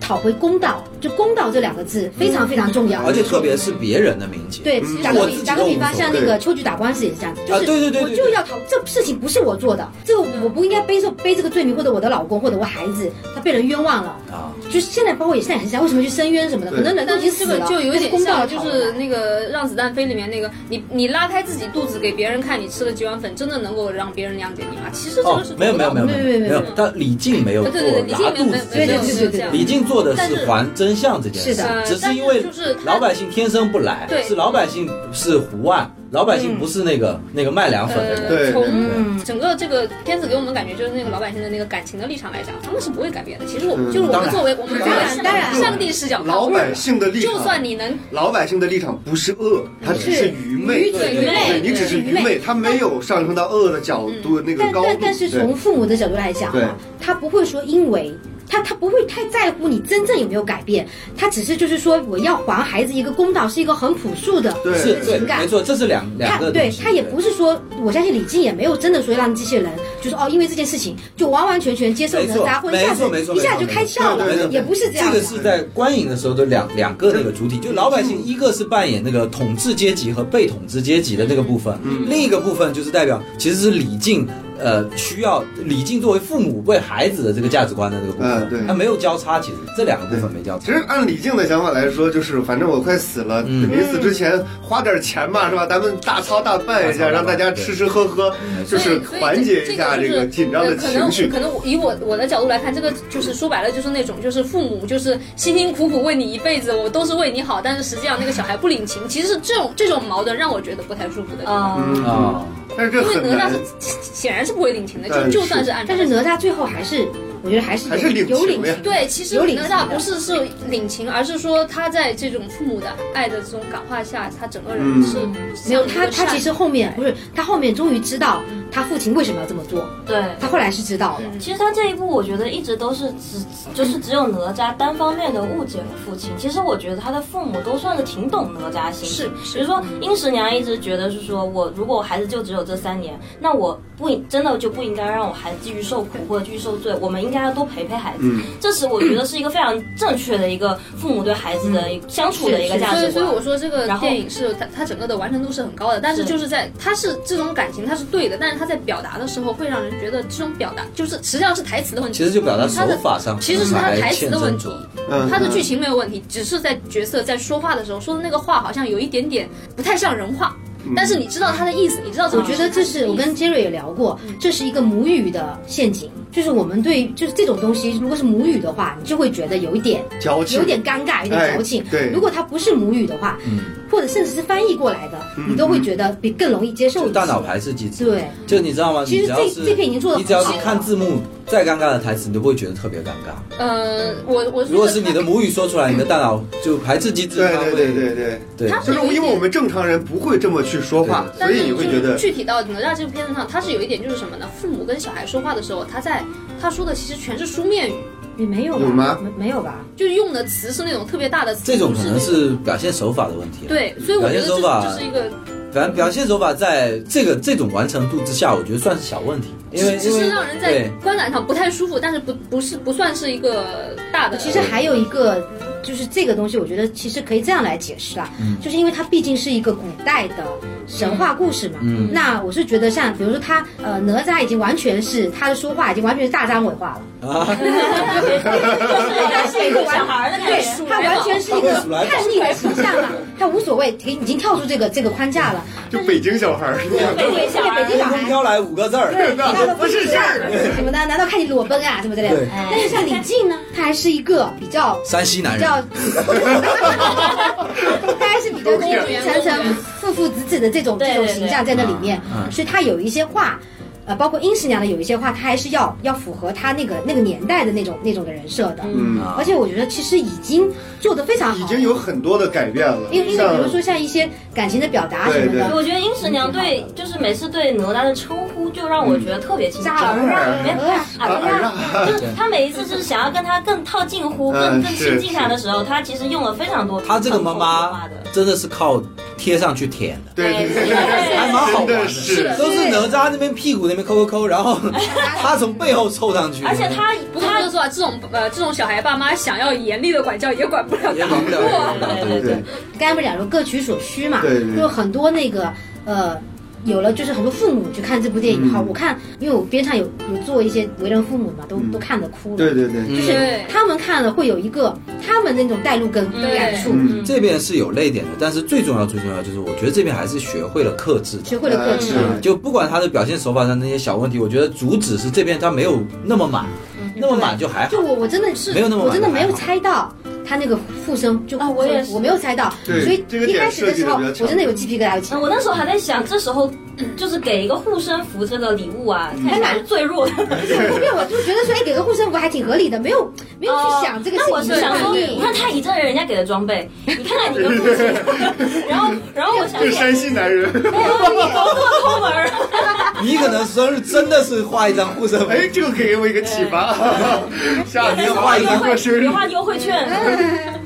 Speaker 5: 讨回公道，就公道这两个字非常非常重要。
Speaker 3: 嗯而且特别是别人的名节。
Speaker 5: 对
Speaker 2: 嗯，
Speaker 5: 打
Speaker 3: 我自
Speaker 5: 个比
Speaker 3: 己
Speaker 5: 打个
Speaker 3: 都
Speaker 5: 比
Speaker 3: 无
Speaker 5: 方，
Speaker 3: 所
Speaker 5: 像
Speaker 2: 谓
Speaker 5: 那个秋菊打官司也是这样，就
Speaker 3: 啊
Speaker 5: 是
Speaker 3: 对对对
Speaker 5: 我
Speaker 3: 对
Speaker 5: 就
Speaker 3: 对
Speaker 5: 要讨这事情不是我做的，这个我不应该背受背这个罪名，或者我的老公或者我孩子他被人冤枉了，
Speaker 3: 啊，
Speaker 5: 就是现在包括也现在也是这样，为什么去申冤什么的，
Speaker 2: 对
Speaker 5: 可能人都已
Speaker 4: 但
Speaker 5: 经
Speaker 4: 是这
Speaker 5: 死
Speaker 4: 个
Speaker 5: 了，
Speaker 4: 就有
Speaker 5: 但是
Speaker 4: 点
Speaker 5: 公道
Speaker 4: 像，
Speaker 5: 要
Speaker 4: 就
Speaker 5: 讨回
Speaker 4: 是
Speaker 5: 来
Speaker 4: 那个《让子弹飞》里面那个，你你拉开自己肚子给别人看，你吃了几碗粉，真的能够让别人谅解你吗？其实这
Speaker 3: 哦
Speaker 4: 个是，
Speaker 3: 没有没有没有
Speaker 5: 没有没有
Speaker 3: 没
Speaker 5: 没
Speaker 3: 有
Speaker 5: 有，
Speaker 3: 但李靖没有
Speaker 4: 对
Speaker 3: 做
Speaker 4: 对对，李
Speaker 3: 拉
Speaker 4: 靖没有
Speaker 3: 肚
Speaker 4: 没有
Speaker 3: 子这
Speaker 4: 没
Speaker 3: 件
Speaker 4: 有
Speaker 3: 事
Speaker 4: 没
Speaker 5: 对对
Speaker 4: 有这
Speaker 5: 对
Speaker 4: 样
Speaker 5: 对
Speaker 3: 李靖做的
Speaker 4: 但
Speaker 3: 是
Speaker 4: 是
Speaker 3: 还真相这件事，
Speaker 5: 是的
Speaker 3: 只是因为老百姓天生不来，
Speaker 4: 对
Speaker 3: 是老百姓是胡万，老百姓不是那个、那个卖凉粉的人。
Speaker 2: 对
Speaker 4: 呃，从
Speaker 5: 嗯
Speaker 4: 整个这个片子给我们的感觉就是那个老百姓的那个感情的立场来讲，他们是不会改变的。其实我们
Speaker 2: 嗯
Speaker 4: 就是我
Speaker 3: 当然
Speaker 4: 们作为我们
Speaker 5: 当然
Speaker 4: 作为
Speaker 5: 当然
Speaker 4: 上帝视角，
Speaker 2: 老百姓的立场，
Speaker 4: 就算你能
Speaker 2: 老百姓的立场不是恶，他只是愚昧，
Speaker 5: 愚
Speaker 3: 对
Speaker 5: 蠢
Speaker 3: 愚昧
Speaker 2: 对
Speaker 4: 对嗯
Speaker 2: 你只是愚昧，他没有上升到恶的角度那个
Speaker 5: 但
Speaker 2: 高度
Speaker 5: 但。但是从
Speaker 2: 对
Speaker 5: 父母的角度来讲
Speaker 2: 对
Speaker 5: 啊，他不会说因为他他不会太在乎你真正有没有改变，他只是就是说我要还孩子一个公道，是一个很朴素的
Speaker 2: 对
Speaker 3: 是对，
Speaker 5: 情感
Speaker 3: 没。错，这是两两
Speaker 5: 他
Speaker 3: 个
Speaker 5: 对
Speaker 3: 东西
Speaker 5: 他也不是说，我相信李靖也没有真的说让这些人就是哦，因为这件事情就完完全全接受
Speaker 3: 没
Speaker 5: 哪
Speaker 3: 错
Speaker 5: 吒，或者一
Speaker 3: 没
Speaker 5: 下
Speaker 3: 错
Speaker 5: 子
Speaker 3: 没错，
Speaker 5: 一下
Speaker 3: 没
Speaker 5: 就
Speaker 3: 错
Speaker 5: 开
Speaker 3: 没
Speaker 5: 窍
Speaker 3: 错
Speaker 5: 了，也不是这样
Speaker 3: 这
Speaker 5: 的
Speaker 3: 个。是在观影的时候的两两个那个主体，就老百姓一个是扮演那个统治阶级和被统治阶级的那个部分，
Speaker 5: 嗯
Speaker 3: 另一个部分就是代表其实是李靖。呃，需要李靖作为父母为孩子的这个价值观的那个部
Speaker 5: 呃
Speaker 3: 分，
Speaker 2: 嗯对
Speaker 3: 他没有交叉，其实这两个部分没交
Speaker 2: 其
Speaker 3: 叉
Speaker 2: 实。按李靖的想法来说，就是反正我快死了，
Speaker 3: 嗯
Speaker 2: 临死之前花点钱嘛，是吧？咱们大操大办一
Speaker 3: 大操大
Speaker 2: 下，
Speaker 3: 办
Speaker 2: 让大家吃吃喝喝，就
Speaker 4: 所以
Speaker 2: 是
Speaker 4: 所以
Speaker 2: 缓解一下
Speaker 4: 这
Speaker 2: 这个
Speaker 4: 就是
Speaker 2: 紧张的情绪
Speaker 4: 呃。可能可能我以我我的角度来看，这个就是说白了就是那种就是父母就是辛辛苦苦为你一辈子，我都是为你好，但是实际上那个小孩不领情，其实是这种这种矛盾让我觉得不太舒服的。
Speaker 6: 嗯，
Speaker 3: 啊，
Speaker 2: 但是这
Speaker 4: 因为
Speaker 2: 很
Speaker 4: 哪
Speaker 2: 难
Speaker 4: 吒是显然是不会领情的，
Speaker 2: 但
Speaker 4: 就是就算是按照
Speaker 5: 但是哪吒最后还是，我觉得还是
Speaker 2: 还是领
Speaker 5: 有
Speaker 2: 情
Speaker 5: 领
Speaker 2: 的呀
Speaker 5: 情，
Speaker 4: 对，其实
Speaker 5: 有领
Speaker 4: 哪
Speaker 5: 情
Speaker 4: 吒
Speaker 5: 的
Speaker 4: 不是是领情，而是说他在这种父母的爱的这种感化下，他整个
Speaker 2: 嗯
Speaker 4: 人是
Speaker 5: 没有他，他其实后面
Speaker 4: 对
Speaker 5: 不是他后面终于知道他父亲为什么要这么做，
Speaker 6: 对。
Speaker 5: 他后来是知道了。
Speaker 6: 其实他这一部，我觉得一直都是只就是只有哪吒单方面的误解了父亲。其实我觉得他的父母都算是挺懂哪吒心情。
Speaker 4: 是是
Speaker 6: 比如说殷十娘一直觉得是说我如果我孩子就只有这三年，那我不应真的就不应该让我孩子继续受苦或者继续受罪，我们应该要多陪陪孩子。
Speaker 2: 嗯
Speaker 6: 这是我觉得是一个非常正确的一个父母对孩子的一个相处的一个价
Speaker 4: 所
Speaker 6: 值
Speaker 4: 以，
Speaker 6: 观。
Speaker 4: 所以我说这个
Speaker 6: 然后
Speaker 4: 电影是它它整个的完成度是很高的，但是
Speaker 6: 是
Speaker 4: 就是在它是这种感情它是对的，但是它在表达的时候会让人觉得这种表达就是实际上是台词的问题，
Speaker 3: 其实就表达手
Speaker 4: 它的
Speaker 3: 法上
Speaker 4: 其实是它
Speaker 3: 还
Speaker 4: 台词
Speaker 3: 欠
Speaker 4: 的问
Speaker 3: 斟
Speaker 4: 题
Speaker 3: 酌。
Speaker 2: 嗯，
Speaker 4: 它的剧
Speaker 2: 情
Speaker 4: 情没有问题，只是在角色在说话的时候说的那个话好像有一点点不太像人话，
Speaker 3: 嗯
Speaker 4: 但是你知道他的意思，你知道
Speaker 6: 嗯
Speaker 5: 我觉得这是我跟杰瑞也聊过，
Speaker 2: 嗯
Speaker 5: 这是一个母语的陷阱，就是我们对就是这种东西，如果是母语的话，你就会觉得有一点
Speaker 2: 矫情
Speaker 5: 有点尴尬，有点矫情
Speaker 2: 哎。对嗯
Speaker 5: 如果它不是母语的话，或者甚至是翻译过来的，你都会觉得比更容易接受
Speaker 3: 就
Speaker 5: 一些。
Speaker 3: 大脑排斥机制。
Speaker 5: 对，
Speaker 3: 就你知道吗？
Speaker 5: 其实
Speaker 3: 你只要
Speaker 5: 这
Speaker 3: 是
Speaker 5: 这片已经做得
Speaker 3: 你只要
Speaker 5: 很
Speaker 3: 是
Speaker 5: 好了
Speaker 3: 看字幕，再尴尬的台词你都不会觉得特别尴尬。
Speaker 6: 嗯
Speaker 4: 呃，我我
Speaker 3: 如果是你的
Speaker 4: 母。
Speaker 3: 母语说出来，你的大脑就排斥机制，
Speaker 2: 对
Speaker 3: 它会
Speaker 2: 对对对对，
Speaker 3: 对
Speaker 4: 它
Speaker 2: 就是因为我们正常人不会这么去说话，
Speaker 3: 对
Speaker 2: 所
Speaker 4: 但
Speaker 2: 以
Speaker 4: 是
Speaker 2: 你
Speaker 4: 就
Speaker 2: 会
Speaker 4: 是
Speaker 2: 觉得
Speaker 4: 具体到哪吒这个片子上，它是有一点就是什么呢？父母跟小孩说话的时候，他在他说的其实全是书面语，
Speaker 5: 也没有吧
Speaker 2: 有吗
Speaker 5: 没没有吧？
Speaker 4: 就用的词是那种特别大的词，
Speaker 3: 这种
Speaker 4: 不
Speaker 3: 可
Speaker 4: 是
Speaker 3: 能
Speaker 4: 那
Speaker 3: 是表现手法的问题。，啊
Speaker 4: 对，所以我觉得
Speaker 3: 表
Speaker 4: 这
Speaker 3: 现手法
Speaker 4: 就是一个，
Speaker 3: 反正表现手法在这个这种完成度之下，我觉得算是小问题，因为
Speaker 4: 只只
Speaker 3: 因
Speaker 4: 是
Speaker 3: 为
Speaker 4: 让人在
Speaker 3: 对。
Speaker 4: 观感上不太舒服，但是不不是不算是一个大的。
Speaker 5: 其实还有一个，就是这个东西，我觉得其实可以这样来解释啊，就是因为它毕竟是一个古代的神话故事嘛。
Speaker 3: 嗯
Speaker 5: 那我是觉得像比如说他呃哪吒已经完全是他的说话已经完全是大张伟话了，
Speaker 3: 啊，
Speaker 5: 他是一个
Speaker 6: 小孩儿的感
Speaker 5: 对，他完全是一个叛逆的形象嘛，他无所谓，已经跳出这个这个框架了。
Speaker 2: 就北京小孩儿一样，
Speaker 5: 对北
Speaker 3: 空
Speaker 5: 京小
Speaker 3: 中
Speaker 5: 孩。
Speaker 3: 飘来五个字儿，
Speaker 5: 对，那
Speaker 2: 不是事儿
Speaker 5: 什么的，难道看你裸奔啊什么之类的
Speaker 3: 对？
Speaker 5: 但是像李靖呢，他还是一个比较
Speaker 3: 山西男
Speaker 5: 比
Speaker 3: 人
Speaker 5: 较，他还是比较那种沉沉父父子子的这种
Speaker 6: 对
Speaker 5: 这
Speaker 6: 对
Speaker 5: 种形象在那里面
Speaker 3: 嗯，嗯
Speaker 5: 所以他有一些话。呃，包括殷十娘的有一些话，他还是要要符合他那个那个年代的那种那种的人设的，
Speaker 2: 嗯，
Speaker 3: 啊
Speaker 5: 而且我觉得其实已经做得非常好，
Speaker 2: 已经有很多的改变了，
Speaker 5: 因为因为
Speaker 2: 像
Speaker 5: 比如说像一些感情的表达什么
Speaker 2: 对对
Speaker 5: 的，
Speaker 6: 我觉得殷十娘对就是每次对哪吒的称呼，就让我觉得特别亲切。
Speaker 5: 扎儿啊
Speaker 6: 没有
Speaker 5: 鹅啊
Speaker 6: 啊，
Speaker 2: 哎呀
Speaker 6: 就是他每一次就是想要跟他更套近乎、更
Speaker 2: 嗯
Speaker 6: 更
Speaker 2: 是
Speaker 6: 亲近他的时候，他其实用了非常多
Speaker 3: 他这个妈
Speaker 6: 普通话
Speaker 3: 妈
Speaker 6: 的
Speaker 3: 真的是靠贴上去舔的，
Speaker 2: 对对对，
Speaker 3: 还蛮好玩
Speaker 2: 真的
Speaker 4: 是
Speaker 2: 是
Speaker 4: 的
Speaker 3: 都是哪吒那边屁股那边抠抠抠，然 后他从背后凑上去，
Speaker 6: 而且他
Speaker 4: 不过
Speaker 6: 他
Speaker 4: 说实话，这种呃这种小孩爸妈想要严厉的管教也管不了
Speaker 3: 也
Speaker 4: 他
Speaker 3: 管不了人
Speaker 4: 过。
Speaker 3: 了，
Speaker 6: 对
Speaker 3: 对
Speaker 2: 对
Speaker 3: 对。
Speaker 5: 刚才不是讲说各取所需嘛，
Speaker 2: 对对
Speaker 5: 就很多那个呃，有了就是很多父母去看这部电
Speaker 2: 嗯
Speaker 5: 影哈，我看因为我边上有有做一些为人父母嘛，都、都看得哭了，
Speaker 2: 嗯对对对，
Speaker 5: 就是他们看了会有一个他们那种代入跟
Speaker 4: 对
Speaker 5: 感触，
Speaker 2: 嗯，
Speaker 3: 这边是有泪点的，但是最重要最重要就是，我觉得这边还是学会了克制的。
Speaker 5: 学会了克制。
Speaker 2: 嗯
Speaker 3: 就不管他的表现手法上那些小问题，我觉得主旨是这边他没有那么满，那么满就还好
Speaker 5: 就。我我真的是
Speaker 3: 没有那么
Speaker 5: 我真的
Speaker 3: 晚
Speaker 5: 没有
Speaker 3: 还好
Speaker 5: 猜到他那个附身就
Speaker 6: 啊我也是
Speaker 5: 我没有猜到，
Speaker 2: 对
Speaker 5: 所以
Speaker 2: 这个
Speaker 5: 一
Speaker 2: 点
Speaker 5: 开始的
Speaker 2: 设计
Speaker 5: 时
Speaker 2: 得
Speaker 5: 候
Speaker 2: 比较
Speaker 5: 我
Speaker 2: 巧
Speaker 5: 真的有鸡皮疙瘩起
Speaker 6: 嗯，。我那时候还在想，这时候就是给一个护身符这个礼物啊，才蛮最弱的。
Speaker 5: 后面我就觉得说，哎，给个护身符还挺合理的，没有没有去想这个事
Speaker 6: 哦那
Speaker 5: 情。
Speaker 6: 我是想说，
Speaker 5: 对
Speaker 6: 你看太乙真人人家给的装备，你看看你的父亲，然后然后我想
Speaker 2: 这
Speaker 6: 说，
Speaker 2: 山西男人，
Speaker 6: 包括抠门儿，
Speaker 3: 你可能生日真的是画一张护身符，
Speaker 2: 哎，这个给我一个启发，下
Speaker 3: 你
Speaker 2: 年
Speaker 3: 要
Speaker 2: 画
Speaker 3: 画
Speaker 2: 一
Speaker 3: 一
Speaker 2: 个
Speaker 3: 个
Speaker 2: 过生
Speaker 6: 你
Speaker 2: 日，
Speaker 6: 画优惠券。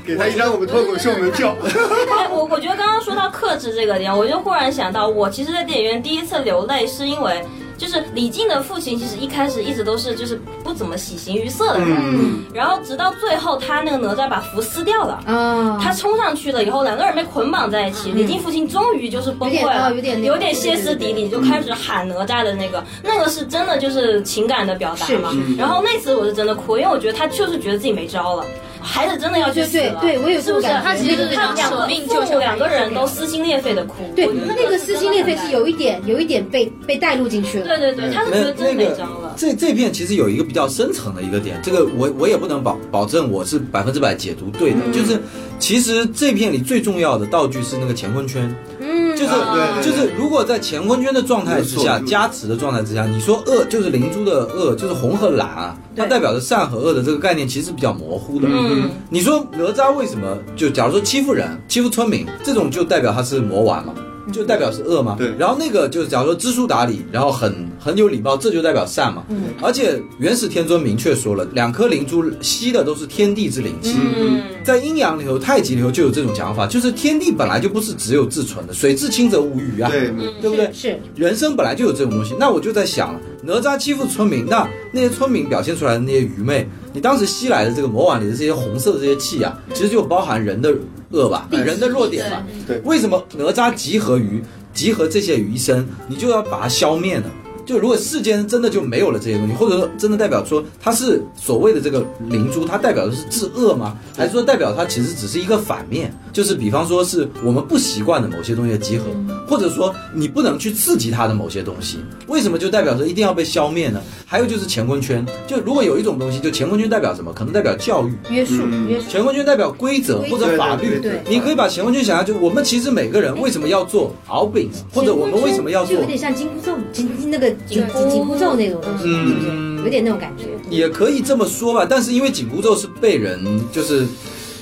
Speaker 2: 给他一张我们脱口秀门票，
Speaker 6: 哎我我觉得刚刚说到克制这个点，我就忽然想到，我其实，在电影院第一次流泪是因为。就是李靖的父亲，其实一开始一直都是就是不怎么喜形于色的人，
Speaker 2: 嗯
Speaker 6: 然后直到最后他那个哪吒把符撕掉了，
Speaker 5: 啊，
Speaker 6: 他冲上去了以后，两个人被捆绑在一起。李靖父亲终于就是崩溃了，
Speaker 5: 嗯有点哦有点那个
Speaker 6: 有点歇斯底里，就开始喊哪吒的那个，那个是真的就是情感的表达嘛
Speaker 5: 嗯是。
Speaker 6: 然后那次我是真的哭，因为我觉得他就是觉得自己没招了，孩子真的要去死了。
Speaker 5: 对对对我也
Speaker 6: 是不是
Speaker 5: 这种？
Speaker 6: 他
Speaker 5: 感觉
Speaker 6: 其实
Speaker 4: 就是
Speaker 6: 他
Speaker 4: 想
Speaker 6: 两个
Speaker 4: 舍命救
Speaker 6: 父母
Speaker 4: 小孩
Speaker 6: 两个人都撕心裂肺的哭。
Speaker 5: 对
Speaker 6: 我觉得
Speaker 5: 那个撕心裂肺是有一点有一点被被带入进去
Speaker 6: 对
Speaker 5: 了。
Speaker 6: 对对，他是觉
Speaker 3: 那
Speaker 6: 得真没
Speaker 3: 那
Speaker 6: 招
Speaker 3: 个
Speaker 6: 了。
Speaker 3: 这这片其实有一个比较深层的一个点，这个我我也不能保保证我是百分之百解读对的，就是其实这片里最重要的道具是那个乾坤圈，
Speaker 5: 嗯，
Speaker 3: 就是
Speaker 2: 啊对对对
Speaker 3: 就是，如果在乾坤圈的状态之
Speaker 2: 没
Speaker 3: 下，
Speaker 2: 错
Speaker 3: 加持的状态之下，你说恶就是灵珠的恶，就是红和蓝啊，它
Speaker 6: 对
Speaker 3: 代表着善和恶的这个概念其实是比较模糊的。
Speaker 6: 嗯，
Speaker 3: 你说哪吒为什么就假如说欺负人、欺负村民这种，就代表他是魔丸嘛？
Speaker 6: 嗯
Speaker 3: 就代表是恶嘛？
Speaker 2: 对
Speaker 3: 然后那个就是，假如说知书达理，然后很很有礼貌，这就代表善嘛。嗯。而且元始天尊明确说了，两颗灵珠吸的都是天地之灵气。
Speaker 6: 嗯，
Speaker 3: 在阴阳里头、太极里头就有这种讲法，就是天地本来就不是只有自存的，水至清则无鱼啊，
Speaker 2: 对，
Speaker 3: 对不对？
Speaker 5: 是
Speaker 3: 人生本来就有这种东西。那我就在想，哪吒欺负村民，那那些村民表现出来的那些愚昧，你当时吸来的这个魔碗里的这些红色的这些气啊，其实就包含人的恶吧，人的弱点吧。
Speaker 2: 对
Speaker 3: 为什么哪吒集合于集合这些于一身，你就要把它消灭呢？就如果世间真的就没有了这些东西，或者说真的代表说它是所谓的这个灵珠，它代表的是治恶吗？还是说代表它其实只是一个反面？就是比方说是我们不习惯的某些东西的集合，
Speaker 5: 嗯
Speaker 3: 或者说你不能去刺激它的某些东西，为什么就代表说一定要被消灭呢？还有就是乾坤圈，就如果有一种东西，就乾坤圈代表什么？可能代表教育，
Speaker 5: 约束
Speaker 2: 嗯
Speaker 5: 约束，
Speaker 3: 乾坤圈代表规则
Speaker 5: 规则
Speaker 3: 或者法律。
Speaker 5: 对
Speaker 3: 你可以把乾坤圈想象，就我们其实每个人为什么要做敖丙，或者我们为什么要
Speaker 5: 就
Speaker 3: 做
Speaker 5: 有点像紧箍咒，紧那个紧
Speaker 4: 对
Speaker 5: 紧紧箍咒那种东西，
Speaker 3: 嗯
Speaker 5: 是不是？有点那种感觉。
Speaker 3: 也可以这么说吧，但是因为紧箍咒是被人就是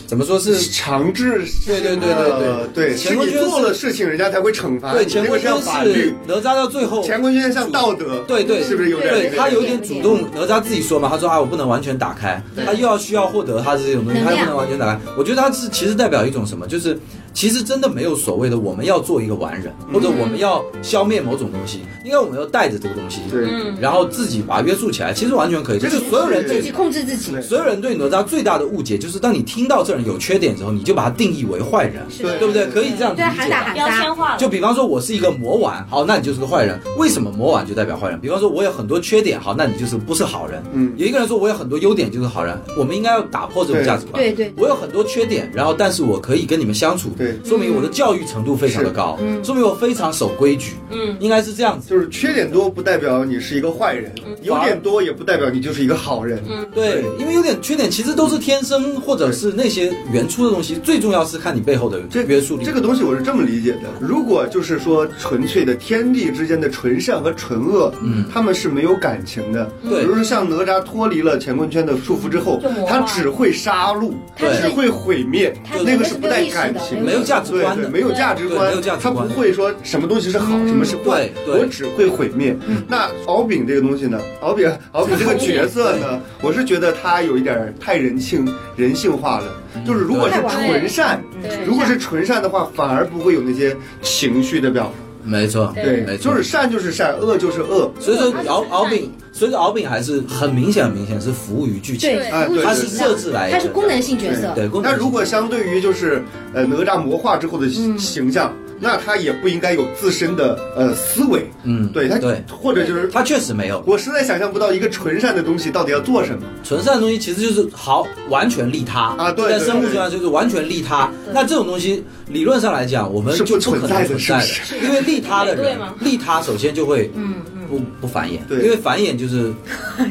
Speaker 3: 怎么说是。
Speaker 2: 强制性的
Speaker 3: 对对对对对
Speaker 2: 对，是
Speaker 3: 乾坤
Speaker 2: 你
Speaker 3: 圈
Speaker 2: 做
Speaker 3: 是
Speaker 2: 了事情，人家才会惩罚
Speaker 3: 对，
Speaker 2: 啊你
Speaker 3: 乾
Speaker 2: 这个
Speaker 3: 坤
Speaker 2: 是要
Speaker 3: 圈
Speaker 2: 法律
Speaker 3: 是。哪吒到最后，
Speaker 2: 乾坤圈像道德，
Speaker 3: 对对，
Speaker 2: 是不是有点那
Speaker 3: 对
Speaker 2: 个？嗯
Speaker 3: 他有点主动，哪吒自己说嘛，他说啊，我不能完全打开，他又要需要获得他这种东西，
Speaker 5: 能
Speaker 3: 他又
Speaker 5: 量
Speaker 3: 不能完全打开。我觉得他是其实代表一种什么，就是其实真的没有所谓的我们要做一个完人，
Speaker 2: 嗯
Speaker 3: 或者我们要消灭某种东西，应该我们要带着这个东西，
Speaker 2: 对，
Speaker 3: 然后自己把它约束起来，其实完全可以。就是所有人
Speaker 5: 自
Speaker 3: 对
Speaker 5: 己控制自己
Speaker 2: 对，
Speaker 3: 所有人对哪吒最大的误解就是，当你听到这人有缺点之后，你就把他定义为坏人，
Speaker 5: 是的
Speaker 3: 对不对？可以这样理
Speaker 5: 对
Speaker 3: 解吧。
Speaker 5: 喊打喊
Speaker 6: 标签
Speaker 5: 杀，
Speaker 6: 化了，
Speaker 3: 就比方说，我是一个魔丸，好，那你就是个坏人。为什么魔丸就代表坏人？比方说，我有很多缺点，好，那你就是不是好人。
Speaker 2: 嗯
Speaker 3: 有一个人说我有很多优点，就是好人。我们应该要打破这种价值观。
Speaker 5: 对对对
Speaker 3: 我有很多缺点，然后但是我可以跟你们相处，
Speaker 2: 对
Speaker 3: 说明我的教育程度非常的高，
Speaker 5: 嗯
Speaker 3: 说明我非常守规矩，
Speaker 6: 嗯，
Speaker 3: 应该是这样子。嗯
Speaker 2: 就是缺点多不代表你是一个坏人，优点多也不代表你就是一个好人。
Speaker 3: 对，因为优点缺点其实都是天生或者是那些原初的东西，最重要是看你背后的
Speaker 2: 这
Speaker 3: 约束力。
Speaker 2: 这个东西我是这么理解的：如果就是说纯粹的天地之间的纯善和纯恶，嗯，他们是没有感情的。
Speaker 3: 对
Speaker 2: 比如说像哪吒脱离了乾坤圈的束缚之后
Speaker 6: 就魔，化
Speaker 2: 他只会杀戮，他
Speaker 3: 对
Speaker 2: 只会毁灭
Speaker 5: 他，
Speaker 2: 那个
Speaker 5: 他
Speaker 2: 是
Speaker 5: 是
Speaker 2: 不
Speaker 5: 没有
Speaker 2: 带
Speaker 5: 意识的
Speaker 2: 感
Speaker 5: 没有
Speaker 2: 情，
Speaker 3: 没有价值观
Speaker 2: 对
Speaker 3: 的
Speaker 2: 对，没有价值观，
Speaker 3: 对没有价值观嗯
Speaker 2: 他不会说什么东西是好，什么是坏，
Speaker 3: 对对嗯
Speaker 2: 我只会毁灭。那敖丙这个东西呢？敖丙，敖丙这个角色 呢，我是觉得他有一点儿太人性人性化了。
Speaker 3: 嗯
Speaker 2: 就是如果是
Speaker 5: 太完
Speaker 4: 美
Speaker 2: 纯善，
Speaker 4: 对
Speaker 2: 如果是纯善的话，反而不会有那些情绪的表达。
Speaker 3: 没错，
Speaker 4: 对
Speaker 3: 没错，
Speaker 2: 就是善就是善，恶就是恶。
Speaker 3: 所以说敖敖丙，所以说敖丙还是很明显很明显是服务于剧情。
Speaker 5: 对
Speaker 2: 哎，
Speaker 5: 功能
Speaker 2: 它
Speaker 5: 性
Speaker 2: 是
Speaker 5: 上
Speaker 3: 设置来的
Speaker 5: 它是功能性角色，
Speaker 3: 对，功能
Speaker 2: 那如果相对于就是呃哪吒魔化之后的形形象，那他也不应该有自身的呃思维。
Speaker 3: 嗯
Speaker 2: 对他
Speaker 3: 对，
Speaker 2: 或者就是
Speaker 3: 他确实没有
Speaker 2: 我实在想象不到一个纯善的东西到底要做什么。
Speaker 3: 纯善的东西，其实就是好完全利他
Speaker 2: 啊对
Speaker 3: 在
Speaker 2: 对
Speaker 3: 生物
Speaker 2: 对
Speaker 3: 学上就是完全利他。那这种东西理论上来讲，我们
Speaker 2: 是不
Speaker 3: 就不可
Speaker 2: 存在
Speaker 3: 能
Speaker 2: 的
Speaker 3: 存在
Speaker 2: 是
Speaker 3: 的，因为利他的
Speaker 6: 对
Speaker 3: 人
Speaker 6: 吗，
Speaker 3: 利他首先就会嗯不不繁衍，
Speaker 2: 对
Speaker 3: 因为繁衍 就是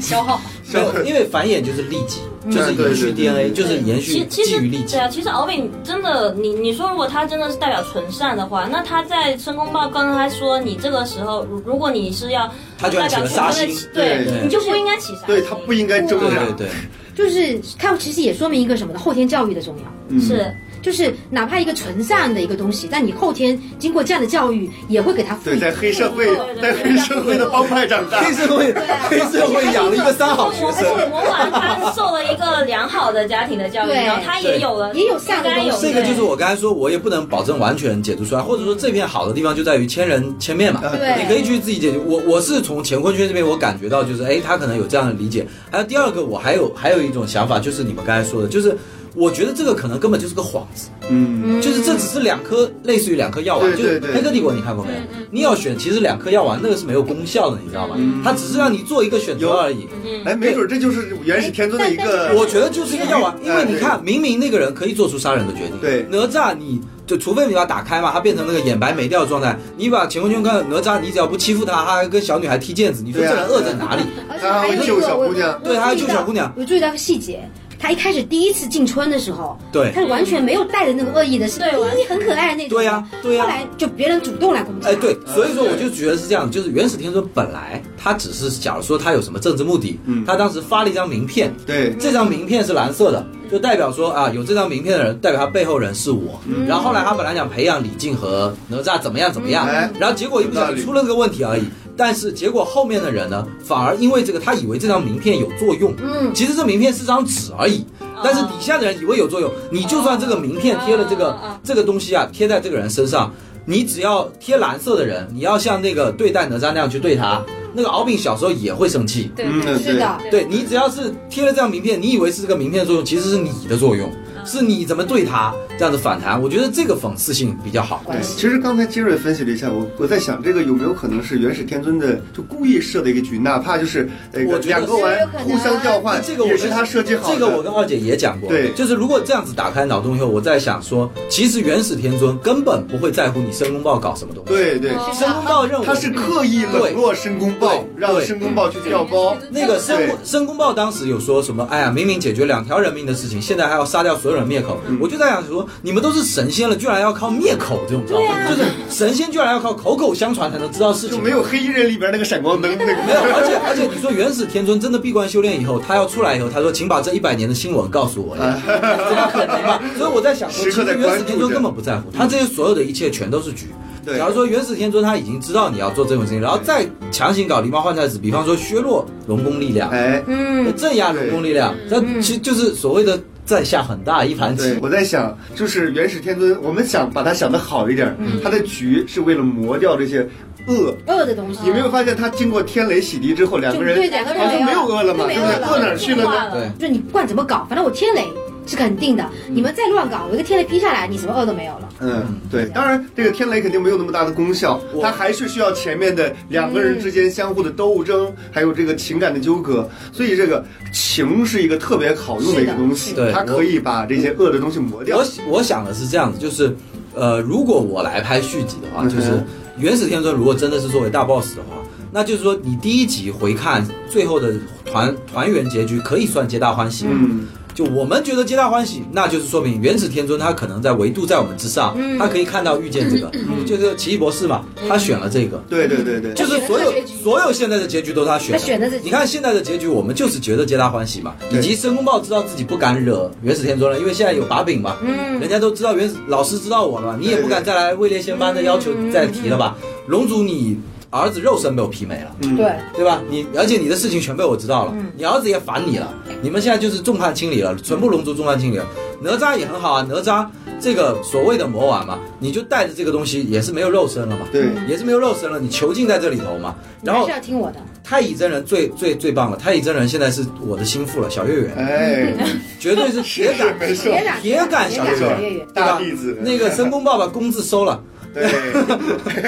Speaker 4: 消耗。
Speaker 3: 没有，因为繁衍就是利己，就是
Speaker 2: 对
Speaker 3: 延续
Speaker 2: 对对
Speaker 3: DNA，就是延
Speaker 6: 其
Speaker 3: 续
Speaker 6: 其
Speaker 3: 基
Speaker 6: 实
Speaker 3: 于利己
Speaker 6: 嗯对。啊，其实敖丙真的，你你说如果他真的是代表纯善的话，那他在申公豹刚才说你这个时候，如如果你是要
Speaker 3: 他就
Speaker 6: 代
Speaker 3: 要
Speaker 6: 表
Speaker 3: 起了杀心
Speaker 6: 纯的起，对
Speaker 2: 对
Speaker 6: 你就不应该起杀心，
Speaker 2: 对他不应该挣
Speaker 3: 对
Speaker 6: 啊
Speaker 2: 扎。
Speaker 3: 对对，
Speaker 5: 就是它其实也说明一个什么呢？后天教育的重要。
Speaker 2: 嗯
Speaker 6: 是
Speaker 5: 就是哪怕一个纯善的一个东西，但你后天经过这样的教育，也会给它赋
Speaker 2: 对，
Speaker 5: 予
Speaker 2: 在黑社会
Speaker 6: 对，对
Speaker 2: 在
Speaker 6: 对
Speaker 2: 黑社会的帮派长大。
Speaker 3: 黑社会
Speaker 6: 啊
Speaker 3: 黑社会养了一个三好学生。
Speaker 6: 我我管他受了一个良好的家庭的教育，
Speaker 5: 对
Speaker 6: 然后他也有了，
Speaker 5: 也有善的
Speaker 6: 应该有
Speaker 5: 东西
Speaker 3: 这个就是我刚才说，我也不能保证完全解读出来，或者说这片好的地方就在于千人千面
Speaker 2: 啊
Speaker 3: 嘛，
Speaker 5: 对
Speaker 3: 你可以去自己解决。我我是从乾坤圈这边我感觉到就是，哎，他可能有这样的理解。还有第二个，我还有还有一种想法，就是你们刚才说的，就是我觉得这个可能根本就是个幌子，
Speaker 2: 嗯，
Speaker 3: 就是这只是两颗类似于两颗药丸，
Speaker 2: 对
Speaker 3: 就是
Speaker 2: 对对
Speaker 3: 黑客帝国你看过没有？你要选，其实两颗药丸那个是没有功效的，你知道吗？它只是让你做一个选择
Speaker 2: 嗯有
Speaker 3: 而已。
Speaker 2: 哎，没准这就是元始天尊的一个
Speaker 5: 但
Speaker 3: 我觉得哎就是一个啊药丸，因为你看，明明那个人可以做出杀人的决定，
Speaker 2: 对
Speaker 3: 哪吒你。就除非你把它打开嘛，他变成那个眼白没掉的状态。你把乾坤圈看哪吒，你只要不欺负他，他还跟小女孩踢毽子，你说
Speaker 2: 对
Speaker 3: 这
Speaker 2: 啊
Speaker 3: 人恶在哪里？
Speaker 5: 而且
Speaker 2: 他
Speaker 5: 还
Speaker 2: 还
Speaker 5: 有
Speaker 2: 会
Speaker 5: 一
Speaker 2: 救
Speaker 5: 个
Speaker 2: 小
Speaker 5: 我
Speaker 2: 姑娘
Speaker 5: 我
Speaker 3: 对还要救小姑娘
Speaker 5: 我注意到一个细节，他一开始第一次进村的时候，
Speaker 3: 对
Speaker 5: 他完全没有带着那个恶意的，是
Speaker 6: 对完
Speaker 5: 你很可爱那种。
Speaker 3: 对呀对呀
Speaker 5: 后来就别人主动来攻击。
Speaker 3: 哎，对，，所以说我就觉得是这样，就是原始天尊本来他只是假如说他有什么政治目的，
Speaker 2: 嗯
Speaker 3: 他当时发了一张名片，
Speaker 2: 对，
Speaker 3: 这张名片是蓝色的，就代表说啊，有这张名片的人，代表他背后人是我。
Speaker 4: 嗯
Speaker 3: 然后后来他本来想培养李靖和哪吒怎么样怎么样
Speaker 2: 嗯哎，
Speaker 3: 然后结果一不小心出了这个问题而已。
Speaker 4: 嗯
Speaker 3: 但是结果后面的人呢，反而因为这个，他以为这张名片有作用。
Speaker 5: 嗯
Speaker 3: 其实这名片是张纸而已，
Speaker 4: 哦
Speaker 3: 但是底下的人以为有作用。你就算这个名片贴了这个
Speaker 4: 哦哦哦
Speaker 3: 这个东西啊，贴在这个人身上，你只要贴蓝色的人，你要像那个对待哪吒那样去对他。那个敖丙小时候也会生气，
Speaker 4: 对
Speaker 2: 嗯，
Speaker 4: 对
Speaker 5: 是的，
Speaker 3: 对你只要是贴了这张名片，你以为是这个名片的作用，其实是你的作用，是你怎么对他这样的反弹。我觉得这个讽刺性比较好。
Speaker 2: 对，其实刚才杰瑞分析了一下，我我在想，这个有没有可能是元始天尊的就故意设的一个局，哪怕就是那
Speaker 3: 我
Speaker 2: 个
Speaker 3: 觉得
Speaker 2: 两个
Speaker 5: 是有
Speaker 2: 玩
Speaker 5: 可能啊
Speaker 2: 互相交换，
Speaker 3: 这个我
Speaker 2: 也
Speaker 3: 跟
Speaker 2: 是他设计好的。
Speaker 3: 这个我跟二姐也讲过，
Speaker 2: 对
Speaker 3: 就是如果这样子打开脑洞以后，我在想说，其实元始天尊根本不会在乎你申公豹搞什么东西，，
Speaker 2: 对对，
Speaker 4: 哦
Speaker 3: 申公豹认为
Speaker 2: 他是刻意冷落申公豹
Speaker 3: 对，嗯
Speaker 2: 让
Speaker 3: 对
Speaker 2: 申公豹去调高。
Speaker 3: 那个申
Speaker 2: 对
Speaker 3: 申公豹当时有说什么？哎呀，明明解决两条人命的事情，现在还要杀掉所有人灭口。
Speaker 2: 嗯
Speaker 3: 我就在想说，你们都是神仙了，居然要靠灭口这种招，就是神仙居然要靠口口相传才能知道事情，
Speaker 2: 啊就没有黑衣人里边那个闪光灯那个
Speaker 3: 没有，而且而且你说元始天尊真的闭关修炼以后，他要出来以后，他说请把这一百年的新闻告诉我呀，怎么可能嘛？所以我在想说，
Speaker 2: 啊时
Speaker 3: 其
Speaker 2: 刻
Speaker 3: 实
Speaker 2: 在
Speaker 3: 元
Speaker 2: 关
Speaker 3: 始
Speaker 2: 注
Speaker 3: 天尊
Speaker 2: 着
Speaker 3: 根本不在乎，他这些所有的一切全都是局。
Speaker 2: 对
Speaker 3: 假如说元始天尊他已经知道你要做这种事情，然后再强行搞狸猫换太子，比方说削弱龙宫力量，
Speaker 2: 哎，
Speaker 5: 嗯，
Speaker 3: 镇压龙宫力量，那其实就是所谓的在下很大一盘棋
Speaker 2: 对，。我在想，就是元始天尊，我们想把他想的好一点，
Speaker 3: 嗯
Speaker 2: 他的局是为了磨掉这些恶。
Speaker 5: 恶的东西啊
Speaker 2: 有没有发现他经过天雷洗涤之后，两个人
Speaker 5: 对两个人
Speaker 2: 啊就没有恶了嘛，
Speaker 5: 没
Speaker 2: 对
Speaker 5: 有
Speaker 2: 不对？
Speaker 5: 恶了
Speaker 2: 恶哪儿去了
Speaker 6: 进化
Speaker 2: 呢？
Speaker 6: 了
Speaker 3: 对，
Speaker 5: 就是你不管怎么搞，反正我天雷是肯定的。你们再乱搞，我一个天雷劈下来，你什么恶都没有了。
Speaker 2: 嗯，对，当然这个天雷肯定没有那么大的功效，
Speaker 3: 我
Speaker 2: 它还是需要前面的两个人之间相互的斗争，还有这个情感的纠葛，所以这个情是一个特别好用的一个东西
Speaker 3: 是的是，的
Speaker 2: 它可以把这些恶的东西磨掉
Speaker 3: 我。我想的是这样子，就是，呃，如果我来拍续集的话，
Speaker 2: 嗯哼
Speaker 3: 就是元始天尊如果真的是作为大 boss 的话，那就是说你第一集回看最后的团团圆结局，可以算皆大欢喜。
Speaker 2: 嗯，
Speaker 3: 就我们觉得皆大欢喜，那就是说明元始天尊他可能在维度在我们之上，他可以看到遇见这个，就是奇异博士嘛，他选了这个。
Speaker 2: 对对对对，
Speaker 3: 就是所有所有现在的结局都是他选的，
Speaker 5: 他选的自己
Speaker 3: 你看现在的结局，我们就是觉得皆大欢喜嘛。
Speaker 2: 对
Speaker 3: 以及申公豹知道自己不敢惹元始天尊了，因为现在有把柄嘛，
Speaker 5: 嗯
Speaker 3: 人家都知道元始老师知道我了嘛，你也不敢再来位列仙班的要求
Speaker 5: 嗯
Speaker 3: 再提了吧？龙族你儿子肉身被我劈没了。
Speaker 2: 嗯
Speaker 5: 对，
Speaker 3: 对吧？你而且你的事情全被我知道了，你儿子也烦你了，你们现在就是众叛亲离了，全部龙族众叛亲离了。哪吒也很好啊，哪吒这个所谓的魔丸嘛，你就带着这个东西也是没有肉身了嘛，
Speaker 2: 对
Speaker 3: 也是没有肉身了，你囚禁在这里头嘛。
Speaker 5: 你
Speaker 3: 然
Speaker 5: 还
Speaker 3: 后
Speaker 5: 是要听我的。
Speaker 3: 太乙真人最最最棒了，太乙真人现在是我的心腹了，小月月
Speaker 2: 哎，
Speaker 3: 绝对是铁
Speaker 2: 是
Speaker 3: 杆。
Speaker 2: 没错，
Speaker 5: 别染
Speaker 3: 铁杆小
Speaker 5: 别
Speaker 3: 月
Speaker 5: 染小
Speaker 3: 月
Speaker 5: 月月，
Speaker 3: 对吧
Speaker 2: 大弟子
Speaker 3: 那个申公豹把工资收了，
Speaker 2: 对，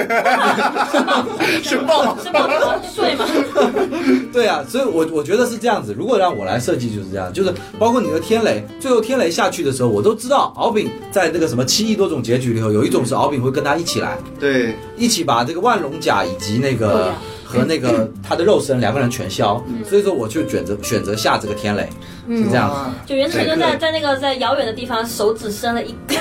Speaker 2: 是报，
Speaker 6: 是报国税吗？
Speaker 3: 对啊，所以我我觉得是这样子。如果让我来设计，就是这样，就是包括你的天雷，最后天雷下去的时候，我都知道敖丙在那个什么七亿多种结局里头，有一种是敖丙会跟他一起来，
Speaker 2: 对，
Speaker 3: 一起把这个万龙甲以及那
Speaker 5: 对
Speaker 3: 个
Speaker 5: 啊
Speaker 3: 和那个他的肉身两个人全消，所以说我就选择选择下这个天雷，是这样子。
Speaker 6: 就原始人在在那个在遥远的地方，手指伸了一 根，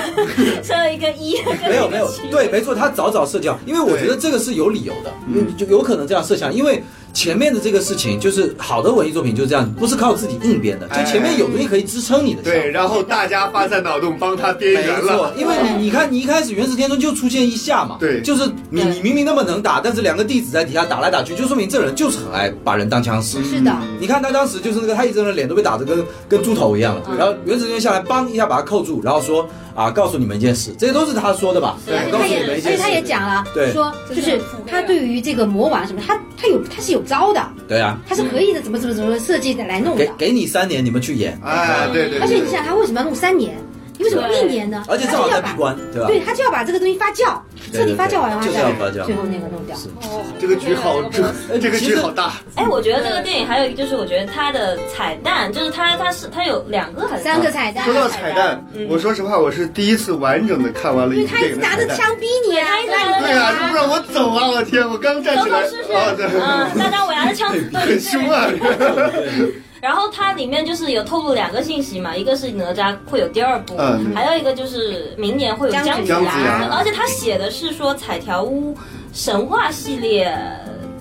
Speaker 6: 伸了一个一，
Speaker 3: 没有没有，对，没错，他早早设计好，因为我觉得这个是有理由的，嗯，就有可能这样设想，因为前面的这个事情就是好的文艺作品就是这样，不是靠自己硬编的，就
Speaker 2: 哎
Speaker 3: 前面有东西可以支撑你的想法。
Speaker 2: 对，然后大家发散脑洞帮他边
Speaker 3: 没
Speaker 2: 缘
Speaker 3: 错
Speaker 2: 了，，
Speaker 3: 因为你你看，你一开始元始天尊就出现一下嘛，
Speaker 2: 对
Speaker 3: 就是你
Speaker 5: 对
Speaker 3: 你明明那么能打，但是两个弟子在底下打来打去，就说明这人就是很爱把人当枪使。
Speaker 5: 是的，
Speaker 2: 嗯
Speaker 3: 你看他当时就是那个太乙真人脸都被打得跟跟猪头一样了，
Speaker 5: 嗯
Speaker 3: 然后元始天尊下来，梆一下把他扣住，然后说啊，告诉你们一件事，这些都是他说的吧？
Speaker 6: 对
Speaker 5: 而且
Speaker 3: 告
Speaker 5: 他
Speaker 3: 诉
Speaker 5: 也
Speaker 3: 你，们
Speaker 5: 而
Speaker 3: 一件
Speaker 5: 且
Speaker 3: 事
Speaker 5: 他，也讲了，
Speaker 3: 对
Speaker 5: 说就是他对于这个魔丸什么，他他有他是有招的，
Speaker 3: 对啊，
Speaker 5: 他是可以的，怎么怎么怎么设计的来弄的
Speaker 3: 给。给你三年，你们去演，
Speaker 2: 哎，对对，对
Speaker 5: 而且你想，他为什么要弄三年？你为什么不一年呢？
Speaker 3: 而且正好
Speaker 5: 他就
Speaker 3: 在
Speaker 5: 要
Speaker 3: 闭
Speaker 5: 把
Speaker 3: 关，对吧？
Speaker 5: 对，他就要把这个东西发酵，彻底发酵完，然后
Speaker 3: 对对对就是要发酵
Speaker 5: 再最后那个弄掉。
Speaker 2: 这个局
Speaker 4: 啊
Speaker 2: 好，这
Speaker 5: 嗯
Speaker 2: 这个局好大，
Speaker 6: 哎，我觉得这个电影还有一个就是，我觉得它的彩蛋，就是它它是它有两个还是
Speaker 5: 三个彩蛋啊嗯
Speaker 2: 说，到彩蛋，我说实话，我是第一次完整的看完了
Speaker 5: 因
Speaker 2: 一
Speaker 5: 为
Speaker 2: 部
Speaker 5: 他一
Speaker 2: 电影
Speaker 5: 直
Speaker 2: 的
Speaker 5: 拿
Speaker 2: 彩
Speaker 5: 着
Speaker 2: 蛋。
Speaker 5: 枪逼你
Speaker 6: 对
Speaker 5: 啊，
Speaker 6: 他一直拿着
Speaker 2: 对啊，就不让我走啊！我天，我刚站
Speaker 6: 走
Speaker 2: 起来
Speaker 6: 走试 试，
Speaker 2: 啊，对，
Speaker 6: 嗯，大家围着枪子对
Speaker 2: 很凶啊！
Speaker 6: 然后它里面就是有透露两个信息嘛，一个是哪吒会有第二部，
Speaker 2: 嗯
Speaker 6: 还有一个就是明年会有
Speaker 5: 姜
Speaker 6: 姜
Speaker 5: 子
Speaker 6: 子
Speaker 2: 姜子牙
Speaker 6: 牙，而且他写的是说彩条屋神话系列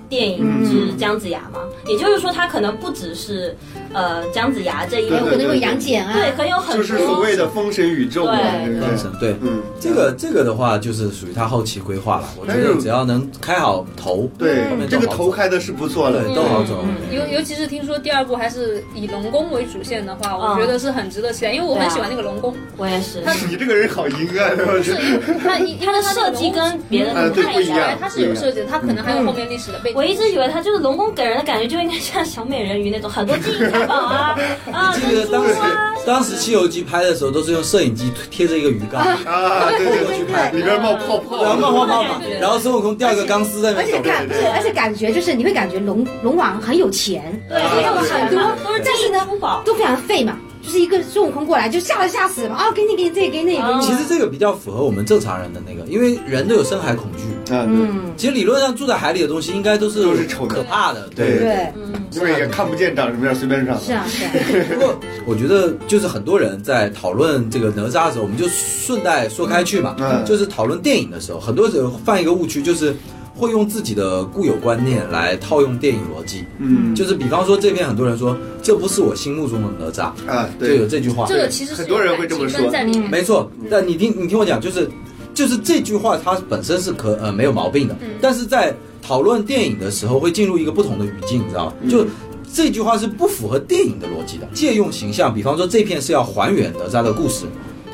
Speaker 6: 电影之姜子牙嘛，
Speaker 2: 嗯
Speaker 6: 也就是说他可能不只是呃姜子牙这一
Speaker 2: 对
Speaker 5: 有
Speaker 6: 部
Speaker 5: 可能会杨戬啊，
Speaker 6: 对，很有很
Speaker 2: 就
Speaker 6: 多
Speaker 2: 是所谓的封神宇宙嘛，
Speaker 6: 对
Speaker 2: 对不
Speaker 3: 封
Speaker 2: 对
Speaker 3: 神？对，
Speaker 2: 嗯，
Speaker 3: 这个这个的话就是属于他后期规划了。我觉
Speaker 2: 但是
Speaker 3: 得只要能开好头，后
Speaker 2: 对
Speaker 3: 面
Speaker 2: 这
Speaker 3: 都
Speaker 2: 个
Speaker 3: 好
Speaker 2: 头
Speaker 3: 走
Speaker 2: 开的是不错了，
Speaker 3: 嗯对都好走。
Speaker 4: 尤尤其是听说第二部还是以龙宫为主线的话，我
Speaker 6: 嗯
Speaker 4: 觉得是很值得期待，因为我
Speaker 6: 对
Speaker 4: 很
Speaker 6: 啊
Speaker 4: 喜欢那个龙宫，
Speaker 6: 我也是。
Speaker 2: 你这个人好阴暗，啊我觉
Speaker 4: 是
Speaker 2: 得
Speaker 4: 因为它一
Speaker 6: 它的设计跟别的
Speaker 2: 啊
Speaker 6: 不
Speaker 2: 对
Speaker 6: 太
Speaker 2: 不一
Speaker 6: 一样
Speaker 2: 样。
Speaker 4: 它是有设计的，它可能还有后面历史的背景。
Speaker 6: 我一直以为它就是龙宫给人的感觉就应该像小美人鱼那种，很多金银财宝啊啊
Speaker 3: 这个
Speaker 6: 珍珠
Speaker 3: 当时
Speaker 6: 啊，
Speaker 3: 当时《西游记》拍的时候都是用摄影机贴着一个鱼缸，
Speaker 2: 啊，对对
Speaker 3: 我去
Speaker 2: 对，
Speaker 3: 拍
Speaker 2: 里边冒泡啊
Speaker 3: 然后冒
Speaker 2: 泡，
Speaker 3: 冒冒嘛，然后孙悟空吊一个钢丝在那
Speaker 5: 而
Speaker 3: 边
Speaker 5: 且
Speaker 3: 走。
Speaker 5: 感对，而且感觉就是你会感觉龙龙王很有钱，
Speaker 6: 对，
Speaker 5: 所以有很多，
Speaker 6: 都是
Speaker 5: 但是呢
Speaker 6: 珠宝，
Speaker 5: 都非常废嘛，就是一个孙悟空过来就吓都吓死了嘛，啊，给你给你这个给你给你，
Speaker 3: 哦其实这个比较符合我们正常人的那个，因为人都有深海恐惧。
Speaker 2: 啊，
Speaker 5: 嗯，
Speaker 3: 其实理论上住在海里的东西应该都是
Speaker 2: 都是丑的
Speaker 3: 可怕的，
Speaker 2: 对
Speaker 5: 对，
Speaker 2: 因为也看不见长什么样，随便长。
Speaker 5: 是啊是啊，
Speaker 3: 不过我觉得就是很多人在讨论这个哪吒的时候，我们就顺带说开去嘛，
Speaker 2: 嗯
Speaker 3: 就是讨论电影的时候，很多人犯一个误区，就是会用自己的固有观念来套用电影逻辑。
Speaker 2: 嗯
Speaker 3: 就是比方说这边很多人说这不是我心目中的哪吒，
Speaker 2: 啊，
Speaker 3: 就有
Speaker 2: 对，
Speaker 3: 这句话
Speaker 4: 这。个其实是
Speaker 2: 很多人会这么说
Speaker 4: 有感情分在里面。
Speaker 3: 没错，但你听你听我讲，就是就是这句话它本身是可呃没有毛病的，但是在讨论电影的时候会进入一个不同的语境，你知道吗？就。这句话是不符合电影的逻辑的，借用形象，比方说这片是要还原哪吒的故事，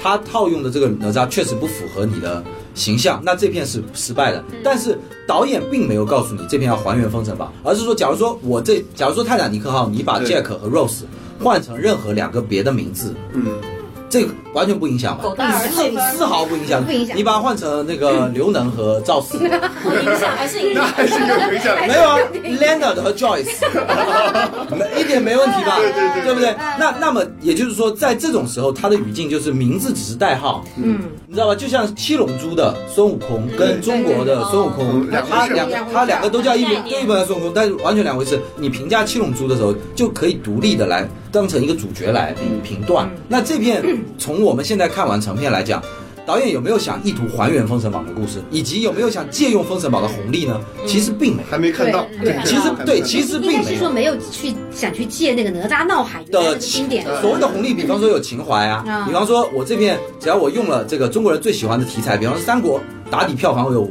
Speaker 3: 它套用的这个哪吒确实不符合你的形象，那这片是失败的。但是导演并没有告诉你这片要还原封神榜，而是说，假如说我这，假如说泰坦尼克号，你把
Speaker 2: 对
Speaker 3: Jack 和 Rose 换成任何两个别的名字，
Speaker 2: 嗯，
Speaker 3: 这个完全不影响吧？
Speaker 6: 狗大而碎
Speaker 3: 丝毫不影响，
Speaker 5: 不影响
Speaker 3: 你把它换成那个刘能和赵四，
Speaker 6: 不影响啊还是影
Speaker 2: 那
Speaker 6: 响。
Speaker 2: 还是有影响。
Speaker 3: 没有啊，Leonard 和 Joyce，没一点没问题吧？
Speaker 2: 对对对
Speaker 3: 不对？那那么也就是说，在这种时候，它的语境就是名字只是代号，
Speaker 5: 嗯，
Speaker 3: 你知道吧？就像七龙珠的孙悟空跟中国的孙悟空
Speaker 2: 嗯，两
Speaker 3: 他
Speaker 2: 回事
Speaker 3: 两
Speaker 5: 两回事
Speaker 3: 他两个都叫一
Speaker 6: 两
Speaker 3: 本
Speaker 6: 回事
Speaker 3: 对一本的孙悟空，但是完全两回事。你评价七龙珠的时候，就可以独立的来当成一个主角来评评断。
Speaker 5: 嗯
Speaker 3: 那这片从我们现在看完成片来讲。导演有没有想意图还原《封神榜》的故事，以及有没有想借用《封神榜》的红利呢？
Speaker 5: 嗯
Speaker 3: 其实并没有。
Speaker 2: 还没看到，
Speaker 5: 对
Speaker 3: 其实对，其
Speaker 2: 实
Speaker 3: 实
Speaker 5: 应
Speaker 3: 并
Speaker 5: 该
Speaker 3: 没
Speaker 5: 是说
Speaker 3: 有。
Speaker 5: 没有去想去借那个哪吒闹海原来
Speaker 3: 的
Speaker 5: 的经典，
Speaker 3: 所谓的红利，比方说有情怀啊，
Speaker 5: 嗯
Speaker 3: 比方说我这片只要我用了这个中国人最喜欢的题材，比方说三国打底票房有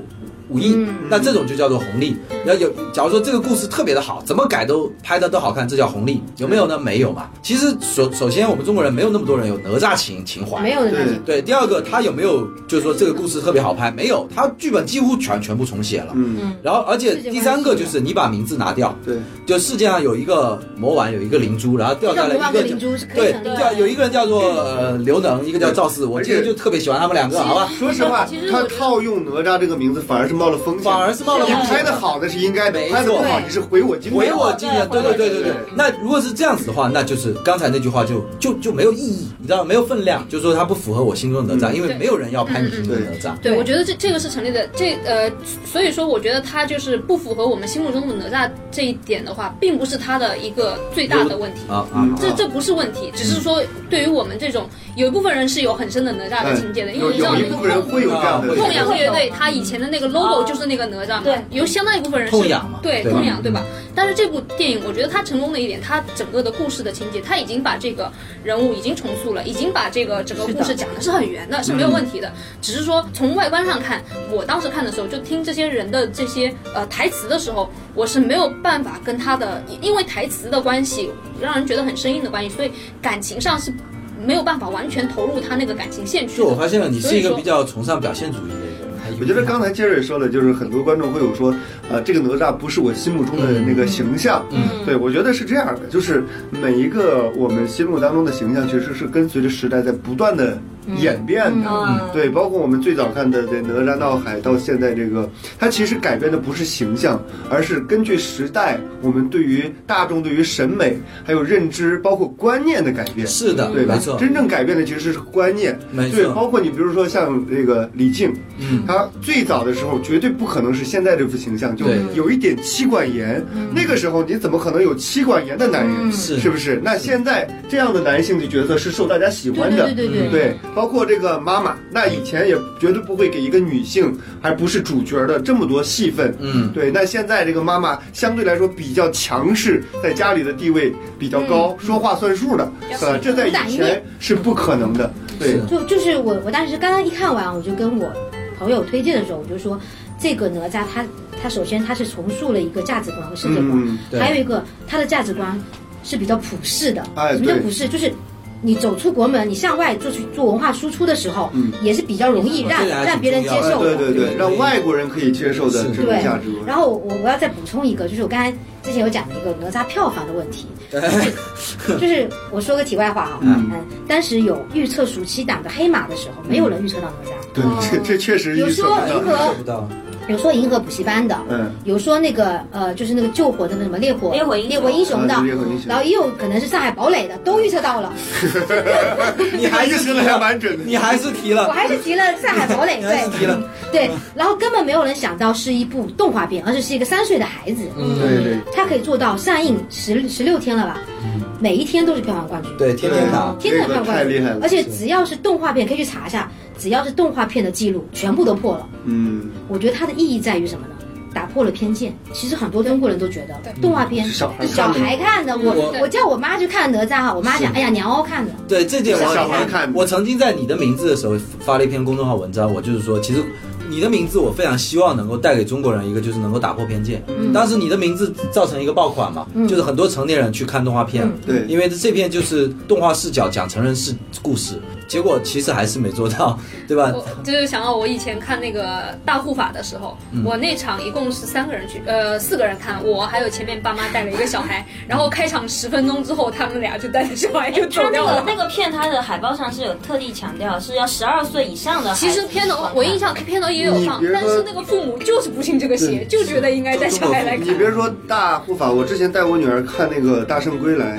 Speaker 3: 五亿，
Speaker 5: 嗯
Speaker 3: 那这种就叫做红利。然后有，假如说这个故事特别的好，怎么改都拍的都好看，这叫红利，有没有
Speaker 5: 嗯
Speaker 3: 呢？没有嘛。其实首首先我们中国人没有那么多人有哪吒情情怀，
Speaker 5: 没有人
Speaker 2: 对，
Speaker 3: 对，第二个他有没有就是说这个故事特别好拍？没有，他剧本几乎全全部重写了。
Speaker 2: 嗯，
Speaker 3: 然后而且第三个就是你把名字拿掉，
Speaker 2: 对，
Speaker 3: 就世界上有一个魔丸，有一个灵珠，然后掉下
Speaker 5: 叫
Speaker 3: 来
Speaker 5: 魔
Speaker 3: 一
Speaker 5: 王
Speaker 3: 个
Speaker 5: 和
Speaker 3: 叫
Speaker 5: 灵珠是可以
Speaker 3: 对
Speaker 5: 成立，
Speaker 3: 叫
Speaker 5: 的，
Speaker 3: 有一个人叫做呃刘能，一个叫赵四，
Speaker 2: 嗯
Speaker 3: 我
Speaker 2: 而
Speaker 3: 记
Speaker 2: 且
Speaker 3: 得就特别喜欢他们两个，好吧？
Speaker 2: 说实话
Speaker 4: 其实，
Speaker 2: 他
Speaker 4: 我觉得
Speaker 2: 套用哪吒这个名字反而是冒了风险，
Speaker 3: 反而是冒了
Speaker 2: 你
Speaker 3: 风
Speaker 2: 拍
Speaker 3: 险。
Speaker 2: 的好那是应该的，拍的不好你是毁我经
Speaker 3: 回
Speaker 2: 典。
Speaker 3: 我今年，对对对对对
Speaker 2: 对。
Speaker 3: 那如果是这样子的话，那就是刚才那句话就就就没有意义，你知道吗没有分量，就说它不符合我心中
Speaker 2: 嗯
Speaker 3: 的哪吒，因为没有人要拍你心中的哪吒。
Speaker 4: 对，我觉得这这个是成立的，这呃，所以说我觉得它就是不符合我们心目中的哪吒这一点的话，并不是它的一个最大的问题。
Speaker 3: 啊啊！
Speaker 2: 嗯
Speaker 4: 这这不是问题，只是说对于我们这种有一部分人是有很深的哪吒的情节的，因为
Speaker 2: 哎有
Speaker 4: 你知道
Speaker 2: 有一部分人会有这样的，
Speaker 4: 痛仰
Speaker 6: 会
Speaker 4: 乐队它以前的那个 logo 就是那个哪吒嘛，
Speaker 6: 对
Speaker 4: 有相当一部分人是
Speaker 3: 哦痛仰嘛
Speaker 4: 对
Speaker 3: 对吧
Speaker 4: 痛仰对吧？但是这部电影我觉得它成功的一点，它整个的故事的情节，它已经把这个人物已经重塑了，已经把这个整个故事讲的是很圆的，
Speaker 3: 嗯
Speaker 4: 是没有问题的。只是说从外观上看，我当时看的时候就听这些人的这些呃台词的时候，我是没有办法跟他的，因为台词的关系，让人觉得很生硬的关系，所以感情上是。没有办法完全投入他那个感情线去的。
Speaker 3: 就我发现了，你是一个
Speaker 4: 所以说
Speaker 3: 比较崇尚表现主义的人，还有
Speaker 2: 我觉得刚才杰瑞说的，就是很多观众会有说，呃，这个哪吒不是我心目中的那个形象。嗯，对，我觉得是这样的，就是每一个我们心目当中的形象，其实是跟随着时代在不断的演变的，
Speaker 6: 嗯嗯
Speaker 2: 对，包括我们最早看的这哪吒闹海到现在这个，它其实改变的不是形象，而是根据时代我们对于大众对于审美还有认知，包括观念的改变。
Speaker 3: 是的，
Speaker 2: 对吧？
Speaker 3: 没错，
Speaker 2: 真正改变的其实是观念，
Speaker 3: 没错
Speaker 2: 对，包括你比如说像这个李靖，
Speaker 3: 嗯，
Speaker 2: 他最早的时候绝对不可能是现在这副形象，就
Speaker 3: 对
Speaker 2: 有一点妻管严，
Speaker 5: 嗯
Speaker 2: 那个时候你怎么可能有妻管严的男人？
Speaker 3: 是
Speaker 2: 是不是？那现在这样的男性的角色是受大家喜欢的，
Speaker 5: 对对对对对
Speaker 2: 对包括这个妈妈，那以前也绝对不会给一个女性还不是主角的这么多戏份，
Speaker 3: 嗯
Speaker 2: 对，那现在这个妈妈相对来说比较强势，在家里的地位比较高，说话算数的，呃，这在以前是不可能的。对
Speaker 3: 是，
Speaker 5: 就就是我我当时刚刚一看完，我就跟我朋友推荐的时候，我就说这个哪吒他他首先他是重塑了一个价值观和世界观，
Speaker 2: 嗯，
Speaker 3: 对
Speaker 5: 还有一个他的价值观是比较普世的。
Speaker 2: 哎
Speaker 5: 什么叫
Speaker 2: 对
Speaker 5: 普世？就是。你走出国门，你向外做出做文化输出的时候，
Speaker 2: 嗯
Speaker 5: 也是比较容易
Speaker 3: 这
Speaker 5: 让
Speaker 3: 个还
Speaker 5: 让
Speaker 3: 挺
Speaker 5: 别人接
Speaker 3: 重要的
Speaker 2: 哎
Speaker 5: 受
Speaker 2: 对
Speaker 5: 的。
Speaker 2: 对对，让外国人可以接受的
Speaker 3: 是
Speaker 2: 这种
Speaker 5: 对
Speaker 2: 价值观。
Speaker 5: 然后我我要再补充一个，就是我刚才之前有讲的一个哪吒票房的问题， 就是就是我说个题外话哈，
Speaker 2: 嗯
Speaker 5: 嗯，当时有预测暑期档的黑马的时候，没有人预测到哪吒，
Speaker 2: 对，这这确实
Speaker 5: 有
Speaker 2: 预测
Speaker 5: 说
Speaker 2: 不
Speaker 5: 银
Speaker 2: 到。
Speaker 5: 河
Speaker 3: 不，到，
Speaker 5: 有说银河补习班的，
Speaker 2: 嗯，
Speaker 5: 有说那个呃，就是那个救火的那什么烈火
Speaker 6: 烈火英雄
Speaker 5: 烈火英雄的
Speaker 2: 啊，烈火英雄
Speaker 5: 然后也有可能是上海堡垒的，都预测到了，
Speaker 3: 你还
Speaker 2: 预
Speaker 3: 是
Speaker 2: 测
Speaker 3: 提
Speaker 2: 的还
Speaker 3: 了，
Speaker 2: 蛮准的。
Speaker 3: 你还是提
Speaker 5: 我
Speaker 3: 了，
Speaker 5: 还是提了上海堡垒，
Speaker 3: 你还 是提
Speaker 5: 对
Speaker 3: 了，
Speaker 5: 对，然后根本没有人想到是一部动画片，而且是一个三岁的孩子，
Speaker 3: 嗯，
Speaker 2: 对对嗯
Speaker 5: 他可以做到上映十十六天了吧，每一天都是票房冠军，
Speaker 3: 对，天天打，
Speaker 5: 天天
Speaker 2: 这
Speaker 5: 票
Speaker 2: 个
Speaker 5: 房
Speaker 2: 太
Speaker 5: 冠
Speaker 2: 厉
Speaker 5: 军
Speaker 2: 害，了
Speaker 5: 而。且只要是动画片，可以去查一下，只要是动画片的记录，全部都破了。
Speaker 2: 嗯，
Speaker 5: 我觉得它的意义在于什么呢？打破了偏见。其实很多中国人都觉得动画片
Speaker 2: 嗯小孩看的嗯
Speaker 5: 小孩看的，我
Speaker 3: 我
Speaker 5: 我叫我妈去看哪吒哈，我妈讲，
Speaker 3: 是
Speaker 5: 哎呀娘哦看的，
Speaker 3: 对这点我
Speaker 2: 小孩看
Speaker 3: 我曾经在你的名字的时候发了一篇公众号文章，我就是说，其实你的名字我非常希望能够带给中国人一个就是能够打破偏见。
Speaker 2: 嗯
Speaker 3: 当时你的名字造成一个爆款嘛，就是很多成年人去看动画片，
Speaker 2: 嗯对
Speaker 3: 因为这片就是动画视角讲成人视故事，结果其实还是没做到，对吧？
Speaker 4: 我就是想到我以前看那个大护法的时候，
Speaker 2: 嗯
Speaker 4: 我那场一共是三个人去，呃，四个人看，我还有前面爸妈带了一个小孩，然后开场十分钟之后，他们俩就带着小孩就
Speaker 6: 他
Speaker 4: 走
Speaker 6: 那
Speaker 4: 掉
Speaker 6: 个
Speaker 4: 了。
Speaker 6: 那个片，它的海报上是有特地强调是要十二岁以上的孩子
Speaker 4: 其
Speaker 6: 观看。
Speaker 4: 实片头我印象片头也有放
Speaker 2: 你别，说
Speaker 4: 但是那个父母就是不信这个邪，就觉得应该带小孩来看
Speaker 2: 你。别说大护法，我之前带我女儿看那个《大圣归来》，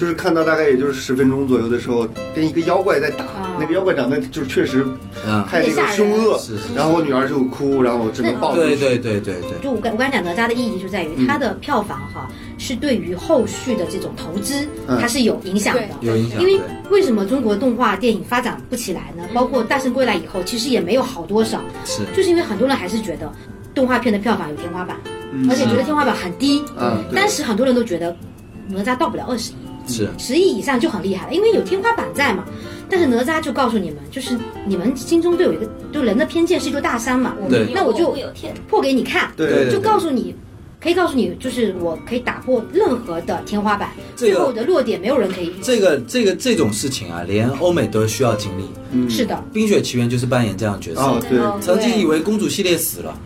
Speaker 2: 就是看到大概也就是十分钟左右的时候，跟一个妖怪在打，那个妖怪长得就是确实
Speaker 3: 嗯，
Speaker 2: 太那个凶恶，然后我女儿就哭，然后我只能抱住。
Speaker 3: 对对对对对，
Speaker 5: 就我刚我刚才讲哪吒的意义就在于它的票房哈、是对于后续的这种投资
Speaker 2: 嗯
Speaker 5: 它是有影响的。
Speaker 3: 有影响，
Speaker 5: 因为
Speaker 3: 对，
Speaker 5: 为什么中国动画电影发展不起来呢？包括《大圣归来》以后，其实也没有好多少，
Speaker 3: 是。
Speaker 5: 就是因为很多人还是觉得动画片的票房有天花板，
Speaker 2: 嗯
Speaker 5: 而且觉得天花板很低。
Speaker 2: 嗯对
Speaker 5: 当时很多人都觉得哪吒到不了二十亿，
Speaker 3: 是
Speaker 5: 十亿以上就很厉害了，因为有天花板在嘛。但是哪吒就告诉你们，就是你们心中对有一个对人的偏见是一座大山嘛，
Speaker 3: 对
Speaker 5: 那我就
Speaker 6: 有天
Speaker 5: 破给你看，
Speaker 2: 对
Speaker 3: 对对
Speaker 5: 就告诉你。可以告诉你，就是我可以打破任何的天花板，
Speaker 3: 这个
Speaker 5: 最后的落点没有人可以预测。
Speaker 3: 这个这个这种事情啊，连欧美都需要经历。
Speaker 2: 嗯
Speaker 5: 是的，
Speaker 3: 《冰雪奇缘》就是扮演这样的角色。
Speaker 2: 哦对，
Speaker 6: 哦
Speaker 3: 曾经以为公主系列死了，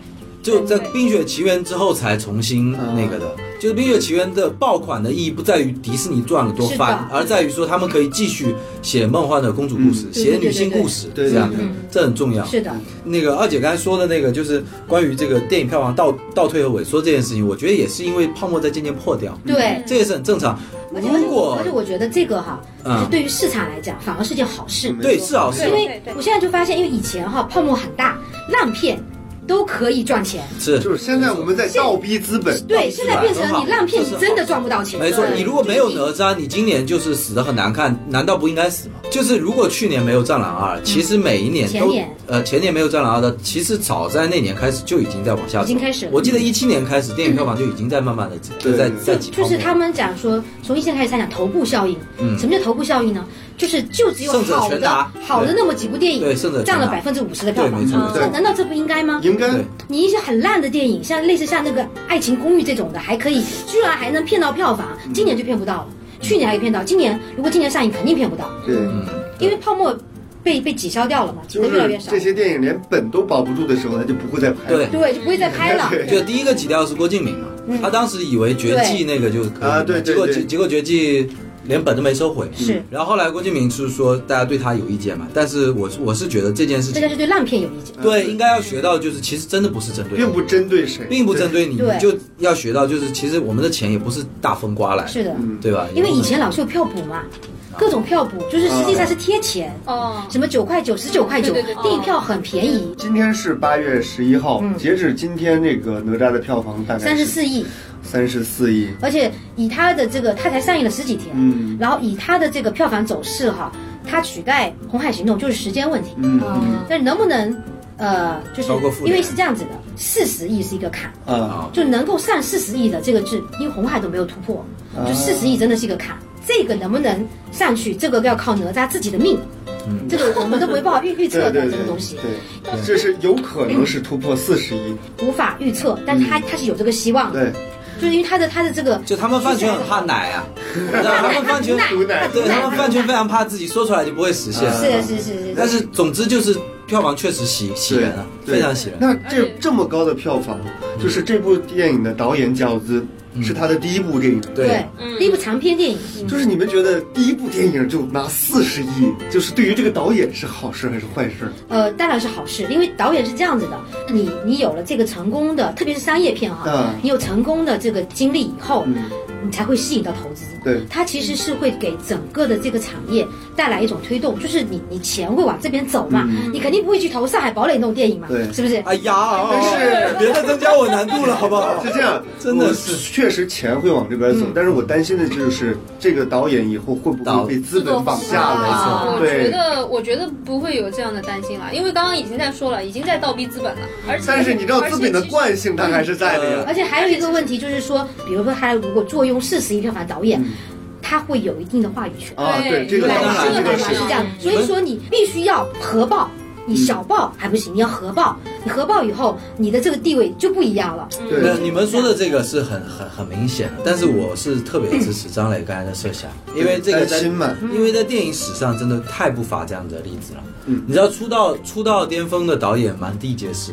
Speaker 3: 就在《冰雪奇缘》之后才重新那个
Speaker 5: 嗯
Speaker 3: 的。就是《冰雪奇缘》的爆款的意义不在于迪士尼赚了多翻
Speaker 5: 是，的
Speaker 3: 而在于说他们可以继续写梦幻的公主故事，
Speaker 2: 嗯
Speaker 3: 写女性故事，
Speaker 2: 对对对
Speaker 3: 这样的
Speaker 2: 对对对，
Speaker 3: 这很重要。
Speaker 5: 是的，
Speaker 3: 那个二姐刚才说的那个，就是关于这个电影票房倒倒退和萎缩这件事情，我觉得也是因为泡沫在渐渐破掉，
Speaker 5: 对。
Speaker 3: 这也是很正常。
Speaker 5: 而且
Speaker 3: 如
Speaker 5: 而且我
Speaker 3: 果
Speaker 5: 而且我觉得这个哈，就
Speaker 3: 嗯
Speaker 5: 是对于市场来讲，反而是件好事。
Speaker 3: 对是啊好事
Speaker 5: 因
Speaker 4: 对
Speaker 5: 为
Speaker 4: 对对
Speaker 5: 我现在就发现，因为以前哈泡沫很大，烂片都可以赚钱。
Speaker 3: 是
Speaker 2: 就是现在我们在倒逼资本，
Speaker 5: 对，现在变成你烂片，你真的赚不到钱。
Speaker 3: 没错，
Speaker 5: 对
Speaker 3: 你如果没有哪吒，你今年就是死的很难看，难道不应该死吗？就是如果去年没有《战狼二》，其实每一年都
Speaker 5: 嗯前年
Speaker 3: 呃前年没有《战狼二》的，其实早在那年开始就已经在往下走，
Speaker 5: 已经开始了嗯
Speaker 3: 我记得一七年开始，电影票房就已经在慢慢的
Speaker 2: 对
Speaker 3: 在
Speaker 2: 对对
Speaker 3: 在挤泡
Speaker 5: 就
Speaker 3: 沫嗯
Speaker 5: 是他们讲说，从一线开始他讲头部效应。什么叫头部效应呢？就是就只有
Speaker 3: 胜者
Speaker 5: 好
Speaker 3: 全达
Speaker 5: 的好的
Speaker 3: 对
Speaker 5: 那么几部电
Speaker 3: 对
Speaker 5: 影
Speaker 3: 胜者全达
Speaker 5: 占了百分之五十的票
Speaker 3: 对没
Speaker 5: 房，
Speaker 3: 错
Speaker 6: 嗯
Speaker 5: 那难道这不应该吗？
Speaker 2: 应该
Speaker 3: 对
Speaker 5: 你一些很烂的电影，像类似像那个《爱情公寓》这种的，还可以，居然还能骗到票房，
Speaker 3: 嗯
Speaker 5: 今年就骗不到了。去年还骗到，今年如果今年上映肯定骗不到，
Speaker 2: 对。
Speaker 3: 嗯，
Speaker 5: 因为泡沫被被挤消掉了嘛，挤
Speaker 2: 就
Speaker 5: 得越来
Speaker 2: 是
Speaker 5: 越少
Speaker 2: 这，些电影连本都保不住的时候，它就不会再拍。
Speaker 3: 对，
Speaker 5: 对，就不会再拍了。
Speaker 2: 对
Speaker 3: 就第
Speaker 5: 嗯
Speaker 3: 一个挤掉的是郭敬明嘛，他当时以为绝技那个就可以
Speaker 2: 啊对对
Speaker 3: 结果
Speaker 2: 对
Speaker 3: 结结果绝技连本都没收回。
Speaker 5: 是
Speaker 3: 然后后来郭敬明是说大家对他有意见嘛，但是我我是觉得这件事
Speaker 5: 这
Speaker 3: 情
Speaker 5: 个是对烂片有意见。
Speaker 3: 对应该要学到就是其实真的不是针对你，
Speaker 2: 并不针对谁，
Speaker 3: 并不针对你，
Speaker 5: 对
Speaker 3: 你就要学到就是其实我们的钱也不是大风刮来，
Speaker 5: 是的，
Speaker 2: 嗯
Speaker 3: 对吧？
Speaker 5: 因为以前老是有票补嘛，各种票补，就是实际上是贴钱，
Speaker 4: 哦，
Speaker 5: 什么九块九、十九块九
Speaker 4: 对对，对
Speaker 5: 电影票很便宜，
Speaker 2: 今天是八月十一号，截止今天，这个哪吒的票房大概
Speaker 5: 嗯三十四亿，
Speaker 2: 三十四亿，
Speaker 5: 而且以它的这个，它才上映了十几天，
Speaker 2: 嗯
Speaker 5: 然后以它的这个票房走势哈，它取代《红海行动》就是时间问题，
Speaker 2: 嗯
Speaker 6: 嗯，
Speaker 5: 但能不能？呃，就是
Speaker 3: 超过复联
Speaker 5: 因为是这样子的，四十亿是一个坎，
Speaker 2: 啊，
Speaker 3: 啊，
Speaker 5: 就能够上四十亿的这个制，因为红海都没有突破，就四十亿真的是一个坎。这个能不能上去，这个要靠哪吒自己的命，这个我们都没办法预预测
Speaker 2: 对
Speaker 5: 的
Speaker 2: 对
Speaker 5: 这个
Speaker 2: 对
Speaker 5: 东西，
Speaker 2: 对，这是有可能是突破四十亿，
Speaker 5: 无法预测，但是他他是有这个希望的，
Speaker 2: 对，
Speaker 5: 就是因为他的他的这个
Speaker 3: 就他们饭圈很怕奶 啊，你知道他们饭圈
Speaker 2: 毒奶，
Speaker 3: 对他们饭圈非常怕自己说出来就不会实现，
Speaker 2: 啊
Speaker 5: 是是是是，
Speaker 3: 但是总之就是票房确实喜喜人啊，
Speaker 2: 对
Speaker 3: 非常喜人。
Speaker 2: 那
Speaker 4: 嗯
Speaker 2: 这这么高的票房，就是这部电影的导演饺子
Speaker 3: 嗯
Speaker 2: 是他的第一部电影，
Speaker 5: 对
Speaker 6: 嗯
Speaker 5: 第一部长篇电影，
Speaker 2: 就是你们觉得第一部电影就拿四十亿，就是对于这个导演是好事还是坏事？
Speaker 5: 呃，当然是好事，因为导演是这样子的，你你有了这个成功的，特别是商业片哈，
Speaker 2: 嗯
Speaker 5: 你有成功的这个经历以后，
Speaker 2: 嗯
Speaker 5: 你才会吸引到投资。
Speaker 2: 对
Speaker 5: 它其实是会给整个的这个产业带来一种推动，就是你你钱会往这边走嘛，
Speaker 2: 嗯
Speaker 5: 你肯定不会去投上海堡垒那种电影嘛，
Speaker 2: 对
Speaker 5: 是不是？
Speaker 3: 哎呀，
Speaker 2: 但是
Speaker 3: 哦别再增加我难度了，好不好
Speaker 2: 是？这样，
Speaker 3: 真的是嗯
Speaker 2: 我确实钱会往这边走，但是我担心的就是这个导演以后会不
Speaker 3: 导
Speaker 2: 会被资本绑架
Speaker 3: 啊
Speaker 2: 了？
Speaker 4: 我觉
Speaker 2: 对，
Speaker 4: 得，我觉得不会有这样的担心了，因为刚刚已经在说了，已经在倒逼资本了，而且
Speaker 2: 但是你知道资本的惯性，它还是在的呀。
Speaker 4: 嗯
Speaker 5: 而且还有一个问题就是说，比如说他如果坐拥四十亿票房导演，他会有一定的话语权。
Speaker 2: 啊，对，
Speaker 4: 对
Speaker 2: 这个
Speaker 3: 当
Speaker 2: 倒
Speaker 3: 然
Speaker 2: 是，这
Speaker 5: 个
Speaker 2: 个
Speaker 5: 是
Speaker 2: 是
Speaker 5: 这样，
Speaker 3: 嗯
Speaker 5: 所以说你必须要核爆。你小爆还不行，你要核爆。你核爆以后，你的这个地位就不一样了。
Speaker 3: 那
Speaker 2: 对。
Speaker 3: 你们说的这个是很很很明显的，但是我是特别支持张磊刚才的设想，因为这个在
Speaker 2: 担心嘛
Speaker 3: 因为在电影史上真的太不乏这样的例子了。
Speaker 2: 嗯
Speaker 3: 你知道出道出道巅峰的导演满地皆是，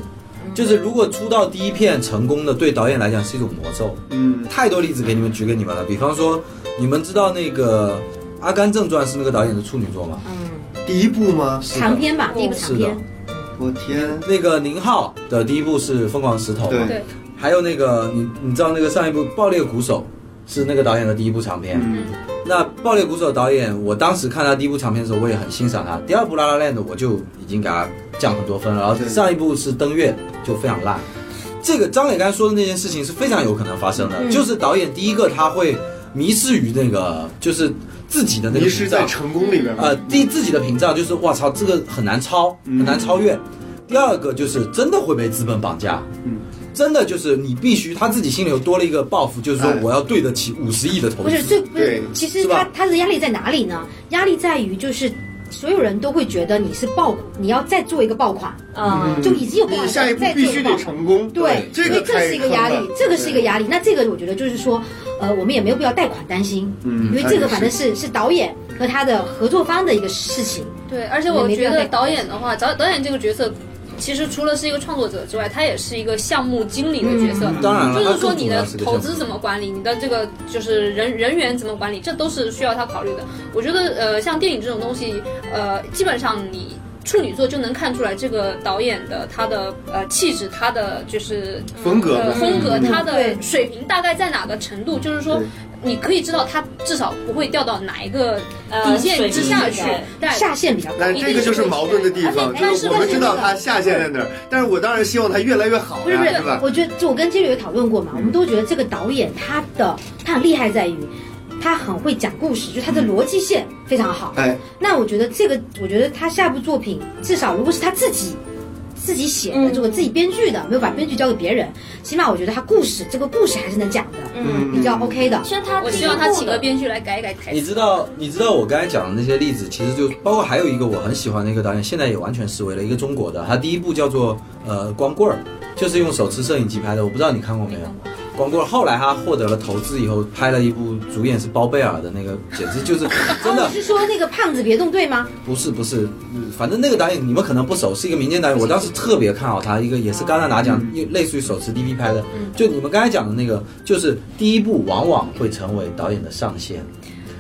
Speaker 3: 就是如果出道第一片成功的，对导演来讲是一种魔咒。
Speaker 2: 嗯，
Speaker 3: 太多例子给你们举给你们了，比方说你们知道那个《阿甘正传》是那个导演的处女作吗？
Speaker 2: 第一部吗？
Speaker 3: 是的
Speaker 5: 长篇吧，第一部长
Speaker 3: 是的
Speaker 5: 篇，，
Speaker 2: 我天，
Speaker 3: 那个宁浩的第一部是《疯狂石头》嘛，
Speaker 2: 对
Speaker 4: 对，
Speaker 3: 还有那个你你知道那个上一部《爆裂鼓手》是那个导演的第一部长片，
Speaker 2: 嗯
Speaker 3: 那《爆裂鼓手》导演，我当时看他第一部长片的时候，我也很欣赏他。第二部《拉拉 land》我就已经给他降很多分了，然后
Speaker 2: 对
Speaker 3: 上一部是《登月》就非常烂。这个张磊刚才说的那件事情是非常有可能发生的，
Speaker 2: 嗯
Speaker 3: 就是导演第一个他会迷失于那个就是自己的那个
Speaker 2: 迷失
Speaker 3: 屏障
Speaker 2: 在成功里边嘛
Speaker 3: 呃，第自己的屏障就是我操，这个很难超，很难超越。第二个就是真的会被资本绑架，
Speaker 2: 嗯，
Speaker 3: 真的就是你必须他自己心里有多了一个抱负，就是说
Speaker 2: 哎
Speaker 3: 我要对得起五十亿的投
Speaker 5: 不是
Speaker 3: 资。
Speaker 5: 最不是
Speaker 2: 对。
Speaker 5: 其实
Speaker 3: 是
Speaker 5: 他
Speaker 3: 吧
Speaker 5: 他的压力在哪里呢？压力在于就是所有人都会觉得你是爆，你要再做一个爆款，
Speaker 6: 嗯，
Speaker 5: 就已经有爆
Speaker 2: 你
Speaker 5: 款，
Speaker 2: 下一步
Speaker 5: 再做
Speaker 2: 必
Speaker 5: 一
Speaker 2: 须
Speaker 5: 个
Speaker 2: 得
Speaker 5: 爆款。
Speaker 2: 成功。
Speaker 5: 对，
Speaker 2: 这
Speaker 5: 所
Speaker 2: 个
Speaker 5: 以这
Speaker 2: 太
Speaker 5: 是一个压力
Speaker 2: 坑了，
Speaker 5: 这个是一个压力。那这个我觉得就是说，呃，我们也没有必要贷款担心，
Speaker 2: 嗯
Speaker 5: 因为这个反正是是导演和他的合作方的一个事情。
Speaker 4: 对，而且我觉得导演的话，导导演这个角色，其实除了是一个创作者之外，他也是一个项目经理的角色。
Speaker 3: 嗯当然了，
Speaker 4: 就是
Speaker 3: 他
Speaker 4: 说
Speaker 3: 更
Speaker 4: 你
Speaker 3: 主要
Speaker 4: 的
Speaker 3: 是个
Speaker 4: 投
Speaker 3: 项
Speaker 4: 资
Speaker 3: 目
Speaker 4: 怎么管理，你的这个就是人人员怎么管理，这都是需要他考虑的。我觉得呃，像电影这种东西，呃，基本上你。处女座就能看出来这个导演的他的呃气质，他的就是
Speaker 2: 风格
Speaker 4: 呃
Speaker 2: 嘛，
Speaker 4: 风
Speaker 3: 嗯
Speaker 4: 格，他的
Speaker 5: 对
Speaker 4: 水平大概在哪个程度？就是说
Speaker 2: 对，
Speaker 4: 你可以知道他至少不会掉到哪一个
Speaker 6: 呃
Speaker 4: 底线之下去
Speaker 6: 水平。
Speaker 4: 但
Speaker 5: 下限比较高。
Speaker 2: 但这个就是矛盾的地方，
Speaker 5: 而且
Speaker 2: 就是我们知道他下限在那儿，但是我当然希望他越来越好
Speaker 5: 不是
Speaker 2: 呀
Speaker 5: 不，是
Speaker 2: 是吧，？
Speaker 5: 我觉得就我跟金柳也讨论过嘛，我们都觉得这个导演他的他很厉害在于，他很会讲故事，就他的逻辑线非常好。
Speaker 2: 嗯哎，
Speaker 5: 那我觉得这个，我觉得他下部作品至少如果是他自己自己写的，
Speaker 6: 嗯
Speaker 5: 这个自己编剧的，没有把编剧交给别人，起码我觉得他故事这个故事还是能讲的，
Speaker 6: 嗯
Speaker 5: 比较 OK 的。
Speaker 6: 其实他
Speaker 4: 我
Speaker 6: 第
Speaker 4: 希
Speaker 6: 一
Speaker 4: 望他
Speaker 6: 部
Speaker 4: 请
Speaker 6: 的
Speaker 4: 个编剧来改一改台
Speaker 3: 你
Speaker 4: 词。
Speaker 3: 知道，你知道我刚才讲的那些例子，其实就包括还有一个我很喜欢的一个导演，现在也完全失为了一个中国的，他第一部叫做呃《光棍儿》，就是用手持摄影机拍的，我不知道你看过没有。光棍儿后来他获得了投资以后，拍了一部主演是包贝尔的那个，简直 就是真的
Speaker 5: 你是说那个胖子别动队吗？
Speaker 3: 不是不是，嗯反正那个导演你们可能不熟，是一个民间导演，我当时特别看好他，一个也是戛纳拿奖，也类似于手持 DV 拍的，就你们刚才讲的那个，就是第一部往往会成为导演的上限。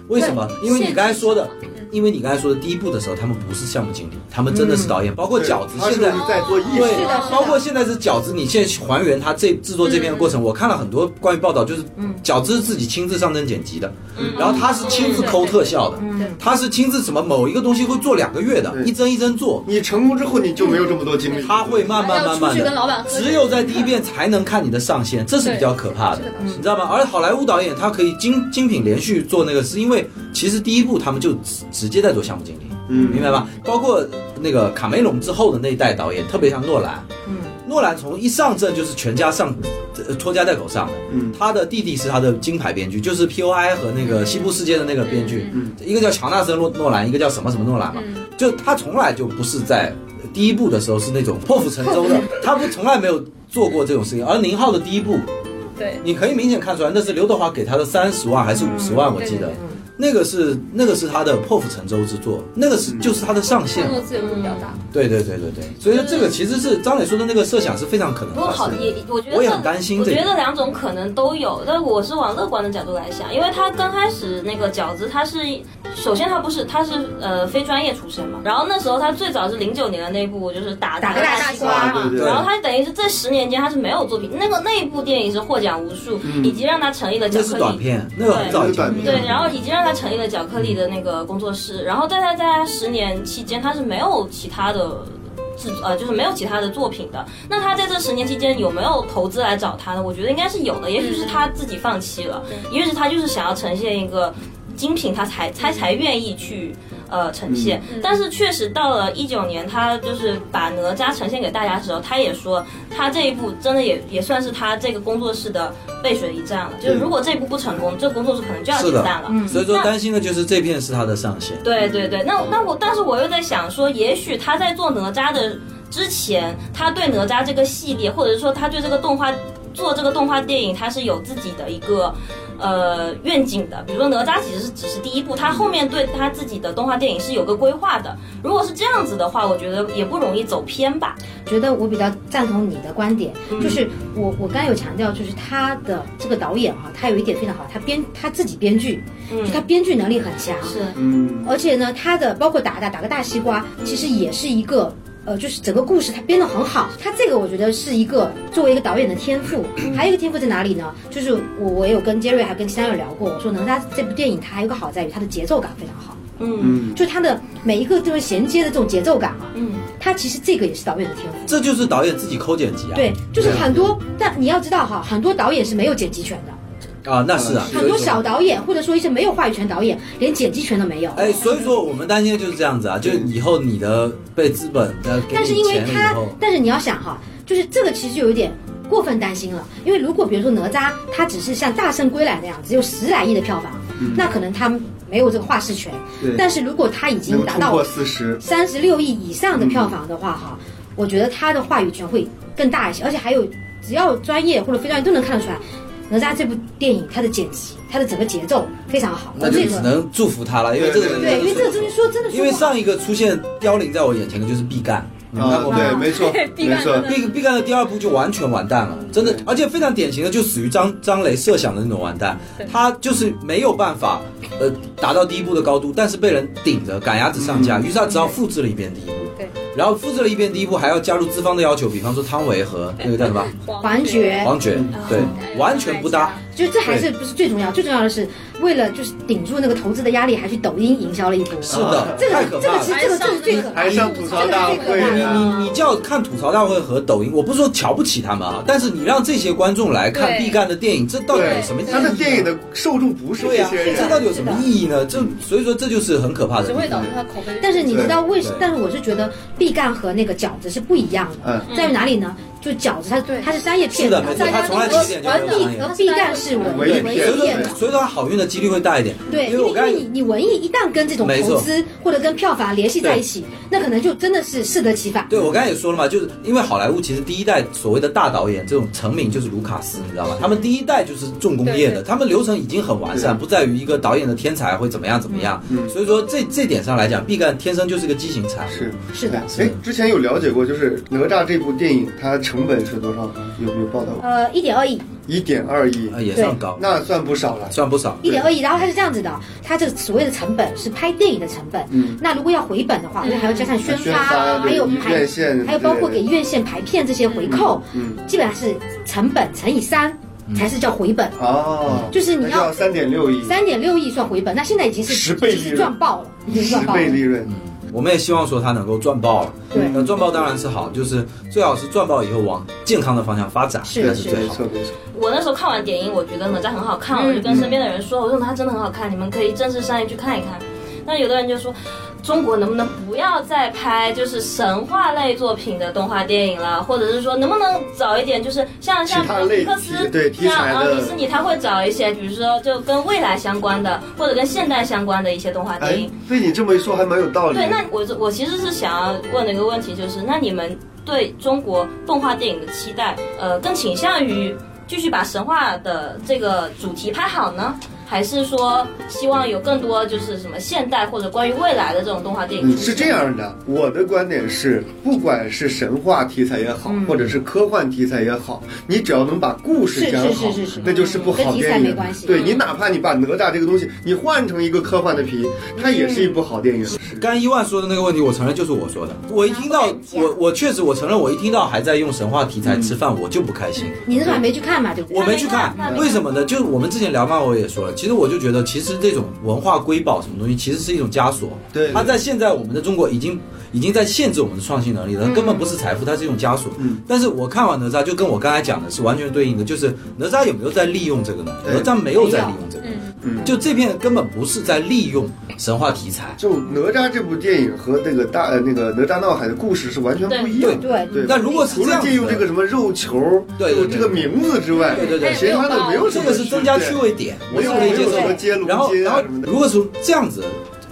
Speaker 3: 为什么？因为你刚才说的
Speaker 4: 限制是什么，
Speaker 3: 因为你刚才说的第一部的时候，他们不是项目经理，他们真的是导演，包括饺子
Speaker 2: 他是
Speaker 3: 现
Speaker 2: 不
Speaker 3: 在
Speaker 2: 是。在做艺术？
Speaker 3: 对
Speaker 5: 是的是，的
Speaker 3: 包括现在是饺子，你现在还原他这制作这篇的
Speaker 5: 嗯
Speaker 3: 过程，我看了很多关于报道，就是饺子是自己亲自上阵剪辑的，
Speaker 5: 嗯
Speaker 3: 然后他是亲自抠特效的，
Speaker 5: 对
Speaker 3: 他是亲自什么某一个东西会做两个月的，
Speaker 2: 对
Speaker 3: 一帧一帧做，
Speaker 2: 你成功之后你就没有这么多精力，
Speaker 3: 他会慢慢慢
Speaker 4: 还要出
Speaker 3: 慢
Speaker 4: 去跟老
Speaker 3: 的，
Speaker 4: 板喝酒
Speaker 3: 只有在第一遍才能看你的上限，这是比较可怕的
Speaker 4: 对是的，
Speaker 3: 你知道吗？而好莱坞导演他可以精精品连续做那个，是因为其实第一部他们就直直接在做项目经理，
Speaker 2: 嗯
Speaker 3: 明白吧？包括那个卡梅隆之后的那一代导演，特别像诺兰，
Speaker 4: 嗯
Speaker 3: 诺兰从一上阵就是全家上，呃拖家带口上的。
Speaker 2: 嗯
Speaker 3: 他的弟弟是他的金牌编剧，就是 P.O.I 和那个《西部世界》的那个编剧，一个叫乔纳森·诺诺兰，一个叫什么什么诺兰嘛。就他从来就不是在第一部的时候是那种破釜沉舟的，他不从来没有做过这种事情。而宁浩的第一部，
Speaker 4: 对，
Speaker 3: 你可以明显看出来，那是刘德华给他的三十万还是五十万，我记
Speaker 4: 对
Speaker 3: 得
Speaker 4: 对对。
Speaker 3: 那个是那个是他的破釜沉舟之作，那个是就是他的上限
Speaker 4: 创。作自由度比较大。
Speaker 3: 对对对对对，所以说这个其实是张磊说的那个设想是非常可能
Speaker 6: 不过
Speaker 3: 发
Speaker 6: 好
Speaker 3: 生的。
Speaker 6: 也，我觉得
Speaker 3: 我也
Speaker 6: 这
Speaker 3: 很担心
Speaker 6: 我
Speaker 3: 这
Speaker 6: 觉
Speaker 3: 个
Speaker 6: 得两种可能都有，但我是往乐观的角度来想，因为他刚开始那个饺子，他是首先他不是他是呃非专业出身嘛，然后那时候他最早是零九年的那一部就是打
Speaker 5: 打个大西瓜
Speaker 6: 嘛，
Speaker 2: 对对对
Speaker 6: 然后他等于是这十年间他是没有作品，那个那一部电影是获奖无数，以及让他成立了
Speaker 3: 嗯那
Speaker 6: 巧
Speaker 3: 是
Speaker 6: 克
Speaker 3: 短
Speaker 6: 力。
Speaker 3: 片，那个很早以前的
Speaker 2: 对
Speaker 6: 对，然后已经让他成立了巧克力的那个工作室，然后在他在他十年期间，他是没有其他的制呃，就是没有其他的作品的。那他在这十年期间有没有投资来找他呢？我觉得应该是有的，也许是他自己放弃了，也许是他就是想要呈现一个精品，他才他才愿意去。呃，呈现，但是确实到了一九年，他就是把哪吒呈现给大家的时候，他也说他这一部真的也也算是他这个工作室的背水一战了。就是如果这一部不成功，这个工作室可能就要解
Speaker 3: 是的
Speaker 6: 散了。
Speaker 3: 所以说担心的就是这片是他的上限。
Speaker 6: 对对对，那那我，但是我又在想说，也许他在做哪吒的之前，他对哪吒这个系列，或者是说他对这个动画做这个动画电影，他是有自己的一个。呃，愿景的，比如说哪吒其实是只是第一部，他后面对他自己的动画电影是有个规划的。如果是这样子的话，我觉得也不容易走偏吧。
Speaker 5: 觉得我比较赞同你的观点，
Speaker 6: 嗯
Speaker 5: 就是我我刚才有强调，就是他的这个导演哈、他有一点非常好，他编他自己编剧，
Speaker 6: 嗯
Speaker 5: 就他编剧能力很强，
Speaker 6: 是，
Speaker 2: 嗯，
Speaker 5: 而且呢，他的包括打打打个大西瓜，其实也是一个。呃，就是整个故事他编得很好，他这个我觉得是一个作为一个导演的天赋。还有一个天赋在哪里呢？就是我我有跟杰瑞还跟三友聊过，我说哪吒这部电影它还有一个好在于它的节奏感非常好，
Speaker 6: 嗯
Speaker 5: 就它的每一个就是衔接的这种节奏感啊，
Speaker 6: 嗯，
Speaker 5: 它其实这个也是导演的天赋。
Speaker 3: 这就是导演自己抠剪辑啊。
Speaker 5: 对，就是很多，但你要知道哈，很多导演是没有剪辑权的，
Speaker 3: 啊，那是啊，
Speaker 2: 是
Speaker 5: 很
Speaker 3: 所
Speaker 5: 多
Speaker 3: 以说
Speaker 5: 小导演或者说一些没有话语权导演，连剪辑权都没有。
Speaker 3: 哎，所以说我们担心的就是这样子啊，就是以后你的被资本呃给
Speaker 5: 但是
Speaker 3: 你
Speaker 5: 因为
Speaker 3: 钱了以
Speaker 5: 他
Speaker 3: 后，，
Speaker 5: 但是你要想哈，就是这个其实有一点过分担心了，因为如果比如说哪吒，他只是像《大圣归来》那样，只有十来亿的票房，
Speaker 3: 嗯
Speaker 5: 那可能他没有这个话事权
Speaker 2: 对。
Speaker 5: 但是如果他已经
Speaker 2: 能
Speaker 5: 达
Speaker 2: 突
Speaker 5: 到
Speaker 2: 破四十，
Speaker 5: 三十六亿以上的票房的话哈，我觉得他的话语权会更大一些，而且还有只要专业或者非专业都能看得出来。哪吒这部电影，它的剪辑，它的整个节奏非常好。
Speaker 3: 那就
Speaker 5: 这
Speaker 3: 只
Speaker 5: 个
Speaker 3: 能祝福他了，因为这个人
Speaker 5: 对，因为这个
Speaker 3: 真
Speaker 5: 东
Speaker 3: 的
Speaker 5: 西
Speaker 3: 是
Speaker 5: 说真的
Speaker 3: 因
Speaker 5: 说不
Speaker 3: 为
Speaker 5: 好，
Speaker 3: 上一个出现凋零在我眼前的就是毕赣，你们看
Speaker 2: 啊，
Speaker 3: 过没有
Speaker 2: 对，？没错，
Speaker 4: 必
Speaker 2: 没
Speaker 4: 干
Speaker 2: 错
Speaker 4: 的，
Speaker 3: 毕毕赣的第二部就完全完蛋
Speaker 5: 嗯
Speaker 3: 了，真的，而且非常典型的就死于张张雷设想的那种完蛋，他就是没有办法，呃，达到第一部的高度，但是被人顶着赶鸭子上
Speaker 5: 嗯
Speaker 3: 架，于是他只好复制了一遍第一部，
Speaker 4: 对，
Speaker 3: 然后复制了一遍第一部，还要加入资方的要求，比方说汤唯和那个叫什么
Speaker 5: 完全
Speaker 3: 王珏，对，
Speaker 5: 嗯
Speaker 3: 完全不搭，
Speaker 5: 就这还是不是最重要？最重要的是，为了就是顶住那个投资的压力，还去抖音营销了一波。哦
Speaker 3: 是的，
Speaker 5: 嗯这
Speaker 3: 太
Speaker 5: 个
Speaker 3: 可
Speaker 5: 这
Speaker 3: 怕
Speaker 5: 个
Speaker 3: 了
Speaker 5: 其。实这个这是最可怕
Speaker 2: 还
Speaker 5: 的。
Speaker 2: 上吐槽大会
Speaker 3: 你
Speaker 2: 啊，
Speaker 3: 你你叫看吐槽大会和抖音，我不是说瞧不起他们啊，但是你让这些观众来看
Speaker 4: 对
Speaker 3: 毕赣的电影，这到底有
Speaker 2: 对
Speaker 3: 什么意，义？
Speaker 2: 他的电影的受众不是
Speaker 3: 对
Speaker 2: 这
Speaker 3: 呀、
Speaker 2: 些人，
Speaker 3: 这到底有什么意义呢？这所以说这就是很可怕的
Speaker 4: 只
Speaker 3: 地
Speaker 4: 会导
Speaker 3: 方
Speaker 4: 致。他口碑。
Speaker 5: 但是你知道为什
Speaker 3: 对？
Speaker 5: 但是我是觉得毕赣和那个饺子是不一样的，
Speaker 2: 嗯
Speaker 5: 在于哪里呢？就饺子它
Speaker 4: 对
Speaker 5: 它是商业片，
Speaker 3: 是的没错
Speaker 5: 然后
Speaker 3: 他从来起点就没有商业
Speaker 5: 而毕赣是
Speaker 2: 文艺
Speaker 5: 文
Speaker 2: 片
Speaker 5: 文艺
Speaker 3: 所以
Speaker 5: 片
Speaker 3: 说，。所以说他好运的几率会大一点。
Speaker 5: 对，
Speaker 3: 因
Speaker 5: 因
Speaker 3: 为
Speaker 5: 为
Speaker 3: 我
Speaker 5: 因
Speaker 3: 刚才
Speaker 5: 为你你文艺一旦跟这种
Speaker 3: 没错
Speaker 5: 投资或者跟票房联系在一起，那可能就真的是适得其反。
Speaker 3: 对我刚才也说了嘛，就是因为好莱坞其实第一代所谓的大导演这种成名就是卢卡斯，你知道
Speaker 5: 嗯
Speaker 3: 吗？他们第一代就是重工业的，
Speaker 4: 对对
Speaker 3: 他们流程已经很完善，
Speaker 2: 对
Speaker 3: 不在于一个导演的天才会怎么样怎么样。所以说这这点上来讲，毕赣天生就是个畸形产物。
Speaker 2: 是
Speaker 5: 嗯是的
Speaker 2: 哎，之前有了解过，就是哪吒这部电影它成成本是多少？有没有报道过？
Speaker 5: 呃，一点二亿，
Speaker 2: 一点二亿，
Speaker 3: 啊，也算高，
Speaker 2: 那算不少了。
Speaker 3: 算不少。
Speaker 5: 一点二亿。然后它是这样子的，它这个所谓的成本是拍电影的成本。
Speaker 2: 嗯
Speaker 5: 那如果要回本的话，
Speaker 4: 嗯
Speaker 5: 那还要加上宣
Speaker 2: 宣
Speaker 5: 发
Speaker 2: 发
Speaker 5: 啊，还有
Speaker 2: 对
Speaker 5: 排
Speaker 2: 院线，
Speaker 5: 还有包括给院线排片这些回扣，
Speaker 2: 嗯
Speaker 5: 基本上是成本乘以三才是叫回本，
Speaker 2: 哦，
Speaker 5: 就是你
Speaker 2: 那就要
Speaker 5: 要
Speaker 2: 三点六亿，
Speaker 5: 三点六亿算回本，那现在已经是
Speaker 2: 10倍
Speaker 5: 已
Speaker 2: 利
Speaker 5: 经
Speaker 2: 润
Speaker 5: 赚爆了，已经
Speaker 2: 十
Speaker 5: 赚爆了
Speaker 2: 倍。利润。
Speaker 3: 我们也希望说它能够赚爆了。
Speaker 5: 对
Speaker 3: 那赚爆当然是好，就是最好是赚爆以后往健康的方向发展，
Speaker 5: 是
Speaker 3: 这
Speaker 5: 的
Speaker 3: 是
Speaker 5: 是的
Speaker 3: 最
Speaker 2: 没
Speaker 3: 好
Speaker 2: 错。没错，
Speaker 6: 我那时候看完点映，我觉得哪吒很好看，
Speaker 4: 嗯
Speaker 6: 我就跟身边的人说，我说哪吒真的很好看，你们可以正式上映去看一看。但有的人就说，中国能不能不要再拍就是神话类作品的动画电影了，或者是说能不能找一点就是像像
Speaker 2: 其他类
Speaker 6: 皮克
Speaker 2: 题
Speaker 6: 斯
Speaker 2: 对题
Speaker 6: 像
Speaker 2: 材的
Speaker 6: 啊迪士尼，他会找一些比如说就跟未来相关的或者跟现代相关的一些动画电
Speaker 2: 哎
Speaker 6: 影。，
Speaker 2: 被你这么一说还蛮有道理。
Speaker 6: 对，那我我其实是想要问的一个问题就是，那你们对中国动画电影的期待，呃，更倾向于继续把神话的这个主题拍好呢，还是说希望有更多就是什么现代或者关于未来的这种动画电影
Speaker 2: 嗯，
Speaker 6: 出
Speaker 2: 是
Speaker 6: 现
Speaker 2: 这，样的，我的观点是，不管是神话题材也
Speaker 5: 嗯
Speaker 2: 好，或者是科幻题材也好，你只要能把故事
Speaker 5: 是
Speaker 2: 讲
Speaker 5: 是
Speaker 2: 好
Speaker 5: 是是是，
Speaker 2: 那就是部好
Speaker 5: 跟题材
Speaker 2: 电
Speaker 5: 没
Speaker 2: 影
Speaker 5: 关。系嗯
Speaker 2: 对你，哪怕你把哪吒这个东西，你换成一个科幻的皮，它也
Speaker 5: 嗯
Speaker 2: 是一部好电影。
Speaker 3: 刚才一万说的那个问题，我承认就是我说的。我一听到
Speaker 5: 难怪
Speaker 3: 我我确实我承认，我一听到还在用神话题材吃饭，我就不开心。
Speaker 5: 你那时候还没去看嘛，对不对？
Speaker 3: 我没去看
Speaker 6: 那没看，
Speaker 3: 为什么呢？就是我们之前聊漫，我也说了，其实我就觉得，其实这种文化瑰宝什么东西，其实是一种枷锁。
Speaker 2: 对
Speaker 3: 它在现在我们的中国已经已经在限制我们的创新能力了，它根本不是财富，它是一种枷锁。
Speaker 2: 嗯，
Speaker 3: 但是我看完哪吒，就跟我刚才讲的是完全对应的，就是哪吒有没有在利用这个呢？
Speaker 2: 对
Speaker 3: 哪吒没有在利用这个，
Speaker 4: 嗯，
Speaker 2: 嗯，
Speaker 3: 就这片根本不是在利用神话题材。
Speaker 2: 就哪吒这部电影和那个大呃那个哪吒闹海的故事是完全不一样的。
Speaker 5: 对
Speaker 2: 对，
Speaker 3: 那如果是
Speaker 2: 除
Speaker 3: 这
Speaker 2: 了
Speaker 3: 样子
Speaker 2: 借用这个
Speaker 3: 的，
Speaker 2: 什么肉球，
Speaker 3: 对对对
Speaker 2: 这个名字之外，
Speaker 3: 对对对
Speaker 2: 其他的没有什
Speaker 3: 这
Speaker 2: 么
Speaker 3: 个是增加趣味点，
Speaker 2: 没有
Speaker 3: 我是可
Speaker 2: 没
Speaker 3: 以接
Speaker 2: 有
Speaker 3: 受
Speaker 2: 什
Speaker 3: 的
Speaker 2: 么接龙
Speaker 3: 然后，
Speaker 2: 接
Speaker 3: 然
Speaker 2: 啊
Speaker 3: 后
Speaker 2: 什么，的。
Speaker 3: 如果从这样子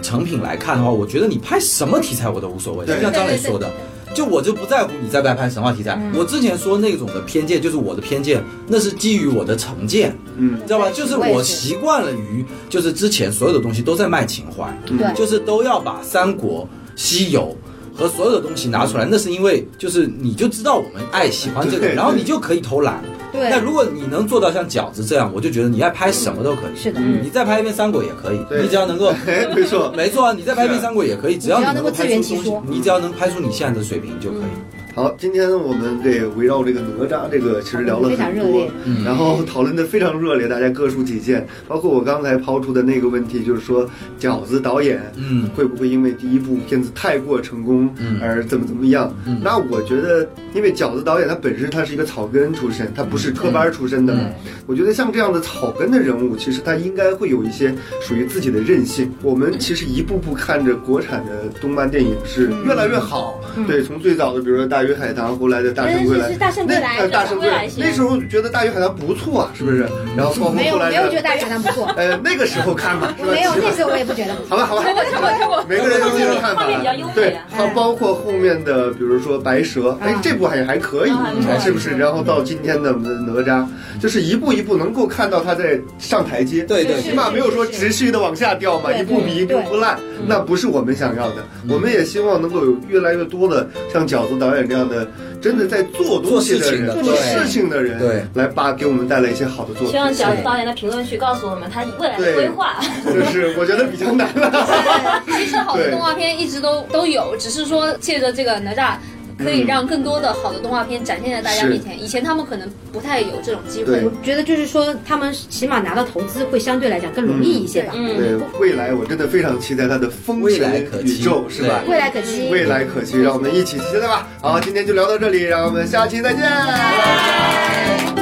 Speaker 3: 成品来看的话，我觉得你拍什么题材我都无所谓。就
Speaker 2: 对
Speaker 3: 像张磊说的，就我就不在乎你在不在拍神话题材。我之前说那种的偏见，就是我的偏见，那是基于我的成见，
Speaker 2: 嗯
Speaker 3: 你知道吧？
Speaker 5: 对
Speaker 3: 就是
Speaker 5: 我也
Speaker 3: 我
Speaker 5: 是
Speaker 3: 习惯了于，就是之前所有的东西都在卖情怀，
Speaker 2: 嗯
Speaker 5: 对
Speaker 3: 就是都要把三国、西游。和所有的东西拿出来，那是因为就是你就知道我们爱喜欢这个，
Speaker 2: 对
Speaker 3: 然后你
Speaker 2: 对
Speaker 3: 就可以偷懒。
Speaker 5: 对
Speaker 3: 那如果你能做到像饺子这样，我就觉得你爱拍什么都可以。
Speaker 5: 是
Speaker 2: 嗯
Speaker 5: 的
Speaker 3: 你再拍一遍《三国》也可
Speaker 2: 对
Speaker 3: 以，你只要能够，
Speaker 2: 哎，没错，
Speaker 3: 没错啊，你再拍一遍《三国》也可以，只要你能够
Speaker 5: 只要能够自
Speaker 3: 拍
Speaker 5: 圆
Speaker 3: 出
Speaker 5: 其
Speaker 3: 东西
Speaker 5: 说，嗯
Speaker 3: 你只要能拍出你现在的水平就可以。
Speaker 2: 好，今天我们这围绕这个哪吒这个，其实聊了
Speaker 5: 非常
Speaker 2: 很
Speaker 5: 热
Speaker 2: 多
Speaker 5: 烈，
Speaker 2: 然后讨论的非常热烈，大家各抒己见。包括我刚才抛出的那个问题，就是说饺子导演，
Speaker 3: 嗯
Speaker 2: 会不会因为第一部片子太过成功，
Speaker 5: 嗯
Speaker 2: 而怎么怎么样？那我觉得，因为饺子导演他本身他是一个草根出身，他不是科班出身的。
Speaker 5: 嗯
Speaker 2: 我觉得像这样的草根的人物，其实他应该会有一些属于自己的韧性。我们其实一步步看着国产的动漫电影是越来越好，对，从最早的比如说《大鱼海棠》，后来的《大圣归来》
Speaker 5: 嗯嗯是是大圣归来
Speaker 2: 那呃大圣归来
Speaker 6: 大圣归来，
Speaker 2: 那时候觉得《大鱼海棠》不错啊，是不是？然后包括
Speaker 5: 没有
Speaker 2: 后来
Speaker 5: 没有觉得
Speaker 2: 的，，
Speaker 5: 大鱼海棠不错
Speaker 2: 呃，那个时候看吧，是吧
Speaker 5: 没有
Speaker 2: 起码
Speaker 5: 那时候我也不觉得不错。
Speaker 2: 好吧，好吧，
Speaker 4: 跳过跳过跳过，
Speaker 2: 每个人都有这个看法
Speaker 6: 画面比较优美啊
Speaker 2: 对，
Speaker 6: 嗯
Speaker 2: 还包括后面的，比如说白蛇，哎
Speaker 5: 嗯，
Speaker 2: 这部还还可以哎
Speaker 6: 嗯还不，错
Speaker 2: 是不是？然后到今天的我们的哪吒，就是一步一步能够看到他在上台阶，
Speaker 3: 对对
Speaker 2: 起码没有说持续的往下掉嘛，
Speaker 5: 对
Speaker 2: 一步
Speaker 3: 嗯
Speaker 2: 比一步不烂，那不是我们想要的。我们也希望能够有越来越多的像饺子导演这样的，真的在做东西的人，做
Speaker 3: 做事情的对
Speaker 2: 事情的人，
Speaker 3: 对
Speaker 2: 来把给我们带来一些好的作
Speaker 6: 希
Speaker 2: 品。
Speaker 6: 望小导演的评论区告诉我们他未来的
Speaker 2: 对
Speaker 6: 规划。
Speaker 2: 这是我觉得比较难啊了。
Speaker 4: 其实好的动画片一直都都有，只是说借着这个哪吒。可以
Speaker 5: 嗯
Speaker 4: 让更多的好的动画片展现在大家面前。以前他们可能不太有这种机会
Speaker 2: 对，
Speaker 5: 我觉得就是说，他们起码拿到投资会相对来讲更容易一些吧。
Speaker 6: 嗯，
Speaker 2: 对未来，我真的非常期待它的风
Speaker 3: 未来
Speaker 2: 神
Speaker 3: 可
Speaker 2: 宇
Speaker 3: 期
Speaker 2: 宙，是吧？
Speaker 5: 未来可期。
Speaker 2: 未来可期，让我们一起期待吧。好，今天就聊到这里，让我们下期再见。